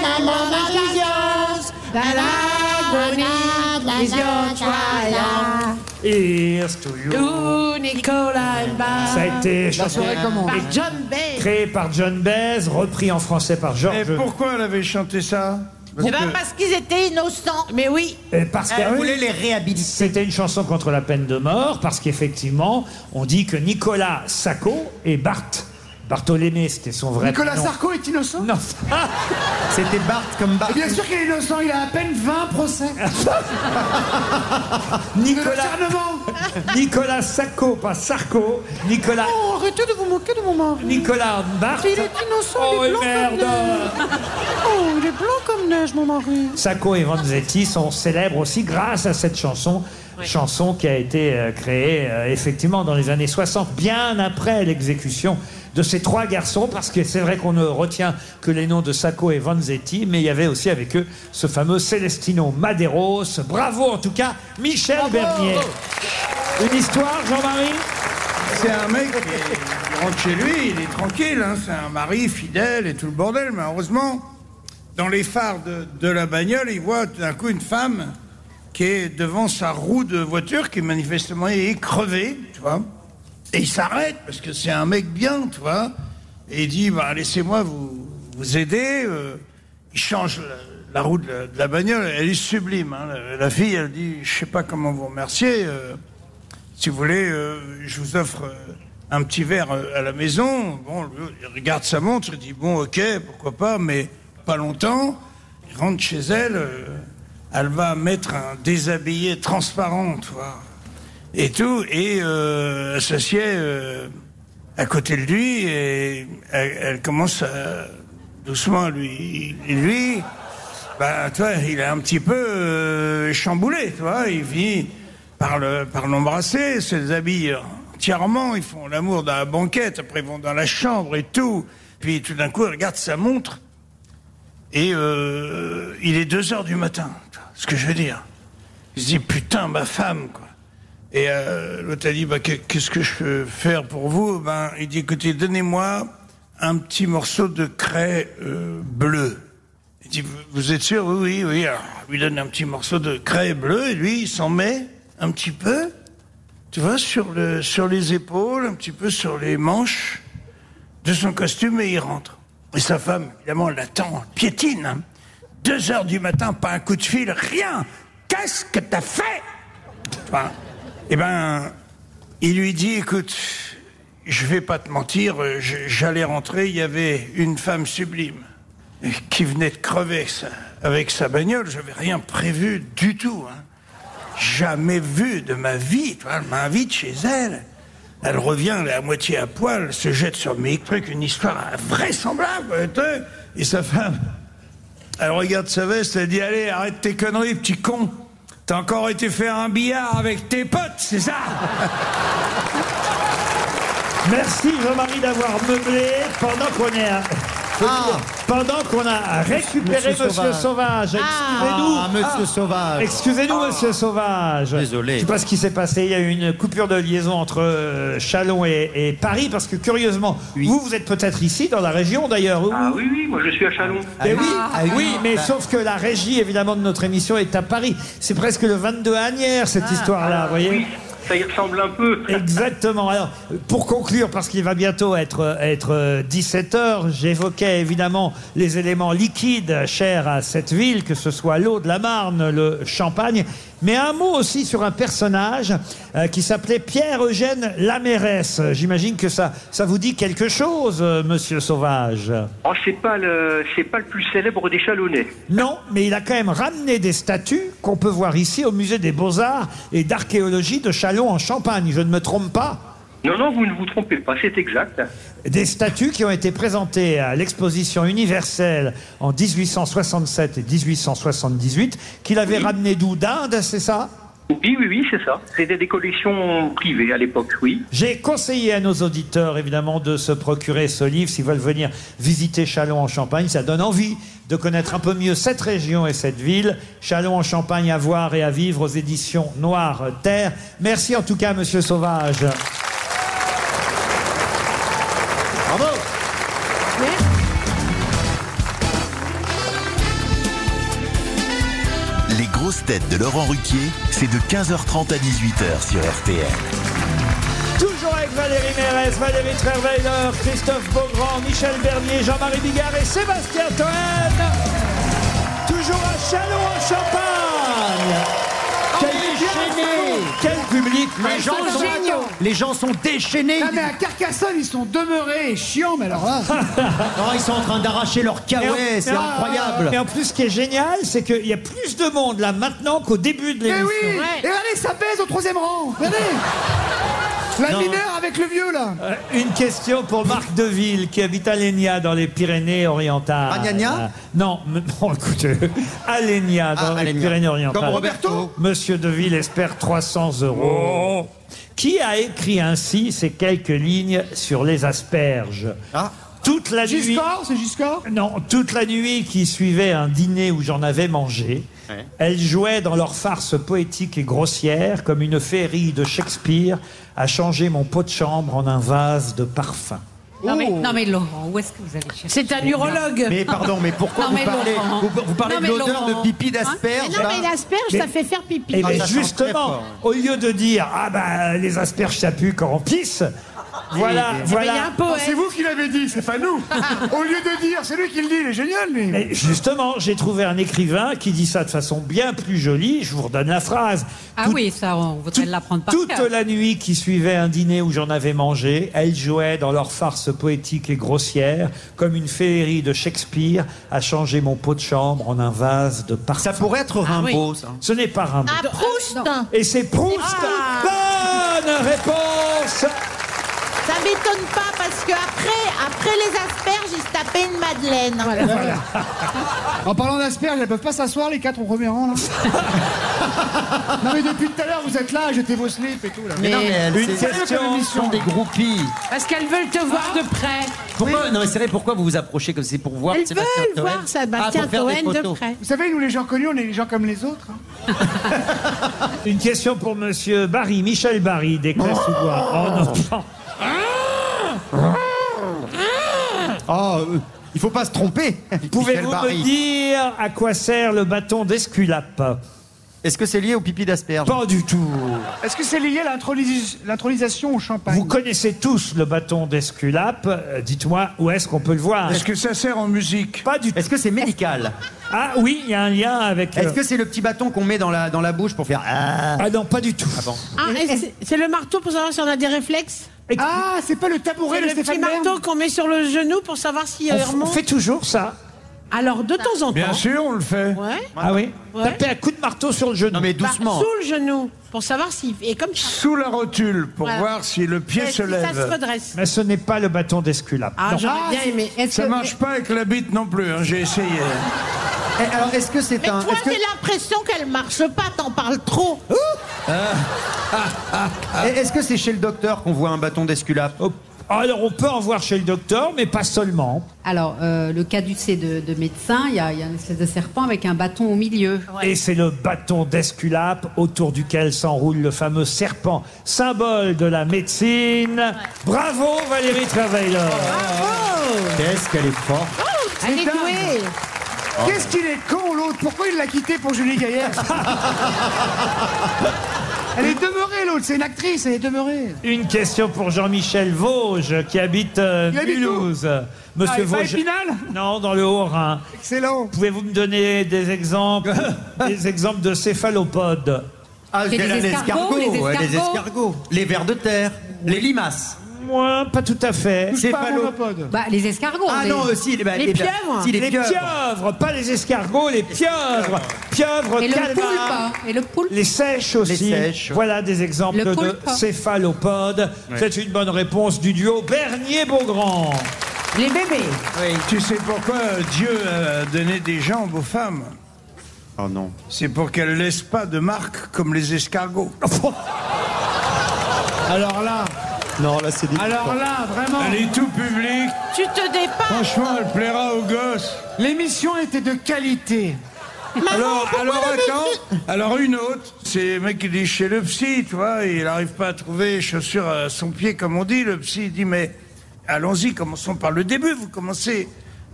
[SPEAKER 6] la la la is yours. La la agonie is your triumph.
[SPEAKER 2] Here's to you.
[SPEAKER 6] You, Nicolas and Bob.
[SPEAKER 2] Ça a été chanté
[SPEAKER 6] Par John Bay.
[SPEAKER 2] créé par John Baez, repris en français par
[SPEAKER 8] Et
[SPEAKER 2] Georges.
[SPEAKER 8] pourquoi elle avait chanté ça
[SPEAKER 7] Eh ben, parce qu'ils étaient innocents. Mais oui.
[SPEAKER 2] Et Eh, parce
[SPEAKER 7] Elle
[SPEAKER 2] que-
[SPEAKER 7] voulait
[SPEAKER 2] les réhabiliter. C'était une chanson contre la peine de mort parce qu'effectivement, on dit que Nicolas Sacco et Bart Bartholomé, c'était son vrai
[SPEAKER 3] Nicolas
[SPEAKER 2] prénom.
[SPEAKER 3] Sarko est innocent
[SPEAKER 2] Non.
[SPEAKER 11] C'était Bart comme Bart.
[SPEAKER 3] Et bien sûr qu'il est innocent, il a à peine 20 procès.
[SPEAKER 2] Nicolas,
[SPEAKER 3] Discernement.
[SPEAKER 2] Nicolas Sacco, pas Sarko. Nicolas,
[SPEAKER 3] Oh, arrêtez de vous moquer de mon mari.
[SPEAKER 2] Nicolas Bart.
[SPEAKER 3] Il est innocent,
[SPEAKER 2] Oh,
[SPEAKER 3] il est blanc
[SPEAKER 2] merde.
[SPEAKER 3] comme neige. Oh, il est blanc comme neige, mon mari.
[SPEAKER 2] Sacco et Vanzetti sont célèbres aussi grâce à cette chanson. Chanson qui a été euh, créée euh, effectivement dans les années 60, bien après l'exécution de ces trois garçons, parce que c'est vrai qu'on ne retient que les noms de Sacco et Vanzetti, mais il y avait aussi avec eux ce fameux Celestino Maderos. Bravo en tout cas, Michel Bernier. Une histoire, Jean-Marie
[SPEAKER 8] C'est un mec qui rentre chez lui, il est tranquille, hein, c'est un mari fidèle et tout le bordel, mais heureusement, dans les phares de, de la bagnole, il voit tout d'un coup une femme qui est devant sa roue de voiture, qui manifestement est crevée, tu vois. Et il s'arrête, parce que c'est un mec bien, tu vois. Et il dit, bah, laissez-moi vous, vous aider. euh, il change la, la roue de la, de la bagnole, elle est sublime. hein. La, la fille, elle dit, je sais pas comment vous remercier. euh, si vous voulez, euh, je vous offre euh, un petit verre euh, à la maison. Bon, lui, il regarde sa montre, il dit bon, ok, pourquoi pas, mais pas longtemps. Il rentre chez elle, euh, elle va mettre un déshabillé transparent, tu vois, et tout, et euh, elle s'assied euh, à côté de lui et elle, elle commence à- doucement à lui, et lui, bah, toi, il est un petit peu euh, chamboulé, tu vois, il vit par le- par l'embrasser, se déshabille entièrement, ils font l'amour dans la banquette, après ils vont dans la chambre et tout. Puis tout d'un coup, il regarde sa montre et euh, il est 2 heures du matin, tu vois ce que je veux dire. Il se dit, putain, ma femme, quoi. Et euh, l'autre a dit, bah, que- qu'est-ce que je peux faire pour vous ben, Il dit, écoutez, donnez-moi un petit morceau de craie euh, bleue. Il dit, vous- vous êtes sûr Oui, oui, oui. Alors, il lui donne un petit morceau de craie bleue et lui, il s'en met un petit peu, tu vois, sur, le, sur les épaules, un petit peu sur les manches de son costume et il rentre. Et sa femme, évidemment, l'attend, piétine. hein. Deux heures du matin, pas un coup de fil, rien. Qu'est-ce que t'as fait Enfin, Eh ben, il lui dit, écoute, je vais pas te mentir, euh, je- j'allais rentrer, il y avait une femme sublime euh, qui venait de crever avec sa, avec sa bagnole, j'avais rien prévu du tout. hein. Jamais vu de ma vie, tu vois, elle m'invite chez elle. Elle revient, elle est à moitié à poil, elle se jette sur mes trucs, une histoire vraisemblable. euh, tu sais. Et sa femme, elle regarde sa veste, elle dit Allez, arrête tes conneries, petit con. T'as encore été faire un billard avec tes potes, c'est ça
[SPEAKER 2] Merci Jean-Marie d'avoir meublé pendant qu'on est à- Ah. Pendant qu'on a récupéré Monsieur,
[SPEAKER 11] Monsieur
[SPEAKER 2] Sauvage,
[SPEAKER 11] Sauvage.
[SPEAKER 2] excusez-nous.
[SPEAKER 11] Ah, Monsieur Sauvage.
[SPEAKER 2] Excusez-nous, Monsieur Sauvage. Désolé. Je sais pas ce qui s'est passé. Il y a eu une coupure de liaison entre euh, Chalon et, et Paris parce que curieusement, vous, vous êtes peut-être ici dans la région d'ailleurs.
[SPEAKER 10] Ah oui, oui, moi je suis à Chalon.
[SPEAKER 2] Eh oui,
[SPEAKER 10] Ah,
[SPEAKER 2] oui, mais
[SPEAKER 10] bah-
[SPEAKER 2] sauf que la régie, évidemment, de notre émission est à Paris. C'est presque le 22 à Agnières, cette histoire-là, vous voyez
[SPEAKER 10] Ça y ressemble un peu.
[SPEAKER 2] Exactement. Alors, pour conclure, parce qu'il va bientôt être, être 17h, j'évoquais évidemment les éléments liquides chers à cette ville, que ce soit l'eau de la Marne, le champagne, mais un mot aussi sur un personnage euh, qui s'appelait Pierre-Eugène Lamérès. J'imagine que ça, ça vous dit quelque chose, euh, monsieur Sauvage.
[SPEAKER 10] Oh, c'est pas le, c'est pas le plus célèbre des Chalonnais.
[SPEAKER 2] Non, mais il a quand même ramené des statues qu'on peut voir ici au musée des Beaux-Arts et d'archéologie de Chalon en Champagne. Je ne me trompe pas
[SPEAKER 10] Non, non, vous ne vous trompez pas, c'est exact.
[SPEAKER 2] Des statues qui ont été présentées à l'exposition universelle en 1867 et 1878, qu'il avait ramené d'où D'Inde, c'est ça
[SPEAKER 10] Oui, oui, oui, c'est ça. C'était des collections privées à l'époque, oui.
[SPEAKER 2] J'ai conseillé à nos auditeurs, évidemment, de se procurer ce livre s'ils veulent venir visiter Chalon en Champagne. Ça donne envie de connaître un peu mieux cette région et cette ville. Chalon en Champagne à voir et à vivre aux éditions Noire Terre. Merci en tout cas, Monsieur Sauvage. Bravo
[SPEAKER 9] Les grosses têtes de Laurent Ruquier, c'est de 15h30 à 18h sur RTL.
[SPEAKER 2] Toujours avec Valérie Mérès, Valérie Trierweiler, Christophe Beaugrand, Michel Bernier, Jean-Marie Bigard et Sébastien Toen. Toujours à Chalon en Champagne. Quel, quel public
[SPEAKER 3] Les gens Ah, sont géniaux.
[SPEAKER 11] Les gens sont déchaînés.
[SPEAKER 3] Ah, mais à Carcassonne, ils sont demeurés chiants, mais alors là.
[SPEAKER 11] Non, ils sont en train d'arracher leur caouet, c'est
[SPEAKER 2] Ah,
[SPEAKER 11] incroyable.
[SPEAKER 2] Et en plus, ce qui est génial, c'est qu'il y a plus de monde là maintenant qu'au début de
[SPEAKER 3] Mais
[SPEAKER 2] l'émission.
[SPEAKER 3] oui Et regardez, ça pèse au troisième rang Regardez La
[SPEAKER 2] Non.
[SPEAKER 3] mineure avec le vieux, là
[SPEAKER 2] Euh, Une question pour Marc Deville qui habite à Lénia dans les Pyrénées-Orientales. Euh,
[SPEAKER 3] Ragnagna
[SPEAKER 2] Non, m- non, écoutez, à Lénia dans les Pyrénées-Orientales.
[SPEAKER 11] Ah, Comme Roberto Oh.
[SPEAKER 2] Monsieur Deville espère 300 euros. Qui a écrit ainsi ces quelques lignes sur les asperges
[SPEAKER 11] Ah.
[SPEAKER 2] toute la nuit.
[SPEAKER 3] Giscard, c'est Giscard
[SPEAKER 2] Non, toute la nuit qui suivait un dîner où j'en avais mangé, elles jouaient dans leur farce poétique et grossière, comme une féerie de Shakespeare, à changer mon pot de chambre en un vase de parfum. Eh
[SPEAKER 13] Non mais, non mais Laurent, où est-ce que vous allez chercher
[SPEAKER 5] C'est un urologue.
[SPEAKER 11] Mais pardon, mais pourquoi
[SPEAKER 13] Non,
[SPEAKER 11] vous
[SPEAKER 13] mais
[SPEAKER 11] parlez-
[SPEAKER 13] Laurent.
[SPEAKER 11] vous- vous parlez
[SPEAKER 13] Non,
[SPEAKER 11] de
[SPEAKER 13] mais
[SPEAKER 11] l'odeur
[SPEAKER 13] Laurent.
[SPEAKER 11] de pipi
[SPEAKER 6] Hein?
[SPEAKER 5] Mais
[SPEAKER 11] d'asperge,
[SPEAKER 5] non,
[SPEAKER 11] là eh ben,
[SPEAKER 5] mais l'asperge,
[SPEAKER 2] Mais-
[SPEAKER 5] Ah, ça fait faire pipi.
[SPEAKER 2] Et justement, au lieu de dire ah bah les asperges ça pue quand on pisse,
[SPEAKER 3] Eh
[SPEAKER 2] voilà,
[SPEAKER 3] Mais
[SPEAKER 2] voilà.
[SPEAKER 3] il y a un poète. Non, C'est vous qui l'avez dit, c'est pas nous Au lieu de dire, c'est lui qui le dit, il est génial, lui
[SPEAKER 2] Et justement, j'ai trouvé un écrivain qui dit ça de façon bien plus jolie. Je vous redonne la phrase.
[SPEAKER 13] Ah oui, ça, on voudrait l'apprendre par
[SPEAKER 2] Toute
[SPEAKER 13] cœur.
[SPEAKER 2] la nuit qui suivait un dîner où j'en avais mangé, elles jouaient dans leur farce poétique et grossière, comme une féerie de Shakespeare, à changer mon pot de chambre en un vase de parfum. Ça pourrait être
[SPEAKER 13] Ah
[SPEAKER 11] Rimbaud, oui. ça.
[SPEAKER 2] Ce n'est pas Rimbaud.
[SPEAKER 7] Ah, Proust
[SPEAKER 2] Et c'est Proust Bonne réponse
[SPEAKER 7] Ah. Ça m'étonne pas parce que après, après les asperges, ils se tapaient une madeleine. Ah,
[SPEAKER 3] En parlant d'asperges, elles peuvent pas s'asseoir, les quatre au premier rang, là Non mais depuis tout à l'heure, vous êtes là, jetez vos slips et tout, là
[SPEAKER 11] Mais non, mais elle,
[SPEAKER 3] Une
[SPEAKER 11] c'est-
[SPEAKER 3] question.
[SPEAKER 11] Ils sont des groupies.
[SPEAKER 5] Parce qu'elles veulent te voir de près.
[SPEAKER 11] Pourquoi Non, mais c'est vrai, pourquoi vous vous approchez comme c'est pour voir
[SPEAKER 5] Elles
[SPEAKER 11] Sébastien
[SPEAKER 5] veulent
[SPEAKER 11] Toen
[SPEAKER 5] voir Sébastien
[SPEAKER 11] Ah, pour faire des
[SPEAKER 5] Toen de
[SPEAKER 11] photos.
[SPEAKER 5] près.
[SPEAKER 3] Vous savez, nous les gens connus, on est les gens comme les autres. hein.
[SPEAKER 2] Une question pour monsieur Barry, Michel Barry, des classes ou Oh non
[SPEAKER 4] Oh, euh, il faut pas se tromper.
[SPEAKER 2] Pouvez-vous me dire à quoi sert le bâton d'Esculape
[SPEAKER 11] Est-ce que c'est lié au pipi d'asperge
[SPEAKER 2] Pas du tout.
[SPEAKER 3] Est-ce que c'est lié à l'intronis- l'intronisation au champagne
[SPEAKER 2] Vous connaissez tous le bâton d'Esculape. Euh, Dites-moi où est-ce qu'on peut le voir
[SPEAKER 8] Est-ce que ça sert en musique
[SPEAKER 2] Pas du tout.
[SPEAKER 11] Est-ce que c'est médical
[SPEAKER 2] Ah oui, il y a un lien avec. euh,
[SPEAKER 11] Est-ce que c'est le petit bâton qu'on met dans la, dans la bouche pour faire ah
[SPEAKER 2] Ah non, pas du tout.
[SPEAKER 11] Ah bon.
[SPEAKER 5] Ah, et c'est- c'est le marteau pour savoir si on a des réflexes
[SPEAKER 3] Ah, c'est pas le tabouret
[SPEAKER 5] C'est
[SPEAKER 3] de
[SPEAKER 5] le petit
[SPEAKER 3] Stéphane Bern
[SPEAKER 5] marteau qu'on met sur le genou pour savoir si
[SPEAKER 2] On,
[SPEAKER 5] euh,
[SPEAKER 2] f- on
[SPEAKER 5] remonte.
[SPEAKER 2] fait toujours ça.
[SPEAKER 5] Alors, de temps en
[SPEAKER 8] Bien
[SPEAKER 5] temps.
[SPEAKER 8] sûr, on le fait.
[SPEAKER 5] Ouais.
[SPEAKER 2] Ah oui
[SPEAKER 5] Ouais.
[SPEAKER 2] Tapez un coup de marteau sur le genou.
[SPEAKER 11] Non mais
[SPEAKER 5] Bah,
[SPEAKER 11] doucement.
[SPEAKER 5] sous le genou. Pour savoir si. Et comme ça.
[SPEAKER 8] Sous la rotule, pour
[SPEAKER 5] Voilà. Euh,
[SPEAKER 8] voir si le pied
[SPEAKER 5] si
[SPEAKER 8] se
[SPEAKER 5] ça se
[SPEAKER 8] lève.
[SPEAKER 5] redresse.
[SPEAKER 2] Mais ce n'est pas le bâton d'Esculape.
[SPEAKER 5] Ah,
[SPEAKER 2] Non.
[SPEAKER 5] j'aurais bien aimé.
[SPEAKER 13] Est-ce
[SPEAKER 8] Ça
[SPEAKER 13] que-
[SPEAKER 8] marche pas avec la bite non plus, hein, j'ai essayé.
[SPEAKER 4] Eh, alors, est-ce que c'est
[SPEAKER 7] Mais
[SPEAKER 4] un.
[SPEAKER 7] toi,
[SPEAKER 4] est-ce que-
[SPEAKER 7] j'ai l'impression qu'elle marche pas, t'en parles trop.
[SPEAKER 11] Ah.
[SPEAKER 4] Eh, Est-ce que c'est chez le docteur qu'on voit un bâton d'Esculape
[SPEAKER 2] Oh, Alors, on peut en voir chez le docteur, mais pas seulement.
[SPEAKER 13] Alors, euh, le caducé de, de médecin, il y, a il y a une espèce de serpent avec un bâton au milieu.
[SPEAKER 2] Et c'est le bâton d'Esculape autour duquel s'enroule le fameux serpent, symbole de la médecine. Bravo Valérie Traveiller.
[SPEAKER 11] Qu'est-ce qu'elle est forte
[SPEAKER 3] C'est dingue.
[SPEAKER 11] Oh,
[SPEAKER 3] Qu'est-ce qu'il est con l'autre Pourquoi il l'a quitté pour Julie Gaillard Elle est demeurée l'autre, c'est une actrice, elle est demeurée.
[SPEAKER 2] Une question pour Jean-Michel Vosges qui habite euh,
[SPEAKER 3] Il habite où
[SPEAKER 2] Mulhouse.
[SPEAKER 3] Ah, il va à Épinal
[SPEAKER 2] Non, dans le Haut-Rhin.
[SPEAKER 3] Excellent.
[SPEAKER 2] Pouvez-vous me donner des exemples, des exemples de céphalopodes
[SPEAKER 11] Ah, les, escargots, ouais, les escargots, les vers de terre, les limaces.
[SPEAKER 2] Moi, pas tout à fait.
[SPEAKER 11] C'est
[SPEAKER 13] Bah, les escargots.
[SPEAKER 11] Ah
[SPEAKER 13] mais-
[SPEAKER 11] non, euh, si, les- bah, les- si, les
[SPEAKER 2] les
[SPEAKER 11] pieuvres.
[SPEAKER 2] pieuvres, pas les escargots, les pieuvres. Pieuvres,
[SPEAKER 13] Et le
[SPEAKER 2] calmar.
[SPEAKER 13] poulpe. hein. Et le poulpe.
[SPEAKER 2] Les sèches aussi.
[SPEAKER 13] Les sèches.
[SPEAKER 2] Voilà des exemples
[SPEAKER 13] Le
[SPEAKER 2] de
[SPEAKER 13] poulpe.
[SPEAKER 2] céphalopodes. C'est une bonne réponse du duo Bernier-Beaugrand.
[SPEAKER 5] Les bébés.
[SPEAKER 8] Tu sais pourquoi Dieu a donné des jambes aux femmes Oh non. C'est pour qu'elles laissent pas de marque comme les escargots.
[SPEAKER 3] Alors là.
[SPEAKER 11] Non, là c'est
[SPEAKER 3] Alors là, vraiment.
[SPEAKER 8] Elle est tout public.
[SPEAKER 7] Tu te dépasses.
[SPEAKER 8] Franchement, elle plaira aux gosses.
[SPEAKER 3] L'émission était de qualité.
[SPEAKER 8] alors, alors attends. Alors une autre, c'est le mec qui dit chez le psy, tu vois, il n'arrive pas à trouver chaussures à son pied, comme on dit. Le psy il dit mais allons-y, commençons par le début. Vous commencez,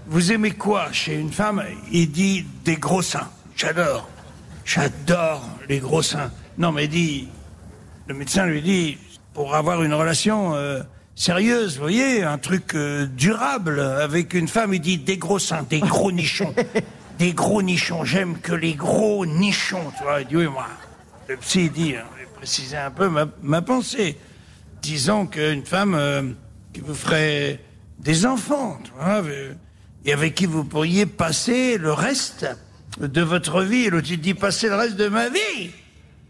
[SPEAKER 8] vous aimez quoi chez une femme Il dit des gros seins. J'adore, j'adore les gros seins. Non mais il dit, le médecin lui dit pour avoir une relation euh, sérieuse, vous voyez, un truc euh, durable avec une femme, il dit des gros seins, des gros nichons. des gros nichons, j'aime que les gros nichons, tu vois. Il dit oui, moi. Le psy il dit, hein, je vais préciser un peu ma, ma pensée. Disons qu'une femme euh, qui vous ferait des enfants, tu vois, euh, et avec qui vous pourriez passer le reste de votre vie. Et L'autre il dit passer le reste de ma vie.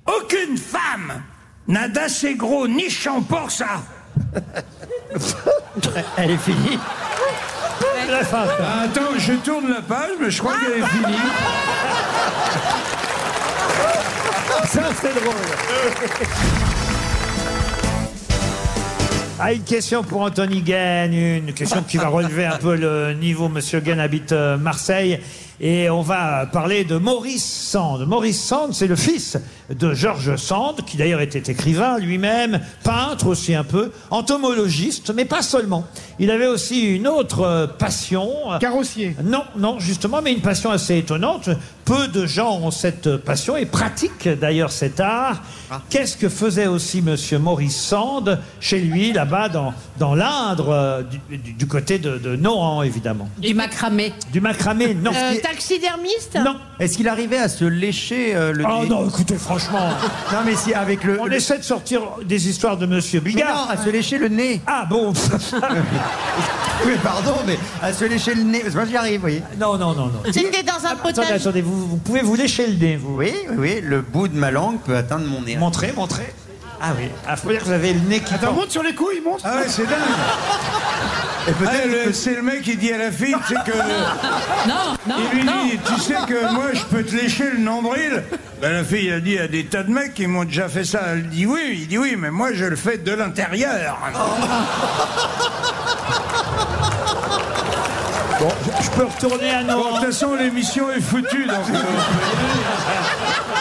[SPEAKER 8] Aucune femme n'a d'assez gros nichons pour ça.
[SPEAKER 11] Elle est finie.
[SPEAKER 8] Ah, Attends, je tourne la page, mais je crois qu'elle est finie.
[SPEAKER 2] Ça, c'est drôle. Ah, une question pour Anthony Gaine, une question qui va relever un peu le niveau. Monsieur Gaine habite euh, Marseille et on va parler de Maurice Sand. Maurice Sand, c'est le fils de Georges Sand, qui d'ailleurs était écrivain lui-même, peintre aussi un peu, entomologiste, mais pas seulement. Il avait aussi une autre euh, passion.
[SPEAKER 3] Carrossier.
[SPEAKER 2] Non, non, justement, mais une passion assez étonnante. Peu de gens ont cette euh, passion et pratiquent d'ailleurs cet art. Qu'est-ce que faisait aussi Monsieur Maurice Sand chez lui, là-bas, dans, dans l'Indre, euh, du, du- du côté de, de Nohant, évidemment
[SPEAKER 13] Du macramé.
[SPEAKER 2] Du macramé, non.
[SPEAKER 7] Euh, taxidermiste
[SPEAKER 2] Non.
[SPEAKER 11] Est-ce qu'il arrivait à se lécher euh, le
[SPEAKER 2] Oh
[SPEAKER 11] nez
[SPEAKER 2] non, écoutez, franchement.
[SPEAKER 11] Non, mais si avec le.
[SPEAKER 2] On
[SPEAKER 11] le-
[SPEAKER 2] essaie de sortir des histoires de Monsieur
[SPEAKER 11] Mais
[SPEAKER 2] Bigard.
[SPEAKER 11] non, à se lécher le nez.
[SPEAKER 2] Ah bon
[SPEAKER 11] Oui, pardon, mais à se lécher le nez. Moi, j'y arrive, vous voyez.
[SPEAKER 2] Non, non, non, non.
[SPEAKER 7] C'était dans un
[SPEAKER 2] Attendez,
[SPEAKER 7] potage.
[SPEAKER 2] attendez, vous, vous pouvez vous lécher le nez, vous.
[SPEAKER 11] Oui, oui, oui, le bout de ma langue peut atteindre mon nez.
[SPEAKER 2] Montrez, montrez. Ah oui, ah, faut dire que vous avez le nez qui
[SPEAKER 3] Attends,
[SPEAKER 2] pend.
[SPEAKER 3] monte sur les couilles, monte.
[SPEAKER 8] Ah ouais, c'est dingue.
[SPEAKER 11] Et peut-être
[SPEAKER 8] Ah,
[SPEAKER 11] qu'il
[SPEAKER 8] le-
[SPEAKER 11] peut-
[SPEAKER 8] c'est le mec qui dit à la fille, tu sais que.
[SPEAKER 13] Non, non,
[SPEAKER 8] il lui
[SPEAKER 13] non.
[SPEAKER 8] dit, tu sais que moi je peux te lécher le nombril. Ben, la fille a dit à des tas de mecs qui m'ont déjà fait ça. Elle dit oui, il dit oui, mais moi je le fais de l'intérieur.
[SPEAKER 2] Bon, je- je peux retourner à
[SPEAKER 8] Bon, de
[SPEAKER 2] Nohant.
[SPEAKER 8] toute façon, l'émission est foutue. Donc, euh,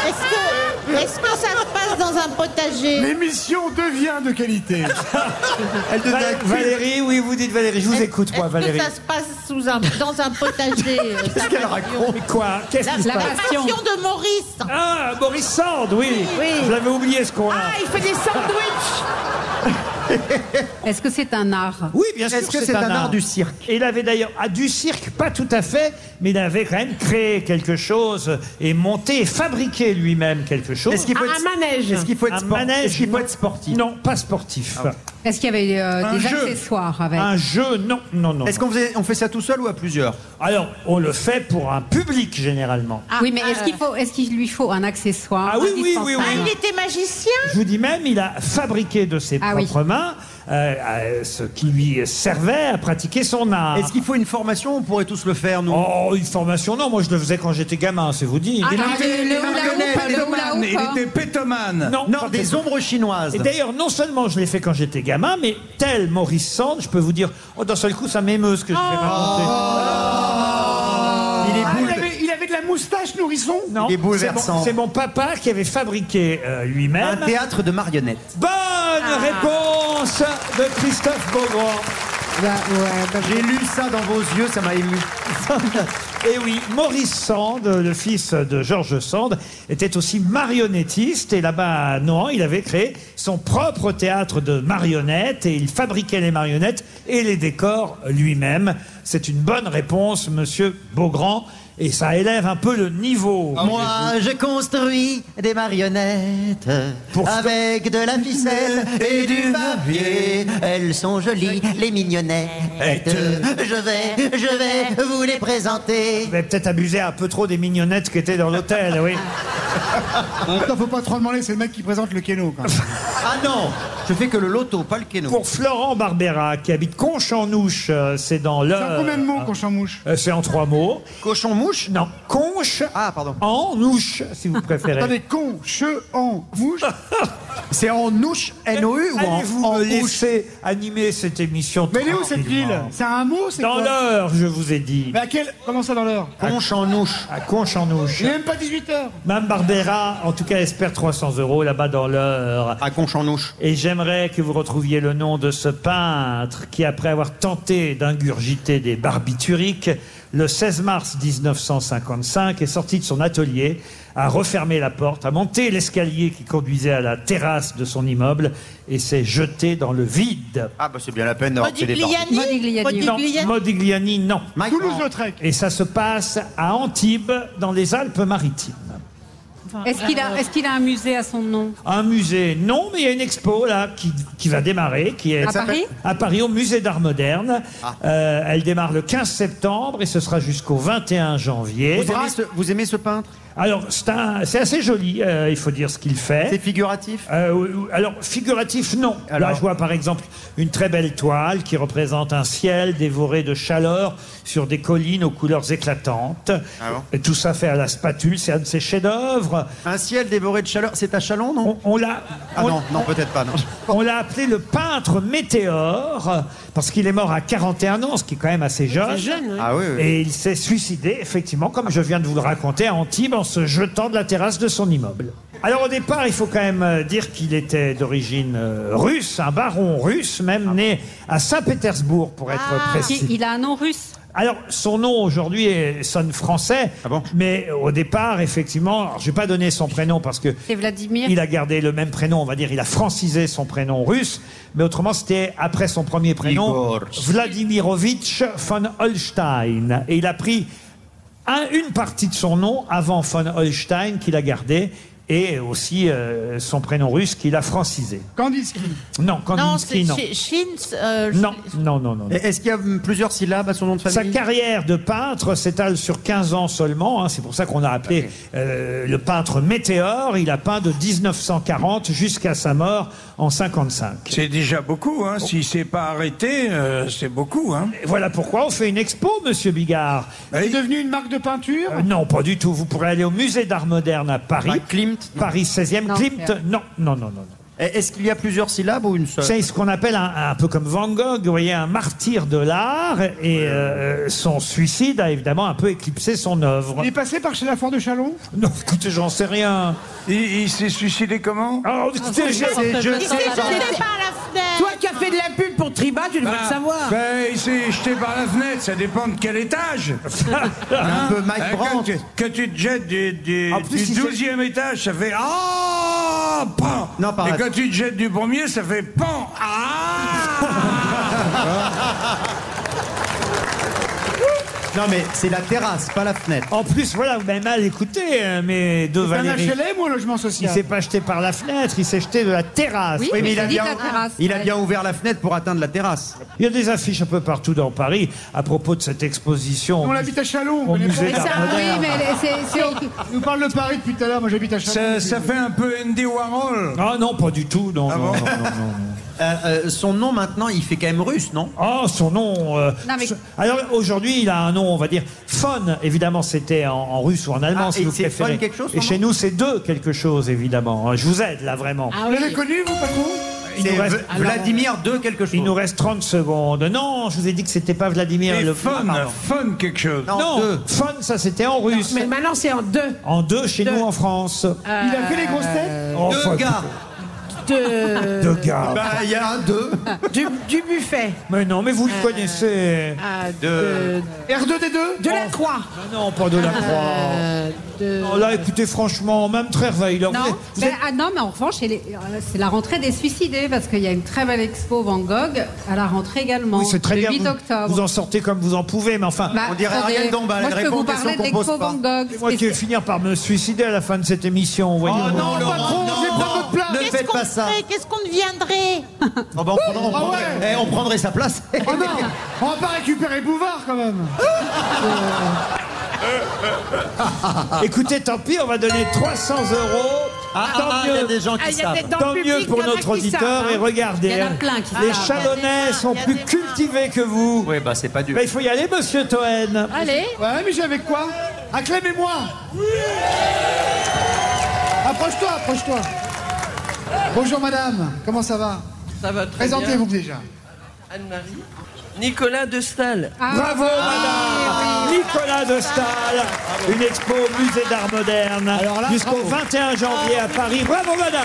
[SPEAKER 7] Est-ce que, est-ce que ça se passe dans un potager
[SPEAKER 3] L'émission devient de qualité.
[SPEAKER 11] Elle devient
[SPEAKER 2] Val-
[SPEAKER 11] active.
[SPEAKER 2] Valérie, oui, vous dites Valérie, je vous écoute, moi,
[SPEAKER 7] Est-ce
[SPEAKER 2] Valérie.
[SPEAKER 7] que ça se passe sous un, dans un potager euh, sa passion
[SPEAKER 2] Mais quoi Qu'est-ce
[SPEAKER 7] La,
[SPEAKER 2] qui se
[SPEAKER 7] la
[SPEAKER 2] passe
[SPEAKER 7] passion de Maurice.
[SPEAKER 2] Ah, Maurice Sand, oui.
[SPEAKER 7] Oui.
[SPEAKER 2] Vous avez oublié ce qu'on a.
[SPEAKER 5] Ah, il fait des sandwichs.
[SPEAKER 13] Est-ce que c'est un art
[SPEAKER 2] Oui, bien sûr.
[SPEAKER 11] Est-ce que c'est un art du cirque
[SPEAKER 2] Et il avait d'ailleurs, à du cirque, pas tout à fait, mais il avait quand même créé quelque chose et monté et fabriqué lui-même quelque chose.
[SPEAKER 11] Est-ce qu'il faut
[SPEAKER 5] Un-
[SPEAKER 11] être-
[SPEAKER 5] un manège.
[SPEAKER 11] Est-ce qu'il faut être
[SPEAKER 2] Un
[SPEAKER 11] sport-
[SPEAKER 2] manège,
[SPEAKER 11] Est-ce qu'il faut
[SPEAKER 2] non.
[SPEAKER 11] être sportif Ah
[SPEAKER 2] Non, pas sportif.
[SPEAKER 13] Est-ce qu'il y avait euh,
[SPEAKER 2] Un
[SPEAKER 13] des
[SPEAKER 2] jeu.
[SPEAKER 13] accessoires avec
[SPEAKER 2] Un jeu, non, non, non.
[SPEAKER 11] Est-ce qu'on faisait- on fait ça tout seul ou à plusieurs
[SPEAKER 2] Alors, on le fait pour un public généralement.
[SPEAKER 8] Ah,
[SPEAKER 13] Oui, mais
[SPEAKER 8] euh,
[SPEAKER 13] est-ce qu'il faut, est-ce qu'il lui faut un accessoire
[SPEAKER 2] euh, Ah oui, oui, oui,
[SPEAKER 13] indispensable
[SPEAKER 2] oui.
[SPEAKER 7] Il était magicien
[SPEAKER 2] Je vous dis même, il a fabriqué de ses
[SPEAKER 13] Ah oui.
[SPEAKER 2] propres mains euh, à ce qui lui servait à pratiquer son art. Est-ce qu'il faut une formation On pourrait tous le faire, nous. Oh, une formation, non. Moi, je le faisais quand j'étais gamin, c'est vous
[SPEAKER 13] Ah,
[SPEAKER 2] dire.
[SPEAKER 8] Il était- il était pétomane,
[SPEAKER 13] hein.
[SPEAKER 8] Il était pétomane.
[SPEAKER 2] Non, des ombres chinoises. Et d'ailleurs, non seulement je l'ai fait quand j'étais gamin, mais tel Maurice Sand, je peux vous dire, oh, d'un seul coup, ça m'émeut ce que je
[SPEAKER 8] Oh.
[SPEAKER 2] vais raconter. Il est
[SPEAKER 3] Ah, il,
[SPEAKER 2] boule-
[SPEAKER 3] avait, il avait de la moustache, nourrisson
[SPEAKER 2] Non, c'est mon- C'est mon, papa qui avait fabriqué euh, lui-même.
[SPEAKER 3] Un théâtre
[SPEAKER 2] de marionnettes. Bonne réponse de Christophe Beaugrand.
[SPEAKER 11] J'ai lu
[SPEAKER 2] Ah,
[SPEAKER 11] ça dans vos yeux, ça m'a ému.
[SPEAKER 2] Et Eh oui, Maurice Sand, le fils de Georges Sand, était aussi marionnettiste. Et là-bas à Nohant, il avait créé son propre théâtre de marionnettes et il fabriquait les marionnettes et les décors lui-même. C'est une bonne réponse, monsieur Beaugrand. Et ça élève un peu le niveau.
[SPEAKER 11] Ah,
[SPEAKER 4] Ah, Moi, je construis des marionnettes avec de la ficelle et du papier. Elles sont jolies, les mignonnettes. Je vais, je vais vous les présenter.
[SPEAKER 2] Vous avez peut-être abusé un peu trop des mignonnettes qui étaient dans l'hôtel, oui.
[SPEAKER 3] En même temps, faut pas trop demander, c'est le mec qui présente le kéno. Quand même.
[SPEAKER 2] Ah non Je fais que le loto, pas le kéno. Pour Florent Barbera, qui habite Conche-en-Ouche, euh, c'est dans
[SPEAKER 3] C'est
[SPEAKER 2] l'heure.
[SPEAKER 3] en combien de mots qu'on s'en mouche
[SPEAKER 2] Euh, C'est en trois mots. Cochon-mouche Non, conche. Ah, pardon. En ouche, si vous préférez.
[SPEAKER 3] Attendez, con, che, en, mouche
[SPEAKER 2] C'est en ouche,
[SPEAKER 3] N-O-U, ou en-
[SPEAKER 2] Allez-vous
[SPEAKER 3] en
[SPEAKER 2] me
[SPEAKER 3] ouche
[SPEAKER 2] laisser animer cette émission
[SPEAKER 3] Mais elle est où, cette
[SPEAKER 2] tranquillement
[SPEAKER 3] ville C'est un mot, c'est
[SPEAKER 2] Dans
[SPEAKER 3] quoi
[SPEAKER 2] l'heure, je vous ai dit.
[SPEAKER 3] Mais à quel... Comment ça dans l'heure
[SPEAKER 2] Conche-en-Ouche. À Conche-en-Ouche.
[SPEAKER 3] Il n'est même pas 18h
[SPEAKER 2] Mme Barbera, en tout cas, espère 300 euros là-bas dans l'heure. À Conche-en-Ouche. Et j'aimerais que vous retrouviez le nom de ce peintre qui, après avoir tenté d'ingurgiter des barbituriques, le 16 mars 1955, est sorti de son atelier, a refermé la porte, a monté l'escalier qui conduisait à la terrasse de son immeuble et s'est jeté dans le vide.
[SPEAKER 11] Ah, bah c'est bien la peine d'avoir fait des
[SPEAKER 7] Modigliani
[SPEAKER 2] Non,
[SPEAKER 7] Modigliani
[SPEAKER 2] Modigliani, non. Et ça se passe à Antibes, dans les Alpes-Maritimes.
[SPEAKER 13] Est-ce qu'il a, est-ce qu'il a un musée à son nom
[SPEAKER 2] Un musée, non, mais il y a une expo là qui, qui va démarrer, qui est
[SPEAKER 13] À Paris
[SPEAKER 2] à Paris, au musée d'art moderne. Euh, elle démarre le 15 septembre et ce sera jusqu'au 21 janvier.
[SPEAKER 11] Vous aimez ce-
[SPEAKER 2] vous aimez ce peintre Alors c'est un- c'est assez joli, euh, il faut dire ce qu'il fait. C'est figuratif Alors figuratif, non. Là je vois par exemple une très belle toile qui représente un ciel dévoré de chaleur sur des collines aux couleurs éclatantes.
[SPEAKER 14] Ah
[SPEAKER 2] Et tout ça fait à la spatule, c'est un de ses chefs-d'œuvre.
[SPEAKER 11] Un ciel dévoré de chaleur, c'est à Chalon, non
[SPEAKER 2] on, l'a.
[SPEAKER 11] Ah
[SPEAKER 2] on-
[SPEAKER 11] non, non, peut-être pas, non.
[SPEAKER 2] On l'a appelé le peintre météore euh, parce qu'il est mort à 41 ans, ce qui est quand même assez jeune.
[SPEAKER 5] C'est jeune, oui.
[SPEAKER 11] Ah oui, oui.
[SPEAKER 2] Et il s'est suicidé, effectivement, comme je viens de vous le raconter, à Antibes, en se jetant de la terrasse de son immeuble. Alors au départ, il faut quand même euh, dire qu'il était d'origine euh, russe, un baron russe,
[SPEAKER 5] Ah.
[SPEAKER 2] même né à Saint-Pétersbourg, pour être précis.
[SPEAKER 13] Il a un nom russe.
[SPEAKER 2] Alors, son nom aujourd'hui est- sonne français, mais au départ, effectivement, alors, je vais pas donner son prénom parce que
[SPEAKER 13] C'est Vladimir.
[SPEAKER 2] il a gardé le même prénom, on va dire, il a francisé son prénom russe, mais autrement, c'était après son premier prénom,
[SPEAKER 11] Igor.
[SPEAKER 2] Vladimirovitch von Holstein. Et il a pris un- une partie de son nom avant von Holstein qu'il a gardé, et aussi euh, son prénom russe qu'il a francisé.
[SPEAKER 3] Kandinsky
[SPEAKER 2] Non,
[SPEAKER 7] Non,
[SPEAKER 2] Kandinsky,
[SPEAKER 7] c'est
[SPEAKER 2] non.
[SPEAKER 7] Shi- Shins. euh,
[SPEAKER 2] Non, non, non, non. non.
[SPEAKER 11] Est-ce qu'il y a hum, plusieurs syllabes à son nom de
[SPEAKER 2] Sa
[SPEAKER 11] famille
[SPEAKER 2] carrière de peintre s'étale sur 15 ans seulement. hein. C'est pour ça qu'on a appelé
[SPEAKER 11] Ah
[SPEAKER 2] euh, le peintre Météore. Il a peint de 1940 jusqu'à sa mort en 55.
[SPEAKER 8] C'est déjà beaucoup, hein. S'il s'est pas arrêté, euh, c'est beaucoup, hein.
[SPEAKER 2] Et voilà pourquoi on fait une expo, monsieur Bigard.
[SPEAKER 3] C'est devenu une marque de peinture
[SPEAKER 2] Euh, non, pas du tout. Vous pourrez aller au musée d'art moderne à Paris. Klimt Paris 16e.
[SPEAKER 11] Bah, Non,
[SPEAKER 2] Klimt
[SPEAKER 11] Pierre.
[SPEAKER 2] Non, non, non, non. non.
[SPEAKER 11] Et- Est-ce qu'il y a plusieurs syllabes ou une seule
[SPEAKER 2] C'est ce qu'on appelle un, un peu comme Van Gogh, vous voyez, un martyr de l'art. Et euh, son suicide a évidemment un peu éclipsé son œuvre.
[SPEAKER 3] Il est passé par chez la foire de Chalon
[SPEAKER 2] Non, écoutez, j'en sais rien.
[SPEAKER 8] Il, il s'est suicidé comment
[SPEAKER 2] Alors, écoutez, je-
[SPEAKER 5] Il s'est jeté par la fenêtre. Toi qui as fait de la pub pour Triba, tu devrais
[SPEAKER 4] Ah.
[SPEAKER 5] le savoir.
[SPEAKER 8] Ben, il s'est jeté par la fenêtre, ça dépend de quel étage. Hein
[SPEAKER 11] peu Mike
[SPEAKER 8] Hein, quand
[SPEAKER 11] Brandt.
[SPEAKER 8] tu- Quand tu te jettes du, du,
[SPEAKER 11] En
[SPEAKER 8] du
[SPEAKER 11] plus, il s'est-
[SPEAKER 8] 12e étage, ça fait ah pan.
[SPEAKER 11] Non, par
[SPEAKER 8] Et
[SPEAKER 11] la-
[SPEAKER 8] quand tu te jettes du premier, ça fait pan ah.
[SPEAKER 11] Non, mais c'est la terrasse, pas la fenêtre.
[SPEAKER 2] En plus, voilà, vous m'avez mal écouté, euh, mais de
[SPEAKER 3] C'est un
[SPEAKER 2] Valérie.
[SPEAKER 3] HLM ou un logement
[SPEAKER 2] Il
[SPEAKER 3] social
[SPEAKER 2] s'est pas jeté par la fenêtre, il s'est jeté de la terrasse.
[SPEAKER 11] Oui, Oui, mais mais il a dit bien- de la terrasse, il a ouais. bien ouvert la fenêtre pour atteindre la terrasse.
[SPEAKER 2] Il y a des affiches un peu partout dans Paris à propos de cette exposition.
[SPEAKER 3] On habite à Chalon, on
[SPEAKER 2] Au
[SPEAKER 3] connaît
[SPEAKER 2] musée
[SPEAKER 3] pas.
[SPEAKER 2] d'art
[SPEAKER 11] Ah,
[SPEAKER 2] moderne.
[SPEAKER 3] Il nous parle de Paris depuis tout à l'heure, moi j'habite à Chalon. Euh.
[SPEAKER 8] Ça, ça fait un peu Andy Warhol.
[SPEAKER 2] Ah non, pas du tout, non, non, non, non, non, non.
[SPEAKER 11] Ah euh, euh, son nom maintenant, il fait quand même russe, non
[SPEAKER 2] Oh, son nom. euh,
[SPEAKER 11] Non, mais-
[SPEAKER 2] ce- Alors aujourd'hui, il a un nom, on va dire Fon. Évidemment, c'était en, en russe ou en allemand,
[SPEAKER 11] Ah,
[SPEAKER 2] si
[SPEAKER 11] et
[SPEAKER 2] vous
[SPEAKER 11] c'est Fon
[SPEAKER 2] préférez.
[SPEAKER 11] quelque chose, son
[SPEAKER 2] et chez
[SPEAKER 11] nom
[SPEAKER 2] nous, c'est deux quelque chose, évidemment. Hein, Je vous aide là vraiment.
[SPEAKER 5] Ah,
[SPEAKER 3] Vous l'avez connu, vous, patron
[SPEAKER 2] Il nous reste-
[SPEAKER 11] Vladimir de quelque chose.
[SPEAKER 2] Il nous reste 30 secondes. Non, je vous ai dit que c'était pas Vladimir
[SPEAKER 8] Mais
[SPEAKER 2] le Ah,
[SPEAKER 8] Fon, Fon quelque chose.
[SPEAKER 2] Non, Fon, ça c'était en russe.
[SPEAKER 5] Mais maintenant, c'est en deux.
[SPEAKER 2] En deux chez nous en France.
[SPEAKER 5] Il a fait les grosses têtes
[SPEAKER 2] Oh, faut-
[SPEAKER 5] De...
[SPEAKER 2] De gars. Bah,
[SPEAKER 11] il y a un deux.
[SPEAKER 5] Du, du buffet.
[SPEAKER 2] Mais non, mais vous le connaissez.
[SPEAKER 5] Ah, de...
[SPEAKER 3] R2D2
[SPEAKER 5] De la croix.
[SPEAKER 2] Euh, Non, pas
[SPEAKER 5] euh,
[SPEAKER 2] de la croix. Non, là, écoutez, franchement, même très réveillé.
[SPEAKER 13] Non, mais, ah non, mais en revanche, elle est- euh, c'est la rentrée des suicidés parce qu'il y a une très belle expo Van Gogh à la rentrée également.
[SPEAKER 2] Oui, c'est très
[SPEAKER 13] le
[SPEAKER 2] bien.
[SPEAKER 13] 8
[SPEAKER 2] vous-
[SPEAKER 13] octobre.
[SPEAKER 2] Vous en sortez comme vous en pouvez, mais enfin.
[SPEAKER 13] Bah, attendez, Moi, je peux vous parler de l'expo Van Gogh.
[SPEAKER 2] C'est moi qui vais finir par me suicider à la fin de cette émission. voyez
[SPEAKER 11] Oh non, Laurent, non, ne
[SPEAKER 7] Qu'est-ce
[SPEAKER 11] faites
[SPEAKER 7] qu'on
[SPEAKER 11] pas ça.
[SPEAKER 7] ferait Qu'est-ce qu'on deviendrait
[SPEAKER 11] Oh, bah, on, prendrait, on
[SPEAKER 7] Ah
[SPEAKER 11] prendrait- eh, on prendrait sa place.
[SPEAKER 3] Oh non On va pas récupérer Bouvard, quand même
[SPEAKER 5] Euh,
[SPEAKER 2] Écoutez, tant pis, on va donner 300 euros.
[SPEAKER 11] Ah,
[SPEAKER 2] tant
[SPEAKER 11] ah, il y a des gens qui Ah, il y a savent. des- dans le
[SPEAKER 2] Tant
[SPEAKER 11] public,
[SPEAKER 2] mieux
[SPEAKER 11] il y
[SPEAKER 2] pour
[SPEAKER 11] en a
[SPEAKER 2] notre
[SPEAKER 11] qui
[SPEAKER 2] auditeur.
[SPEAKER 11] savent, hein.
[SPEAKER 2] Et regardez,
[SPEAKER 11] Il y en a plein qui
[SPEAKER 2] les
[SPEAKER 11] savent.
[SPEAKER 2] Chalonnais sont plus cultivés que vous.
[SPEAKER 11] Oui, bah, c'est pas dur.
[SPEAKER 2] Bah, il faut y aller, monsieur Toen.
[SPEAKER 3] Allez Ouais, mais j'ai avec quoi Ah, Acclamez-moi Approche-toi, approche-toi Bonjour madame, comment ça va
[SPEAKER 15] Ça va très
[SPEAKER 3] Présentez-vous
[SPEAKER 15] bien.
[SPEAKER 3] déjà.
[SPEAKER 15] Anne-Marie. Nicolas de Stahl.
[SPEAKER 13] Ah,
[SPEAKER 2] Bravo, madame Nicolas de Stahl, une expo au musée d'art moderne jusqu'au 21 janvier à Paris. Bravo, madame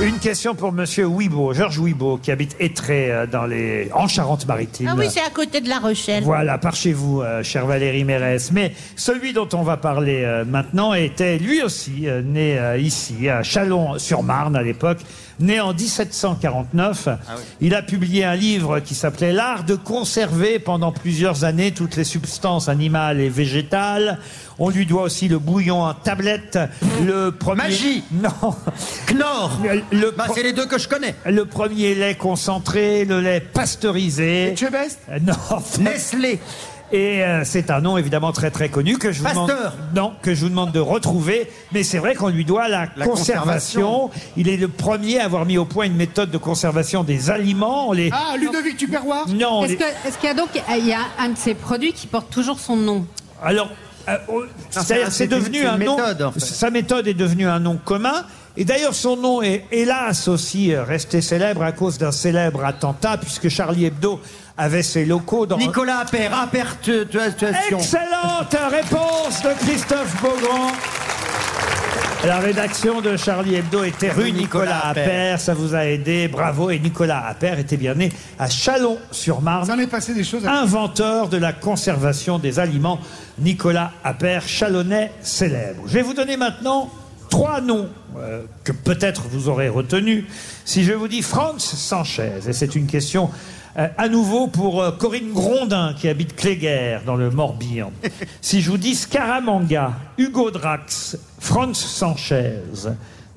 [SPEAKER 2] Une question pour monsieur Wibo, Georges Wibo, qui habite Étré, euh, dans les... en Charente-Maritime.
[SPEAKER 7] Ah oui, c'est à côté de La Rochelle.
[SPEAKER 2] Voilà, par chez vous, euh, cher Valérie Mérès. Mais celui dont on va parler euh, maintenant était lui aussi euh, né euh, ici, à Chalon-sur-Marne à l'époque, né en 1749. Il a publié un livre qui s'appelait L'art de conserver pendant plusieurs années toutes les substances animales et végétales. On lui doit aussi le bouillon en tablette, le premier...
[SPEAKER 11] Magie
[SPEAKER 2] Non
[SPEAKER 11] Knorr
[SPEAKER 2] le
[SPEAKER 11] Bah, c'est les deux que je connais.
[SPEAKER 2] Le premier lait concentré, le lait pasteurisé.
[SPEAKER 11] Et Best
[SPEAKER 2] Euh, Non.
[SPEAKER 11] Nestlé.
[SPEAKER 2] Et euh, c'est un nom évidemment très très connu que je vous demande.
[SPEAKER 11] Pasteur.
[SPEAKER 2] Non, que je vous demande de retrouver. Mais c'est vrai qu'on lui doit la,
[SPEAKER 11] La
[SPEAKER 2] conservation. Il est le premier à avoir mis au point une méthode de conservation des aliments. On les...
[SPEAKER 3] Ah, Ludovic Tupperware
[SPEAKER 2] Non. on
[SPEAKER 13] Est-ce
[SPEAKER 2] les-
[SPEAKER 13] que- est-ce qu'il y a donc il y a un de ces produits qui porte toujours son nom
[SPEAKER 2] Alors, euh, on- c'est-
[SPEAKER 11] c'est-
[SPEAKER 2] c'est
[SPEAKER 11] c'est
[SPEAKER 2] devenu
[SPEAKER 11] une
[SPEAKER 2] un nom.
[SPEAKER 11] méthode, en fait.
[SPEAKER 2] Sa méthode est devenue un nom commun. Et d'ailleurs, son nom est hélas aussi euh, resté célèbre à cause d'un célèbre attentat, puisque Charlie Hebdo avait ses locaux dans.
[SPEAKER 11] Nicolas Appert, Appert, tu, tu as- tu as-
[SPEAKER 2] Excellente réponse de Christophe Beaugrand. La rédaction de Charlie Hebdo était rue Nicolas
[SPEAKER 11] Nicolas
[SPEAKER 2] Appert, ça vous a aidé, bravo. Et Nicolas Appert était bien né à Chalon-sur-Marne.
[SPEAKER 3] Vous en avez passé des choses.
[SPEAKER 2] Inventeur de la conservation des aliments, Nicolas Appert, chalonnais célèbre. Je vais vous donner maintenant trois noms euh, que peut-être vous aurez retenus. Si je vous dis Franz Sanchez, et c'est une question euh, à nouveau pour euh, Corinne Grondin qui habite Cléguerre dans le Morbihan. Si je vous dis Scaramanga, Hugo Drax, Franz Sanchez,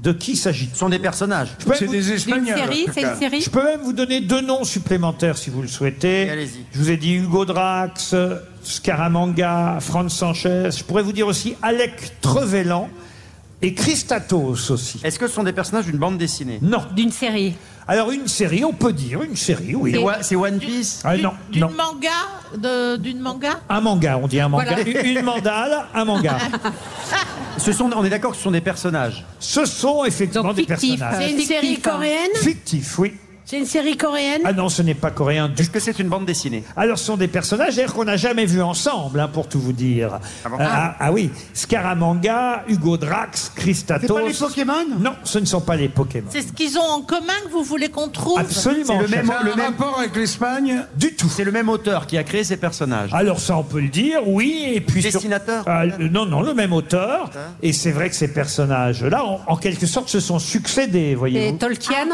[SPEAKER 2] de qui s'agit-il
[SPEAKER 11] sont des personnages.
[SPEAKER 2] C'est des
[SPEAKER 13] Espagnols, série, en tout c'est une cas. série
[SPEAKER 2] Je peux même vous donner deux noms supplémentaires si vous le souhaitez. Je vous ai dit Hugo Drax, Scaramanga, Franz Sanchez. Je pourrais vous dire aussi Alec Trevelyan et Christatos aussi.
[SPEAKER 11] Est-ce que ce sont des personnages d'une bande dessinée
[SPEAKER 2] Non.
[SPEAKER 13] D'une série
[SPEAKER 2] Alors une série, on peut dire une série, oui.
[SPEAKER 11] C'est Wa- c'est One Piece
[SPEAKER 2] Ah non, non.
[SPEAKER 7] D'une manga de- D'une manga
[SPEAKER 2] Un manga, on dit un manga.
[SPEAKER 11] Voilà.
[SPEAKER 2] Une mandale, un manga.
[SPEAKER 11] Ce sont, on est d'accord que ce sont des personnages.
[SPEAKER 2] Ce sont effectivement des personnages.
[SPEAKER 5] C'est une série coréenne
[SPEAKER 2] Fictif, oui.
[SPEAKER 5] C'est une série coréenne
[SPEAKER 2] Ah non, ce n'est pas coréen du
[SPEAKER 11] Est-ce que c'est une bande dessinée
[SPEAKER 2] Alors, ce sont des personnages d'ailleurs qu'on n'a jamais vus ensemble, hein, pour tout vous dire. Ah, ah, ah oui, Scaramanga, Hugo Drax, Christatos.
[SPEAKER 7] C'est pas les
[SPEAKER 2] Pokémon Non, ce ne sont pas les Pokémon.
[SPEAKER 7] C'est ce qu'ils ont en commun que vous voulez qu'on trouve
[SPEAKER 2] Absolument.
[SPEAKER 11] rapport
[SPEAKER 8] avec l'Espagne
[SPEAKER 2] Du tout.
[SPEAKER 11] C'est le même auteur qui a créé ces personnages.
[SPEAKER 2] Alors ça, on peut le dire, oui. Et puis sur-
[SPEAKER 11] Dessinateur
[SPEAKER 2] Ah, le- Non, non, le même auteur. Et c'est vrai que ces personnages-là, en, en quelque sorte, se sont succédés,
[SPEAKER 13] Et
[SPEAKER 2] voyez-vous.
[SPEAKER 13] Tolkien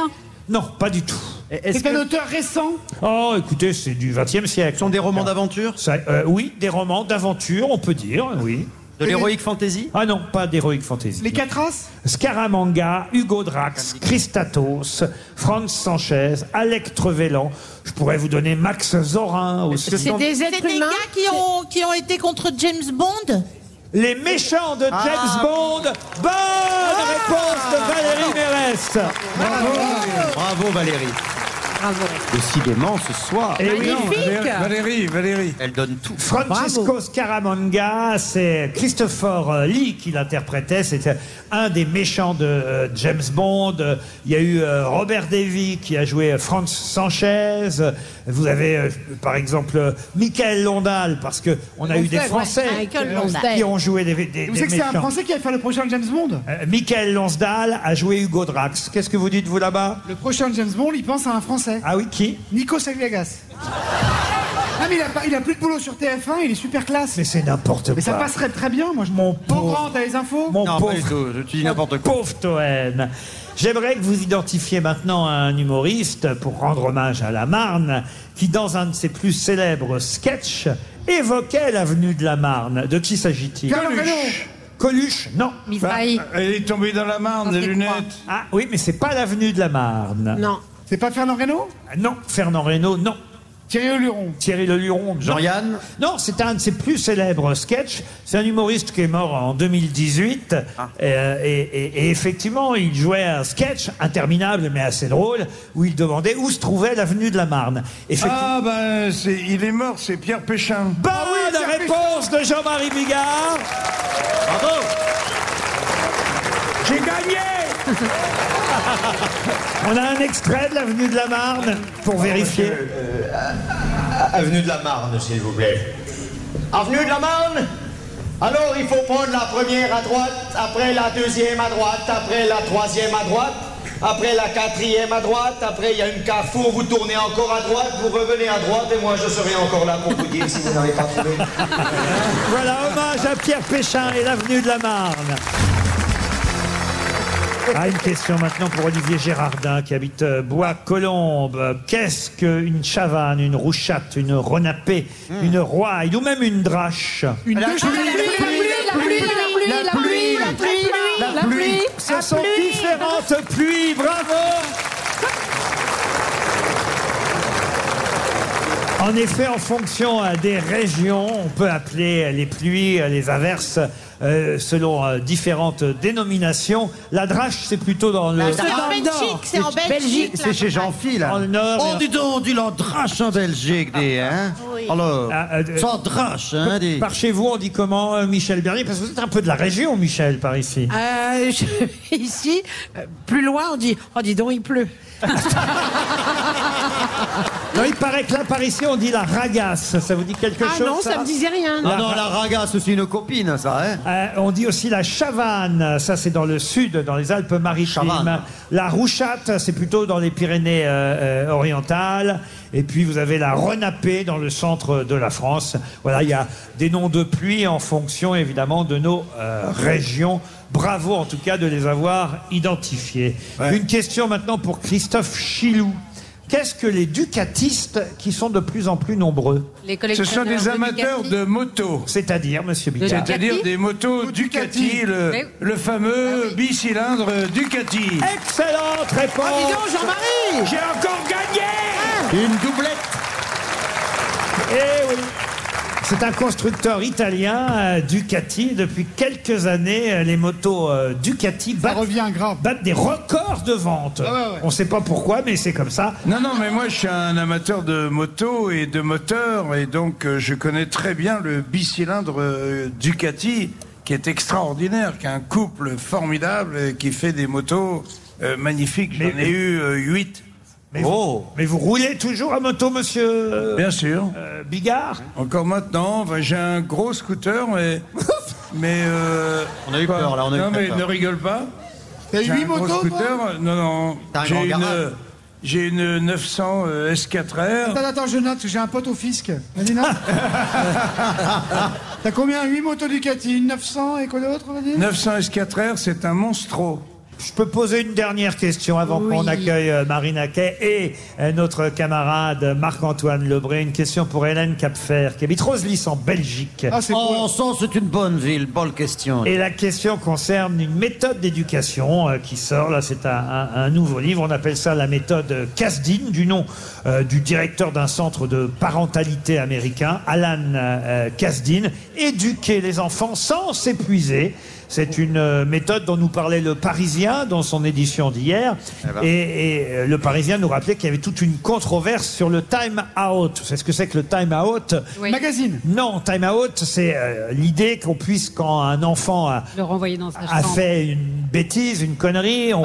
[SPEAKER 2] Non, pas du tout.
[SPEAKER 3] C'est un Ah, auteur récent
[SPEAKER 2] Oh, écoutez, c'est du XXe siècle. Ce sont
[SPEAKER 11] des romans d'aventure
[SPEAKER 2] Oui, des romans d'aventure, on peut dire, oui.
[SPEAKER 11] De l'héroïque fantasy
[SPEAKER 2] Ah non, pas d'héroïque fantasy.
[SPEAKER 3] Les quatre races
[SPEAKER 2] Scaramanga, Hugo Drax, Christatos, Franz Sanchez, Alec Trevelyan. Je pourrais vous donner Max Zorin aussi.
[SPEAKER 7] C'est des êtres humains gars qui ont, qui ont été contre James Bond Ah.
[SPEAKER 2] Les méchants de James Bond. Bonne réponse de Valérie Mérès. Barès.
[SPEAKER 11] Bravo, Bravo Valérie.
[SPEAKER 5] Bravo.
[SPEAKER 11] Décidément, ce soir.
[SPEAKER 2] Eh oui. Magnifique.
[SPEAKER 11] Valérie, Valérie. Elle donne tout.
[SPEAKER 2] Francesco Scaramanga, c'est Christopher euh, Lee qui l'interprétait. C'était un des méchants de euh, James Bond. Euh, Il y a eu euh, Robert Davy qui a joué euh, Franz Sanchez. Vous avez, euh, par exemple, euh, Michael Londal, parce que on a eu des
[SPEAKER 3] Lonsdale,
[SPEAKER 2] Français
[SPEAKER 3] ouais, Michael
[SPEAKER 2] qui
[SPEAKER 3] Lonsdale.
[SPEAKER 2] ont joué des, des, des
[SPEAKER 3] Vous savez que c'est un
[SPEAKER 2] méchants.
[SPEAKER 3] Français qui va faire le prochain James Bond
[SPEAKER 2] Euh, Michael Lonsdale a joué Hugo Drax. Qu'est-ce que vous dites, vous, là-bas
[SPEAKER 3] Le prochain James Bond, il pense à un Français.
[SPEAKER 2] Ah oui, qui
[SPEAKER 3] Nico Saliagas. Ah mais il a, pas- il a plus de boulot sur TF1, il est super classe.
[SPEAKER 2] Mais c'est n'importe quoi.
[SPEAKER 3] Mais ça passerait très bien, moi je
[SPEAKER 2] Mon
[SPEAKER 3] Beaugrand, t'as les infos
[SPEAKER 2] Mon
[SPEAKER 11] Non,
[SPEAKER 2] pauvre,
[SPEAKER 11] pas du tout, je te dis n'importe
[SPEAKER 2] mon pauvre Toen. J'aimerais que vous identifiez maintenant un humoriste pour rendre hommage à la Marne, qui dans un de ses plus célèbres sketchs évoquait l'avenue de la Marne. De qui s'agit-il
[SPEAKER 8] Pierre Coluche. Loriot.
[SPEAKER 2] Coluche, non.
[SPEAKER 8] Mizrahi. Bah, elle est tombée dans la Marne, les lunettes.
[SPEAKER 2] Ah oui, mais c'est pas l'avenue de la Marne. Ah,
[SPEAKER 5] Non.
[SPEAKER 3] C'est pas Fernand Reynaud
[SPEAKER 2] Non, Fernand Reynaud, non.
[SPEAKER 3] Thierry Le Luron.
[SPEAKER 2] Thierry Le Luron. non.
[SPEAKER 11] Jean-Yann
[SPEAKER 2] Non, c'est un de ses plus célèbres sketchs. C'est un humoriste qui est mort en 2018. Euh, Et, et- et effectivement, il jouait un sketch interminable, mais assez drôle, où il demandait où se trouvait l'avenue de la Marne. Effectivement.
[SPEAKER 8] Ah ben, c'est- il est mort, c'est Pierre Péchin.
[SPEAKER 2] Bonne
[SPEAKER 3] Ah
[SPEAKER 2] réponse de Jean-Marie Bigard. Bravo. J'ai gagné On a un extrait de l'avenue de la Marne pour vérifier.
[SPEAKER 16] Euh, Avenue de la Marne, s'il vous plaît. Avenue de la Marne Alors, il faut prendre la première à droite, après la deuxième à droite, après la troisième à droite, après la quatrième à droite, après il y a une carrefour, vous tournez encore à droite, vous revenez à droite, et moi je serai encore là pour vous dire si vous n'avez pas trouvé.
[SPEAKER 2] Voilà, hommage à Pierre Péchin et l'avenue de la Marne. Ah, une question maintenant pour Olivier Gérardin qui habite euh, Bois-Colombes. Qu'est-ce qu'une chavanne, une rouchatte, une renapée, une roaille ou même une drache
[SPEAKER 3] Une
[SPEAKER 12] La pluie, la pluie, la pluie, la pluie, la pluie, la pluie, la pluie.
[SPEAKER 2] Ce sont différentes pluies, bravo En effet, en fonction euh, des régions, on peut appeler euh, les pluies, euh, les averses, euh, selon euh, différentes dénominations. La drache, c'est plutôt dans le...
[SPEAKER 11] La C'est en drache. Belgique, c'est en Belgique, la
[SPEAKER 2] C'est chez hein. Jean-Phi, là. Dans le nord.
[SPEAKER 11] Oh, dis donc, du l'endrache en Belgique, dis,
[SPEAKER 2] Ah,
[SPEAKER 11] hein Alors, sans drache, hein, dis.
[SPEAKER 2] euh, Par chez vous, on dit comment, euh, Michel Bernier Parce que vous êtes un peu de la région, Michel, par ici.
[SPEAKER 11] Ah.
[SPEAKER 5] Euh, je- ici, euh, plus loin, on dit Oh, dis donc, il pleut.
[SPEAKER 2] Non, il paraît que là, par ici, on dit la ragasse. Ça vous dit quelque
[SPEAKER 5] Ah
[SPEAKER 2] chose
[SPEAKER 5] non, ça me disait rien.
[SPEAKER 11] Ah Non, non, la ragasse, c'est une copine, ça, hein
[SPEAKER 2] Euh, on dit aussi la chavanne, ça c'est dans le sud, dans les Alpes-Maritimes.
[SPEAKER 11] Chavanne.
[SPEAKER 2] La rouchate, c'est plutôt dans les Pyrénées-Orientales. Et puis vous avez la renapée dans le centre de la France. Voilà, il y a des noms de pluie en fonction évidemment de nos euh, régions. Bravo en tout cas de les avoir identifiés. Une question maintenant pour Christophe Chilou. Qu'est-ce que les ducatistes qui sont de plus en plus nombreux
[SPEAKER 13] Les
[SPEAKER 8] Ce sont des amateurs de motos.
[SPEAKER 2] C'est-à-dire, monsieur Bicard
[SPEAKER 8] C'est-à-dire des motos Ducati, le,
[SPEAKER 5] Eh
[SPEAKER 2] Mais-
[SPEAKER 8] le
[SPEAKER 5] Ah
[SPEAKER 8] fameux bicylindre Ducati.
[SPEAKER 2] Excellente réponse
[SPEAKER 8] Ah, dis
[SPEAKER 12] donc, Jean-Marie
[SPEAKER 2] J'ai encore gagné
[SPEAKER 11] Une doublette
[SPEAKER 2] Eh oui c'est un constructeur italien, euh, Ducati. Depuis quelques années, euh, les motos euh, Ducati battent, battent des records de vente. On ne sait pas pourquoi, mais c'est comme ça.
[SPEAKER 8] Non, non, mais moi je suis un amateur de moto et de moteur, et donc euh, je connais très bien le bicylindre euh, Ducati, qui est extraordinaire, qui est un couple formidable, et qui fait des motos euh, magnifiques. J'en ai eu euh, 8.
[SPEAKER 2] Mais,
[SPEAKER 11] Oh.
[SPEAKER 2] vous, mais vous roulez toujours à moto, monsieur euh,
[SPEAKER 8] Bien sûr.
[SPEAKER 2] Bigard
[SPEAKER 8] Encore maintenant, enfin, j'ai un gros scooter, mais. mais euh,
[SPEAKER 11] On a eu peur, là, on a eu
[SPEAKER 8] Non,
[SPEAKER 11] très
[SPEAKER 8] mais
[SPEAKER 11] peur.
[SPEAKER 8] ne rigole pas.
[SPEAKER 3] T'as eu
[SPEAKER 8] J'ai un
[SPEAKER 3] huit
[SPEAKER 8] gros
[SPEAKER 3] motos, toi
[SPEAKER 8] scooter, Non, non.
[SPEAKER 11] T'as un
[SPEAKER 8] J'ai
[SPEAKER 11] grand
[SPEAKER 8] une,
[SPEAKER 11] garage.
[SPEAKER 8] euh, j'ai une 900 euh, S4R.
[SPEAKER 3] Attends, attends, je note, j'ai un pote au fisc. Vas-y, note. T'as combien 8 motos Ducati, une 900 et quoi d'autre, on va dire
[SPEAKER 8] 900 S4R, c'est un monstro.
[SPEAKER 2] Je peux poser une dernière question avant qu'on accueille euh, Marina Kay et euh, notre camarade euh, Marc-Antoine Lebré. Une question pour Hélène Capfer, qui habite Roselis en Belgique.
[SPEAKER 4] Ah,
[SPEAKER 11] Oh, sens, c'est une bonne ville, bonne question.
[SPEAKER 2] Ah, Et la question concerne une méthode d'éducation euh, qui sort. Là, c'est un, un- un nouveau livre. On appelle ça la méthode Casdin, du nom euh, du directeur d'un centre de parentalité euh, américain, Alan Casdin. Éduquer les enfants sans s'épuiser. C'est une euh, méthode dont nous parlait le Parisien dans son édition d'hier.
[SPEAKER 14] Eh ben.
[SPEAKER 2] Et, et, euh, le Parisien nous rappelait qu'il y avait toute une controverse sur le time out. C'est ce que c'est que le time out
[SPEAKER 3] Magazine
[SPEAKER 2] Non, time out, c'est euh, l'idée qu'on puisse, quand un enfant a,
[SPEAKER 13] Le renvoyer dans sa
[SPEAKER 2] a
[SPEAKER 13] chambre.
[SPEAKER 2] fait une bêtise, une connerie. Ah, On...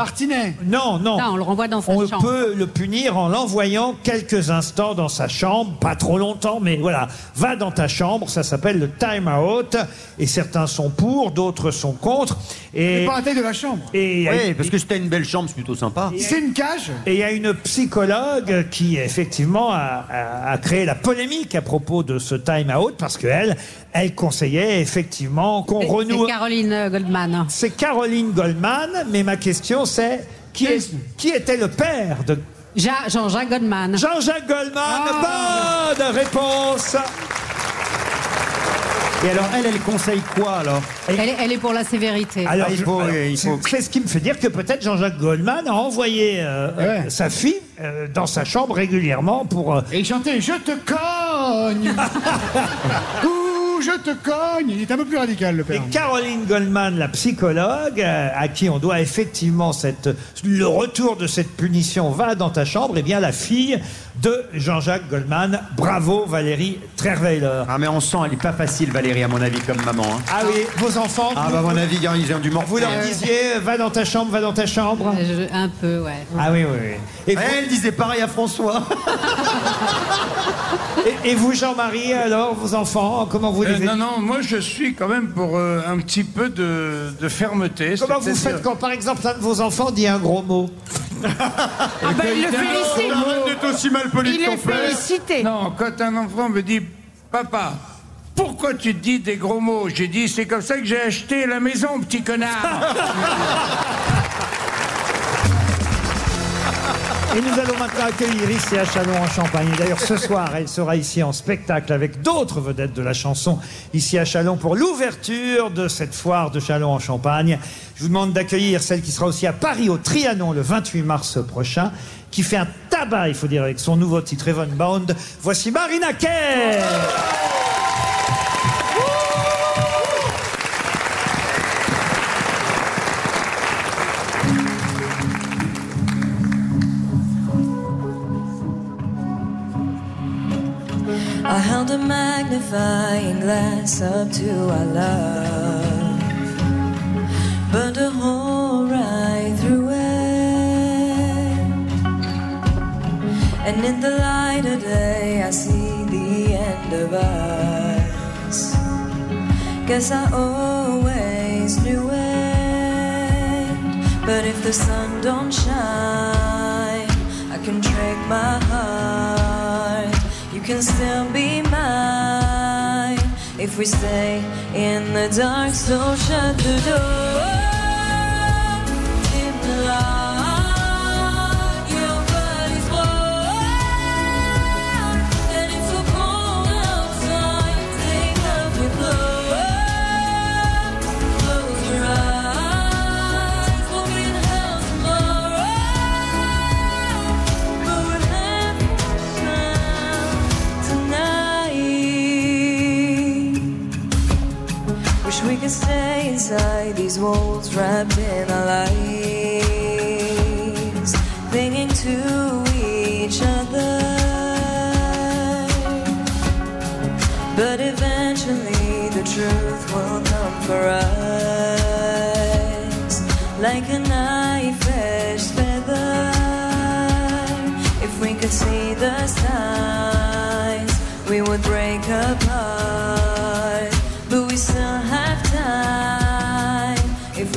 [SPEAKER 2] Non, non.
[SPEAKER 13] Non, on le renvoie dans sa
[SPEAKER 2] On
[SPEAKER 13] chambre.
[SPEAKER 2] peut le punir en l'envoyant quelques instants dans sa chambre, pas trop longtemps, mais voilà. Va dans ta chambre, ça s'appelle le time out. Et certains sont pour, d'autres sont contre. Et
[SPEAKER 3] Dépend la taille de la chambre.
[SPEAKER 2] Et-
[SPEAKER 11] Oui, parce que c'était une belle chambre, c'est plutôt sympa.
[SPEAKER 3] C'est une cage
[SPEAKER 2] et il y a une psychologue qui, effectivement, a, a- a créé la polémique à propos de ce time out parce qu'elle, elle conseillait effectivement qu'on
[SPEAKER 13] C'est-
[SPEAKER 2] renoue.
[SPEAKER 13] c'est Caroline euh, Goldman.
[SPEAKER 2] C'est Caroline Goldman, mais ma question c'est qui, est- qui était le père de
[SPEAKER 13] Ja- Jean-Jacques Goldman. Ah.
[SPEAKER 2] Jean-Jacques Goldman, bonne réponse
[SPEAKER 11] Et alors, elle, elle conseille quoi alors
[SPEAKER 13] Elle, est- elle est pour la sévérité.
[SPEAKER 3] Ah,
[SPEAKER 2] Alors, je- alors, c'est- c'est ce qui me fait dire que peut-être Jean-Jacques Goldman a envoyé euh, euh, sa fille euh, dans sa chambre régulièrement pour. euh,
[SPEAKER 3] Et il chantait Je te cogne Ouh, je te cogne Il est un peu plus radical, le père.
[SPEAKER 2] Et Caroline Goldman, la psychologue, euh, à qui on doit effectivement cette, le retour de cette punition, va dans ta chambre, et bien la fille de Jean-Jacques Goldman. Bravo Valérie Trerweiler.
[SPEAKER 11] Ah, mais on sent, elle est pas facile, Valérie, à mon avis, comme maman. hein.
[SPEAKER 2] Ah oui, vos enfants.
[SPEAKER 11] Ah,
[SPEAKER 2] vous-
[SPEAKER 11] bah, à mon avis, ils ont- ils ont du hein. morceau.
[SPEAKER 2] Vous
[SPEAKER 4] Euh.
[SPEAKER 2] leur disiez, euh, va dans ta chambre, va dans ta chambre.
[SPEAKER 13] Euh, je- un peu, ouais.
[SPEAKER 2] Ah oui, oui, oui. Et
[SPEAKER 11] Elle disait pareil à François.
[SPEAKER 2] Et, et vous, Jean-Marie, alors, vos enfants, comment vous les
[SPEAKER 8] Euh, non, non, moi je suis quand même pour euh, un petit peu de, de fermeté.
[SPEAKER 2] Comment vous
[SPEAKER 8] c'est-à-dire-
[SPEAKER 2] faites quand, par exemple, un de vos enfants dit un gros mot
[SPEAKER 8] Ah
[SPEAKER 12] ben, il le félicite.
[SPEAKER 8] aussi mal
[SPEAKER 12] Il
[SPEAKER 8] qu'en
[SPEAKER 12] est
[SPEAKER 8] fait. Non, quand un enfant me dit Papa, pourquoi tu dis des gros mots J'ai dit C'est comme ça que j'ai acheté la maison, petit connard
[SPEAKER 2] Et nous allons maintenant accueillir ici à Chalon en Champagne. Et D'ailleurs, ce soir, elle sera ici en spectacle avec d'autres vedettes de la chanson ici à Chalon pour l'ouverture de cette foire de Chalon en Champagne. Je vous demande d'accueillir celle qui sera aussi à Paris au Trianon le 28 mars prochain, qui fait un tabac, il faut dire, avec son nouveau titre Evan Bound. Voici Marina Kerr.
[SPEAKER 17] I held a magnifying glass up to our love, burned a hole right through it. And in the light of day, I see the end of us. Guess I always knew it. But if the sun don't shine, I can break my heart. You can still be mine if we stay in the dark. So shut the door. Dim the light. Your body's warm. And if we're cold outside, take off your clothes. Close your eyes. We'll be in hell tomorrow. But we're happy tonight. Wish we could stay inside these walls wrapped in our lies, clinging to each other. But eventually the truth will come for us, like a knife edged feather. If we could see the signs, we would break apart. But we still have time if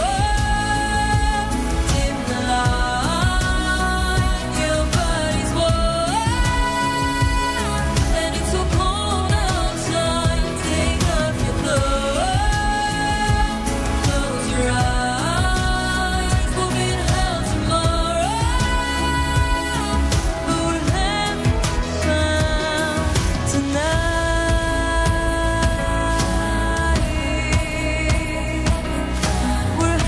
[SPEAKER 17] Dim the light. Your body's warm. And it's so cold outside. Take off your clothes. Close your eyes. We'll be in hell tomorrow. But we're happy now tonight. We're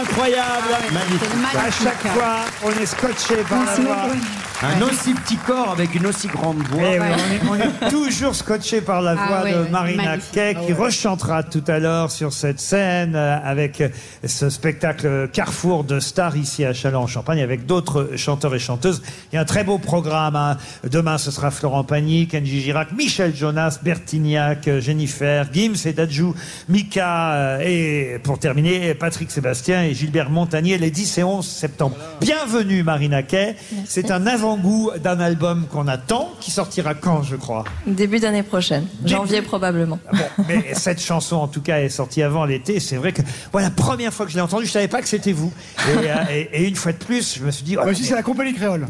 [SPEAKER 2] incroyable.
[SPEAKER 12] magnifique.
[SPEAKER 2] À chaque fois, on est scotché par la voix.
[SPEAKER 4] Un aussi petit corps avec une aussi grande voix.
[SPEAKER 2] Eh oui, on, est, on est toujours scotché par la
[SPEAKER 4] Ah
[SPEAKER 2] voix
[SPEAKER 4] ouais,
[SPEAKER 2] de
[SPEAKER 4] ouais,
[SPEAKER 2] Marina
[SPEAKER 4] magnifique.
[SPEAKER 2] Kay,
[SPEAKER 4] Ah
[SPEAKER 2] qui
[SPEAKER 4] ouais.
[SPEAKER 2] rechantera tout à l'heure sur cette scène euh, avec euh, ce spectacle Carrefour de stars ici à Châlons-en-Champagne avec d'autres chanteurs et chanteuses. Il y a un très beau programme. hein. Demain, ce sera Florent Pagny, Kenji Girac, Michel Jonas, Bertignac, euh, Jennifer, Gims et Dadju, Mika euh, et pour terminer, Patrick Sébastien et Gilbert Montagnier les 10 et 11 septembre. Bienvenue Marina Kay. C'est un avant-goût d'un album qu'on attend qui sortira quand, je crois.
[SPEAKER 11] Début d'année prochaine, janvier probablement.
[SPEAKER 4] Ah.
[SPEAKER 2] Mais cette chanson, en tout cas, est sortie avant l'été. C'est vrai que, voilà, la première fois que je l'ai entendue, je savais pas que c'était vous. Et, euh, et- et une fois de plus, je me suis dit.
[SPEAKER 3] Ah,
[SPEAKER 2] Moi aussi, c'est
[SPEAKER 3] la compagnie créole.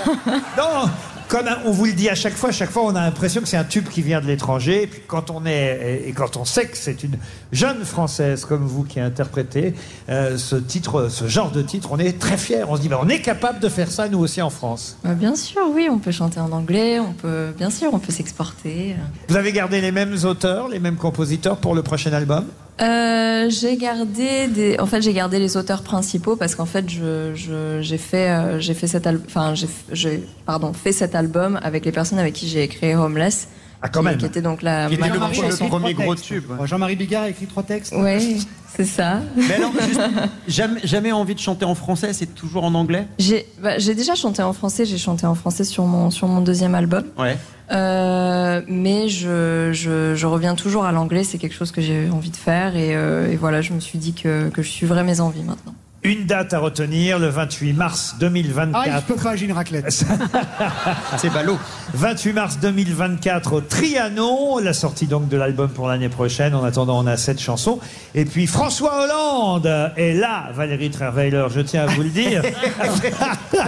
[SPEAKER 2] non, comme on vous le dit à chaque fois, à chaque fois, on a l'impression que c'est un tube qui vient de l'étranger. Et puis quand on est, et et quand on sait que c'est une jeune française comme vous qui a interprété euh, ce titre, ce genre de titre, on est très fier. On se dit, bah, on est capable de faire ça nous aussi en France.
[SPEAKER 11] Bah, bien sûr, oui, on peut chanter en anglais, on peut, bien sûr, on peut s'exporter.
[SPEAKER 2] Vous avez gardé les mêmes auteurs, les mêmes compositeurs pour le prochain album.
[SPEAKER 11] Euh, j'ai gardé des, en fait, j'ai gardé les auteurs principaux parce qu'en fait, je, je- j'ai fait, euh, j'ai fait cet album, enfin, j'ai, j'ai- pardon, fait cet album avec les personnes avec qui j'ai créé Homeless.
[SPEAKER 2] Ah, quand
[SPEAKER 11] qui,
[SPEAKER 2] même.
[SPEAKER 11] qui était donc la
[SPEAKER 4] Qui était le
[SPEAKER 11] première
[SPEAKER 4] pro- le
[SPEAKER 11] chanson.
[SPEAKER 4] premier gros
[SPEAKER 3] tube. Jean-Marie Bigard a écrit trois textes.
[SPEAKER 11] Oui, c'est ça.
[SPEAKER 4] Mais alors, juste, jamais, jamais envie de chanter en français, c'est toujours en anglais
[SPEAKER 11] J'ai, bah, j'ai déjà chanté en français, j'ai chanté en français sur mon, sur mon deuxième album.
[SPEAKER 4] Ouais.
[SPEAKER 11] Euh, mais je, je, je reviens toujours à l'anglais, c'est quelque chose que j'ai envie de faire et, euh, et voilà, je me suis dit que, que je suivrais mes envies maintenant.
[SPEAKER 2] Une date à retenir, le 28 mars 2024.
[SPEAKER 3] Ah, je peux pas, j'ai une raclette.
[SPEAKER 2] C'est ballot. 28 mars 2024 au Trianon, la sortie donc de l'album pour l'année prochaine. En attendant, on a cette chanson. Et puis François Hollande est là, Valérie Trierweiler, je tiens à vous le dire.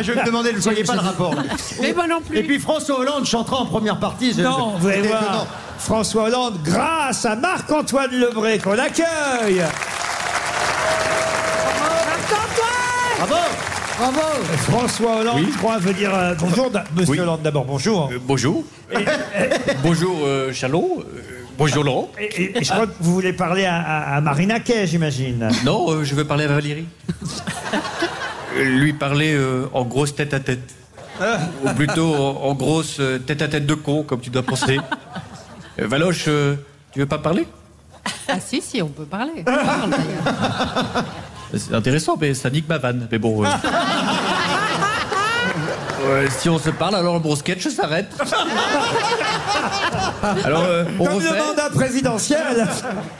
[SPEAKER 4] Je me demandais, vous ne voyez pas le rapport. là.
[SPEAKER 18] Mais moi non plus.
[SPEAKER 4] Et puis François Hollande chantera en première partie. je-
[SPEAKER 2] Non, vous allez
[SPEAKER 4] C'était
[SPEAKER 2] voir.
[SPEAKER 4] étonnant.
[SPEAKER 2] François Hollande, grâce à Marc-Antoine Lebré qu'on accueille. Bravo
[SPEAKER 3] Bravo
[SPEAKER 2] François Hollande, je crois, veut dire euh, bonjour. d'a- Monsieur Hollande, d'abord, bonjour.
[SPEAKER 14] Euh, bonjour. bonjour euh, Chalot. Euh, bonjour Laurent.
[SPEAKER 2] Et, et- et je crois que vous voulez parler à, à- à Marina Kay, j'imagine.
[SPEAKER 14] Non, euh, je veux parler à Valérie. Euh, Lui parler euh, en grosse tête à tête. Ou plutôt en, en grosse euh, tête à tête de con, comme tu dois penser. Euh, Valoche, euh, tu veux pas parler
[SPEAKER 13] Ah si, si, on peut parler. On
[SPEAKER 2] Ah.
[SPEAKER 13] parle, d'ailleurs.
[SPEAKER 14] C'est intéressant, mais ça nique ma vanne. Mais bon. euh, euh, si on se parle, alors le bon sketch s'arrête. Alors, euh, on
[SPEAKER 2] Comme
[SPEAKER 14] refait.
[SPEAKER 2] le mandat présidentiel.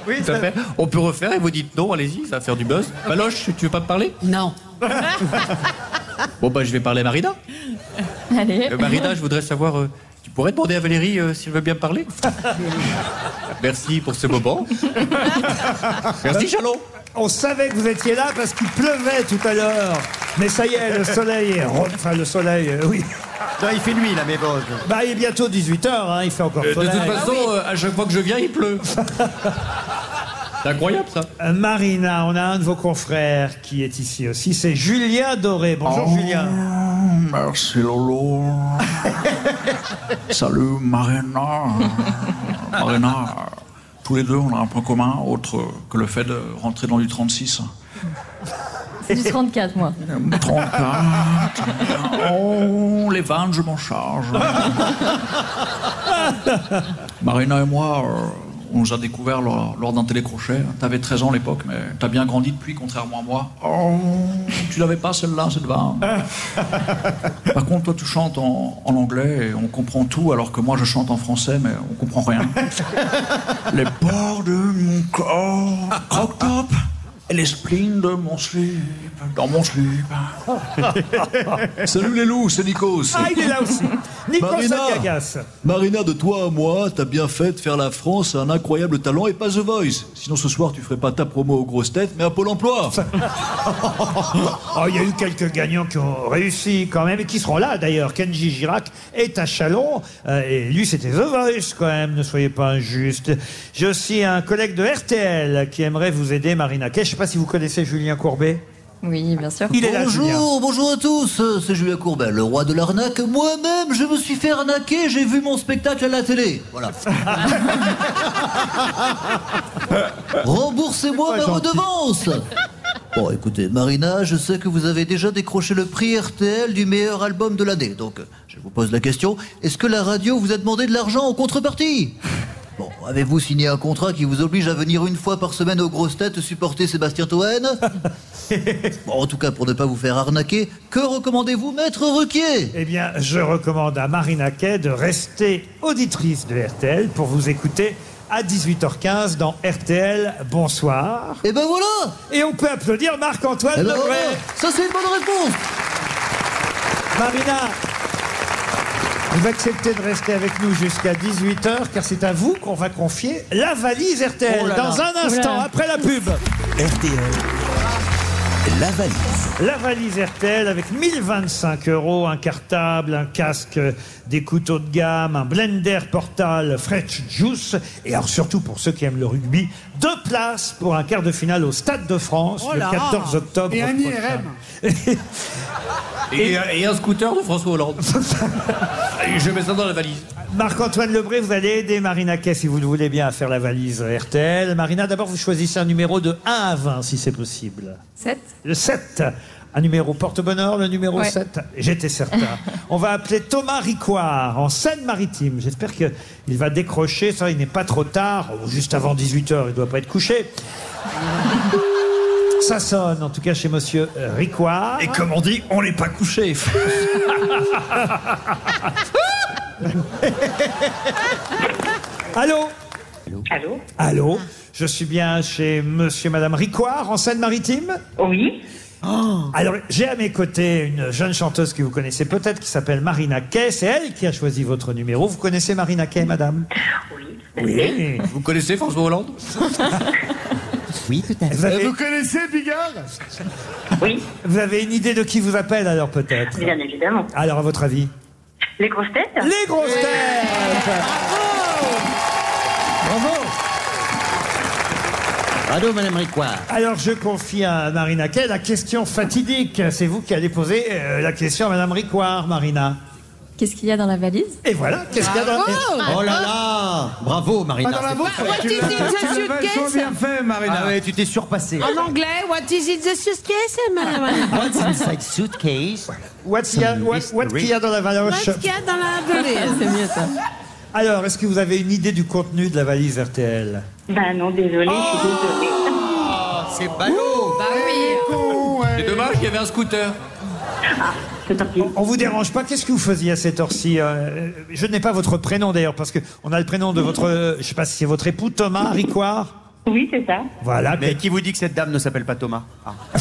[SPEAKER 14] Oui, ça fait. On peut refaire et vous dites non, allez-y, ça va faire du buzz. Valoche, tu veux pas me parler
[SPEAKER 13] Non.
[SPEAKER 14] Bon, bah, je vais parler à Marina.
[SPEAKER 11] Allez.
[SPEAKER 14] Euh, Marina, je voudrais savoir, euh, tu pourrais demander à Valérie euh, s'il veut bien me parler Merci pour ce moment. Merci, Chalot.
[SPEAKER 2] Euh, On savait que vous étiez là parce qu'il pleuvait tout à l'heure. Mais ça y est, le soleil est... re- Enfin, le soleil, euh, oui.
[SPEAKER 4] il fait nuit, là, mais bon.
[SPEAKER 2] Bah, il est bientôt 18h, il fait encore
[SPEAKER 14] Euh, de
[SPEAKER 2] soleil. Ah
[SPEAKER 14] toute façon, euh, à chaque fois que je viens, il pleut. C'est incroyable, ça.
[SPEAKER 2] Euh, Marina, on a un de vos confrères qui est ici aussi, c'est Julien Doré. Bonjour
[SPEAKER 4] Oh.
[SPEAKER 2] Julien.
[SPEAKER 19] Merci Lolo. Salut Marina. Marina, tous les deux, on a un point commun, autre que le fait de rentrer dans du 36.
[SPEAKER 11] C'est du 34, moi.
[SPEAKER 19] 34. Oh, les vannes, je m'en charge. Marina et moi, euh, on nous a découvert lors, lors d'un télécrochet. T'avais 13 ans à l'époque, mais t'as bien grandi depuis, contrairement à moi. Oh, tu l'avais pas celle-là, cette vanne. Par contre, toi, tu chantes en, en anglais et on comprend tout, alors que moi, je chante en français, mais on comprend rien. Les pores de mon corps croquent top et les splines de mon slip, dans mon slip.
[SPEAKER 20] Salut les loups, c'est Nikos.
[SPEAKER 2] Ah, il est là aussi. Nikos
[SPEAKER 20] Marina,
[SPEAKER 2] Aliagas.
[SPEAKER 20] Marina, de toi à moi, t'as bien fait de faire la France à un incroyable talent et pas The Voice. Sinon ce soir, tu ferais pas ta promo aux grosses têtes, mais à Pôle emploi.
[SPEAKER 2] Oh, il y a eu quelques gagnants qui ont réussi quand même et qui seront là d'ailleurs. Kenji Girac est à Chalon euh, et lui c'était The Voice quand même, ne soyez pas injuste. J'ai aussi un collègue de RTL qui aimerait vous aider, Marina Kay. Je sais pas si vous connaissez Julien Courbet.
[SPEAKER 11] Oui, bien sûr.
[SPEAKER 2] Il est là, Julien.
[SPEAKER 21] Bonjour, bonjour à tous, euh, c'est Julien Courbet, le roi de l'arnaque. Moi-même, je me suis fait arnaquer, j'ai vu mon spectacle à la télé. Voilà. Remboursez-moi
[SPEAKER 12] C'est
[SPEAKER 21] ma
[SPEAKER 12] pas gentil.
[SPEAKER 21] redevance Bon, écoutez, Marina, je sais que vous avez déjà décroché le prix RTL du meilleur album de l'année. Donc, euh, je vous pose la question est-ce que la radio vous a demandé de l'argent en contrepartie Bon, avez-vous signé un contrat qui vous oblige à venir une fois par semaine aux grosses têtes supporter Sébastien Toen Bon, en tout cas, pour ne pas vous faire arnaquer, que recommandez-vous, maître Ruquier
[SPEAKER 2] Eh bien, je recommande à Marina Kay de rester auditrice de RTL pour vous écouter à 18h15 dans RTL. Bonsoir.
[SPEAKER 21] Et ben voilà
[SPEAKER 2] Et on peut applaudir Marc-Antoine
[SPEAKER 21] Eh ben
[SPEAKER 2] Lebret.
[SPEAKER 21] voilà, Ça, c'est une bonne réponse
[SPEAKER 2] Marina, vous acceptez de rester avec nous jusqu'à 18h car c'est à vous qu'on va confier la valise RTL
[SPEAKER 12] Oh là
[SPEAKER 2] dans
[SPEAKER 12] là.
[SPEAKER 2] un instant
[SPEAKER 12] Oh là là.
[SPEAKER 2] après la pub. La valise. La valise RTL avec 1025 euros, un cartable, un casque, euh, des couteaux de gamme, un blender portal French Juice. Et alors surtout pour ceux qui aiment le rugby, deux places pour un quart de finale au Stade de France
[SPEAKER 3] Oh
[SPEAKER 2] le
[SPEAKER 3] là
[SPEAKER 2] 14 octobre.
[SPEAKER 3] Et un
[SPEAKER 2] prochain.
[SPEAKER 14] Et, et un scooter de François Hollande. Je mets ça dans la valise.
[SPEAKER 2] Marc-Antoine Lebré, vous allez aider Marina Kay, si vous le voulez bien, à faire la valise RTL. Marina, d'abord, vous choisissez un numéro de 1 à 20, si c'est possible.
[SPEAKER 22] 7
[SPEAKER 2] Le 7. Un numéro porte-bonheur, le numéro
[SPEAKER 22] Ouais.
[SPEAKER 2] 7. J'étais certain. On va appeler Thomas Ricoire, en Seine-Maritime. J'espère qu'il va décrocher. Ça, il n'est pas trop tard. Oh, Juste avant 18h, il ne doit pas être couché. Ça sonne, en tout cas, chez monsieur euh, Ricoire. Et comme on dit, on n'est pas couché. Allô Allô Allô Je suis bien chez monsieur et madame Ricoire en Seine-Maritime Oui.
[SPEAKER 14] Oh.
[SPEAKER 2] Alors, j'ai à mes côtés une jeune chanteuse que vous connaissez peut-être qui s'appelle Marina Kay. C'est elle qui a choisi votre numéro. Vous connaissez Marina Kay, madame Oui.
[SPEAKER 14] Vous connaissez François Hollande
[SPEAKER 2] Oui, peut-être. Vous avez,
[SPEAKER 3] Vous connaissez Bigard
[SPEAKER 2] oui. vous avez une idée de qui vous appelle alors peut-être
[SPEAKER 23] Bien évidemment.
[SPEAKER 2] Alors, à votre avis
[SPEAKER 23] Les grosses têtes
[SPEAKER 2] Les grosses têtes Bravo
[SPEAKER 4] Allô, Madame Ricoire.
[SPEAKER 2] Alors, je confie à Marina Kay la question fatidique. C'est vous qui allez poser euh, la question à Madame Ricoire, Marina.
[SPEAKER 22] Qu'est-ce qu'il y a dans la valise
[SPEAKER 2] Et voilà, qu'est-ce qu'il y a dans
[SPEAKER 4] Oh là là Bravo, Marina.
[SPEAKER 11] Pas dans la
[SPEAKER 4] C'est
[SPEAKER 11] vôtre,
[SPEAKER 4] pas-
[SPEAKER 11] what is it, the
[SPEAKER 4] Tu l'as
[SPEAKER 11] suitcase
[SPEAKER 4] vachement bien fait, Marina. Ah ouais, tu t'es surpassé.
[SPEAKER 5] En anglais, what is it the suitcase, madame
[SPEAKER 4] What's inside suitcase
[SPEAKER 2] What's qu'il y a- what- what qu'il y a dans la valoche
[SPEAKER 5] What's qu'il y a dans la valise
[SPEAKER 22] C'est mieux, ça.
[SPEAKER 2] Alors, est-ce que vous avez une idée du contenu de la valise RTL
[SPEAKER 23] Bah non, désolé, je suis désolée.
[SPEAKER 14] C'est ballot
[SPEAKER 22] Bah oui
[SPEAKER 14] C'est dommage qu'il y avait un scooter.
[SPEAKER 2] On vous dérange pas Qu'est-ce que vous faisiez à cette heure-ci Euh, Je n'ai pas votre prénom d'ailleurs, parce que on a le prénom de votre, euh, je sais pas si c'est votre époux Thomas Ricoire. Ah,
[SPEAKER 23] Oui, c'est ça.
[SPEAKER 2] Voilà.
[SPEAKER 4] Ah, Mais qui vous dit que cette dame ne s'appelle pas Thomas Ah. Ah,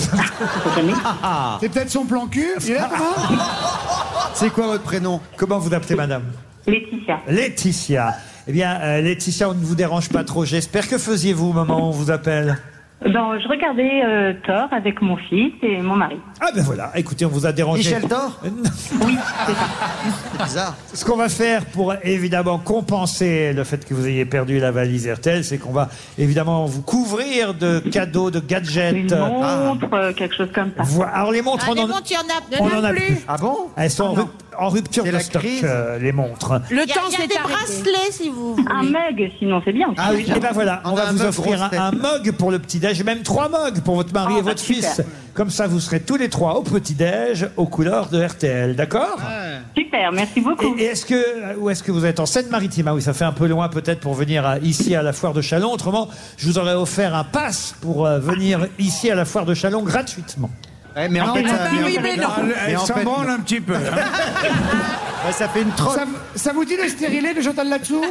[SPEAKER 4] ah.
[SPEAKER 3] C'est peut-être son plan cul il est là,
[SPEAKER 2] C'est quoi votre prénom Comment vous appelez madame Laetitia. Laetitia. Eh bien, euh, Laetitia, on ne vous dérange pas trop. J'espère que faisiez-vous au moment où on vous appelle
[SPEAKER 23] Non, Ben, je regardais euh, Thor avec mon fils et mon mari.
[SPEAKER 2] Ah ben voilà, écoutez, on vous a dérangé.
[SPEAKER 23] Michel
[SPEAKER 2] Thor Oui, Euh, c'est bizarre. Ce qu'on va faire pour évidemment compenser le fait que vous ayez perdu la valise RTL, c'est qu'on va évidemment vous couvrir de cadeaux, de gadgets.
[SPEAKER 23] Une montre, euh, quelque chose comme ça.
[SPEAKER 2] Voi- Alors les montres, on, en,
[SPEAKER 7] Ah, il y en a,
[SPEAKER 2] on en a plus. Ah bon Elles sont en, rup- en rupture
[SPEAKER 23] Ah, C'est
[SPEAKER 2] de
[SPEAKER 23] la
[SPEAKER 2] stock,
[SPEAKER 23] crise.
[SPEAKER 2] euh, les montres.
[SPEAKER 7] Le temps s'est des bracelets, si vous voulez.
[SPEAKER 23] Un mug, sinon c'est bien.
[SPEAKER 2] Ah oui, et ben voilà, on,
[SPEAKER 23] a
[SPEAKER 2] va
[SPEAKER 23] un
[SPEAKER 2] vous
[SPEAKER 23] mug
[SPEAKER 2] offrir
[SPEAKER 23] grosse
[SPEAKER 2] un,
[SPEAKER 23] tête.
[SPEAKER 2] un mug pour le petit-déj, et même trois mugs pour votre mari
[SPEAKER 23] Ah,
[SPEAKER 2] et
[SPEAKER 23] bah,
[SPEAKER 2] votre
[SPEAKER 23] super.
[SPEAKER 2] fils. Comme ça, vous serez tous les trois au petit-déj, aux couleurs de RTL, d'accord
[SPEAKER 23] Super, merci beaucoup.
[SPEAKER 2] Et, et est-ce que, euh, ou est-ce que vous êtes en Seine-Maritime Ah oui, ça fait un peu loin peut-être pour venir à- ici à la foire de Chalon. Autrement, je vous aurais offert un pass pour euh, venir ici à la foire de Chalon gratuitement.
[SPEAKER 11] Eh,
[SPEAKER 4] mais en
[SPEAKER 2] Non,
[SPEAKER 4] fait,
[SPEAKER 2] mais-
[SPEAKER 4] ça-
[SPEAKER 11] euh,
[SPEAKER 2] Ah bah oui, mais non.
[SPEAKER 8] Elle-
[SPEAKER 2] Mais
[SPEAKER 8] Elle
[SPEAKER 2] en
[SPEAKER 8] s'en
[SPEAKER 2] fait,
[SPEAKER 8] branle un petit peu.
[SPEAKER 2] hein.
[SPEAKER 4] Ouais, ça fait une trotte.
[SPEAKER 3] Ça, ça vous dit le stérilet de Chantal Latsou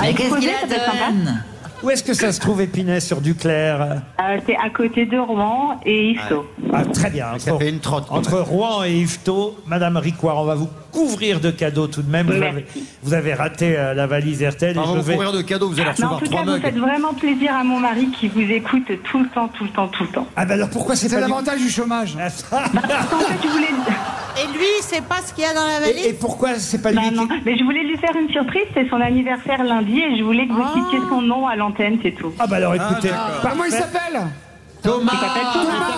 [SPEAKER 23] Ah, exposé, ça peut être sympa.
[SPEAKER 2] Où est-ce que ça se trouve, Épinay, sur Duclerc
[SPEAKER 23] Euh, c'est à côté de Rouen et Isto.
[SPEAKER 2] Ah, très bien. Entre, entre Rouen et Yvetot, Madame Ricoire, on va vous couvrir de cadeaux tout de même. Vous
[SPEAKER 23] Merci.
[SPEAKER 2] avez, vous avez raté euh, la valise RTL. et
[SPEAKER 4] On va
[SPEAKER 2] je
[SPEAKER 4] vous
[SPEAKER 2] vais-
[SPEAKER 4] couvrir de cadeaux, vous allez
[SPEAKER 23] Mais en
[SPEAKER 4] recevoir
[SPEAKER 23] Ah, tout
[SPEAKER 4] trois
[SPEAKER 23] cas, vous
[SPEAKER 4] mugs.
[SPEAKER 23] faites vraiment plaisir à mon mari qui vous écoute tout le temps, tout le temps, tout le temps. Bah,
[SPEAKER 2] Ah ben alors pourquoi c'est
[SPEAKER 3] C'est
[SPEAKER 2] pas du-
[SPEAKER 3] l'avantage du chômage.
[SPEAKER 7] Et lui, il sait pas ce qu'il y a dans la valise.
[SPEAKER 2] pourquoi c'est pas
[SPEAKER 23] lui Bah Mais je voulais lui faire une surprise, c'est son anniversaire
[SPEAKER 7] Ah.
[SPEAKER 23] lundi et je voulais que vous citiez son nom à l'antenne, c'est tout.
[SPEAKER 2] Ah bah alors
[SPEAKER 23] écoutez,
[SPEAKER 3] Comment il s'appelle
[SPEAKER 2] Thomas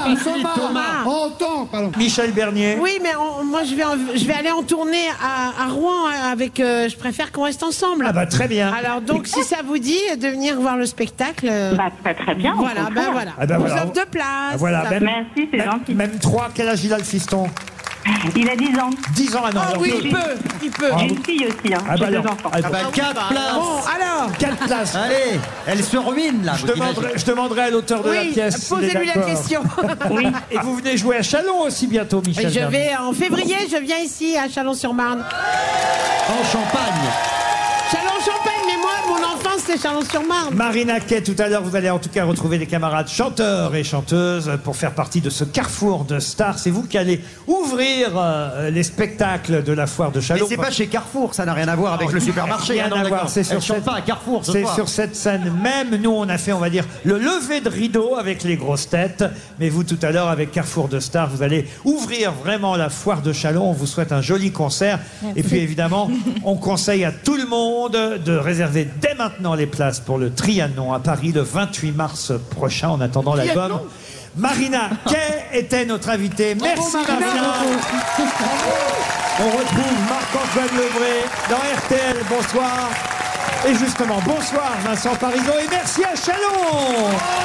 [SPEAKER 5] Il s'appelle Thomas.
[SPEAKER 3] Thomas,
[SPEAKER 5] Thomas.
[SPEAKER 2] Michel Bernier.
[SPEAKER 5] Oui, mais on- moi je vais, en- je vais aller en tournée à, à Rouen avec. euh, je préfère qu'on reste ensemble.
[SPEAKER 2] Ah bah, très bien.
[SPEAKER 5] Alors donc si ça vous dit de venir voir le spectacle.
[SPEAKER 2] Bah, très très
[SPEAKER 5] bien, au Voilà, contraire. ben voilà. On vous offre deux places.
[SPEAKER 2] Ah bah, voilà,
[SPEAKER 5] Ça-
[SPEAKER 2] même,
[SPEAKER 5] Merci, c'est
[SPEAKER 2] même-
[SPEAKER 5] gentil.
[SPEAKER 2] Même trois, quel âge il a le fiston
[SPEAKER 23] Il a 10 ans.
[SPEAKER 2] 10 ans, ah non,
[SPEAKER 5] Ah
[SPEAKER 2] alors
[SPEAKER 5] oui,
[SPEAKER 2] deux.
[SPEAKER 5] il peut, il peut.
[SPEAKER 2] Ah,
[SPEAKER 5] J'ai
[SPEAKER 2] vous-
[SPEAKER 5] une fille aussi, hein.
[SPEAKER 2] Ah
[SPEAKER 5] J'ai
[SPEAKER 2] bah
[SPEAKER 5] deux
[SPEAKER 2] alors,
[SPEAKER 5] enfants.
[SPEAKER 2] ah
[SPEAKER 5] Ah
[SPEAKER 2] bon.
[SPEAKER 5] bah, quatre Bon, places. alors.
[SPEAKER 2] Quatre places.
[SPEAKER 11] Allez, elle se ruine là.
[SPEAKER 2] Je
[SPEAKER 11] vous
[SPEAKER 2] demanderai,
[SPEAKER 11] imaginez.
[SPEAKER 2] je demanderai à l'auteur de
[SPEAKER 5] Oui,
[SPEAKER 2] la pièce. s'il est
[SPEAKER 5] posez-lui la
[SPEAKER 2] d'accord.
[SPEAKER 5] question.
[SPEAKER 2] oui. Et vous venez jouer à Chalon aussi bientôt, Michel.
[SPEAKER 5] Et je
[SPEAKER 2] Bernier.
[SPEAKER 5] vais en février, je viens ici à Chalon-sur-Marne.
[SPEAKER 11] En Champagne.
[SPEAKER 5] Chalon-Champagne, mais moi, mon enfance, Ah, c'est Chalon-sur-Marne.
[SPEAKER 2] Marina Kay, tout à l'heure, vous allez en tout cas retrouver des camarades chanteurs et chanteuses pour faire partie de ce carrefour de stars. C'est vous qui allez ouvrir euh, les spectacles de la foire de Chalon.
[SPEAKER 11] Mais c'est pas chez Carrefour, ça n'a rien à voir avec le supermarché.
[SPEAKER 2] Oh, Rien
[SPEAKER 11] Ah non,
[SPEAKER 2] à
[SPEAKER 11] d'accord.
[SPEAKER 2] voir, c'est sur
[SPEAKER 11] Elles chantent
[SPEAKER 2] cette-
[SPEAKER 11] pas à Carrefour ce
[SPEAKER 2] C'est
[SPEAKER 11] soir.
[SPEAKER 2] sur cette scène même. Nous, on a fait, on va dire, le lever de rideau avec les grosses têtes. Mais vous, tout à l'heure, avec Carrefour de Stars, vous allez ouvrir vraiment la foire de Chalon. On vous souhaite un joli concert.
[SPEAKER 1] Merci.
[SPEAKER 2] Et puis, évidemment, on conseille à tout le monde de réserver dès maintenant les places pour le Trianon à Paris le 28 mars prochain en attendant
[SPEAKER 12] Trianon
[SPEAKER 2] l'album. Marina Kay était notre invitée. Merci, Marina. On retrouve Marc-Antoine Lebré dans RTL. Bonsoir. Et justement, bonsoir Vincent Parisot et merci à Chalon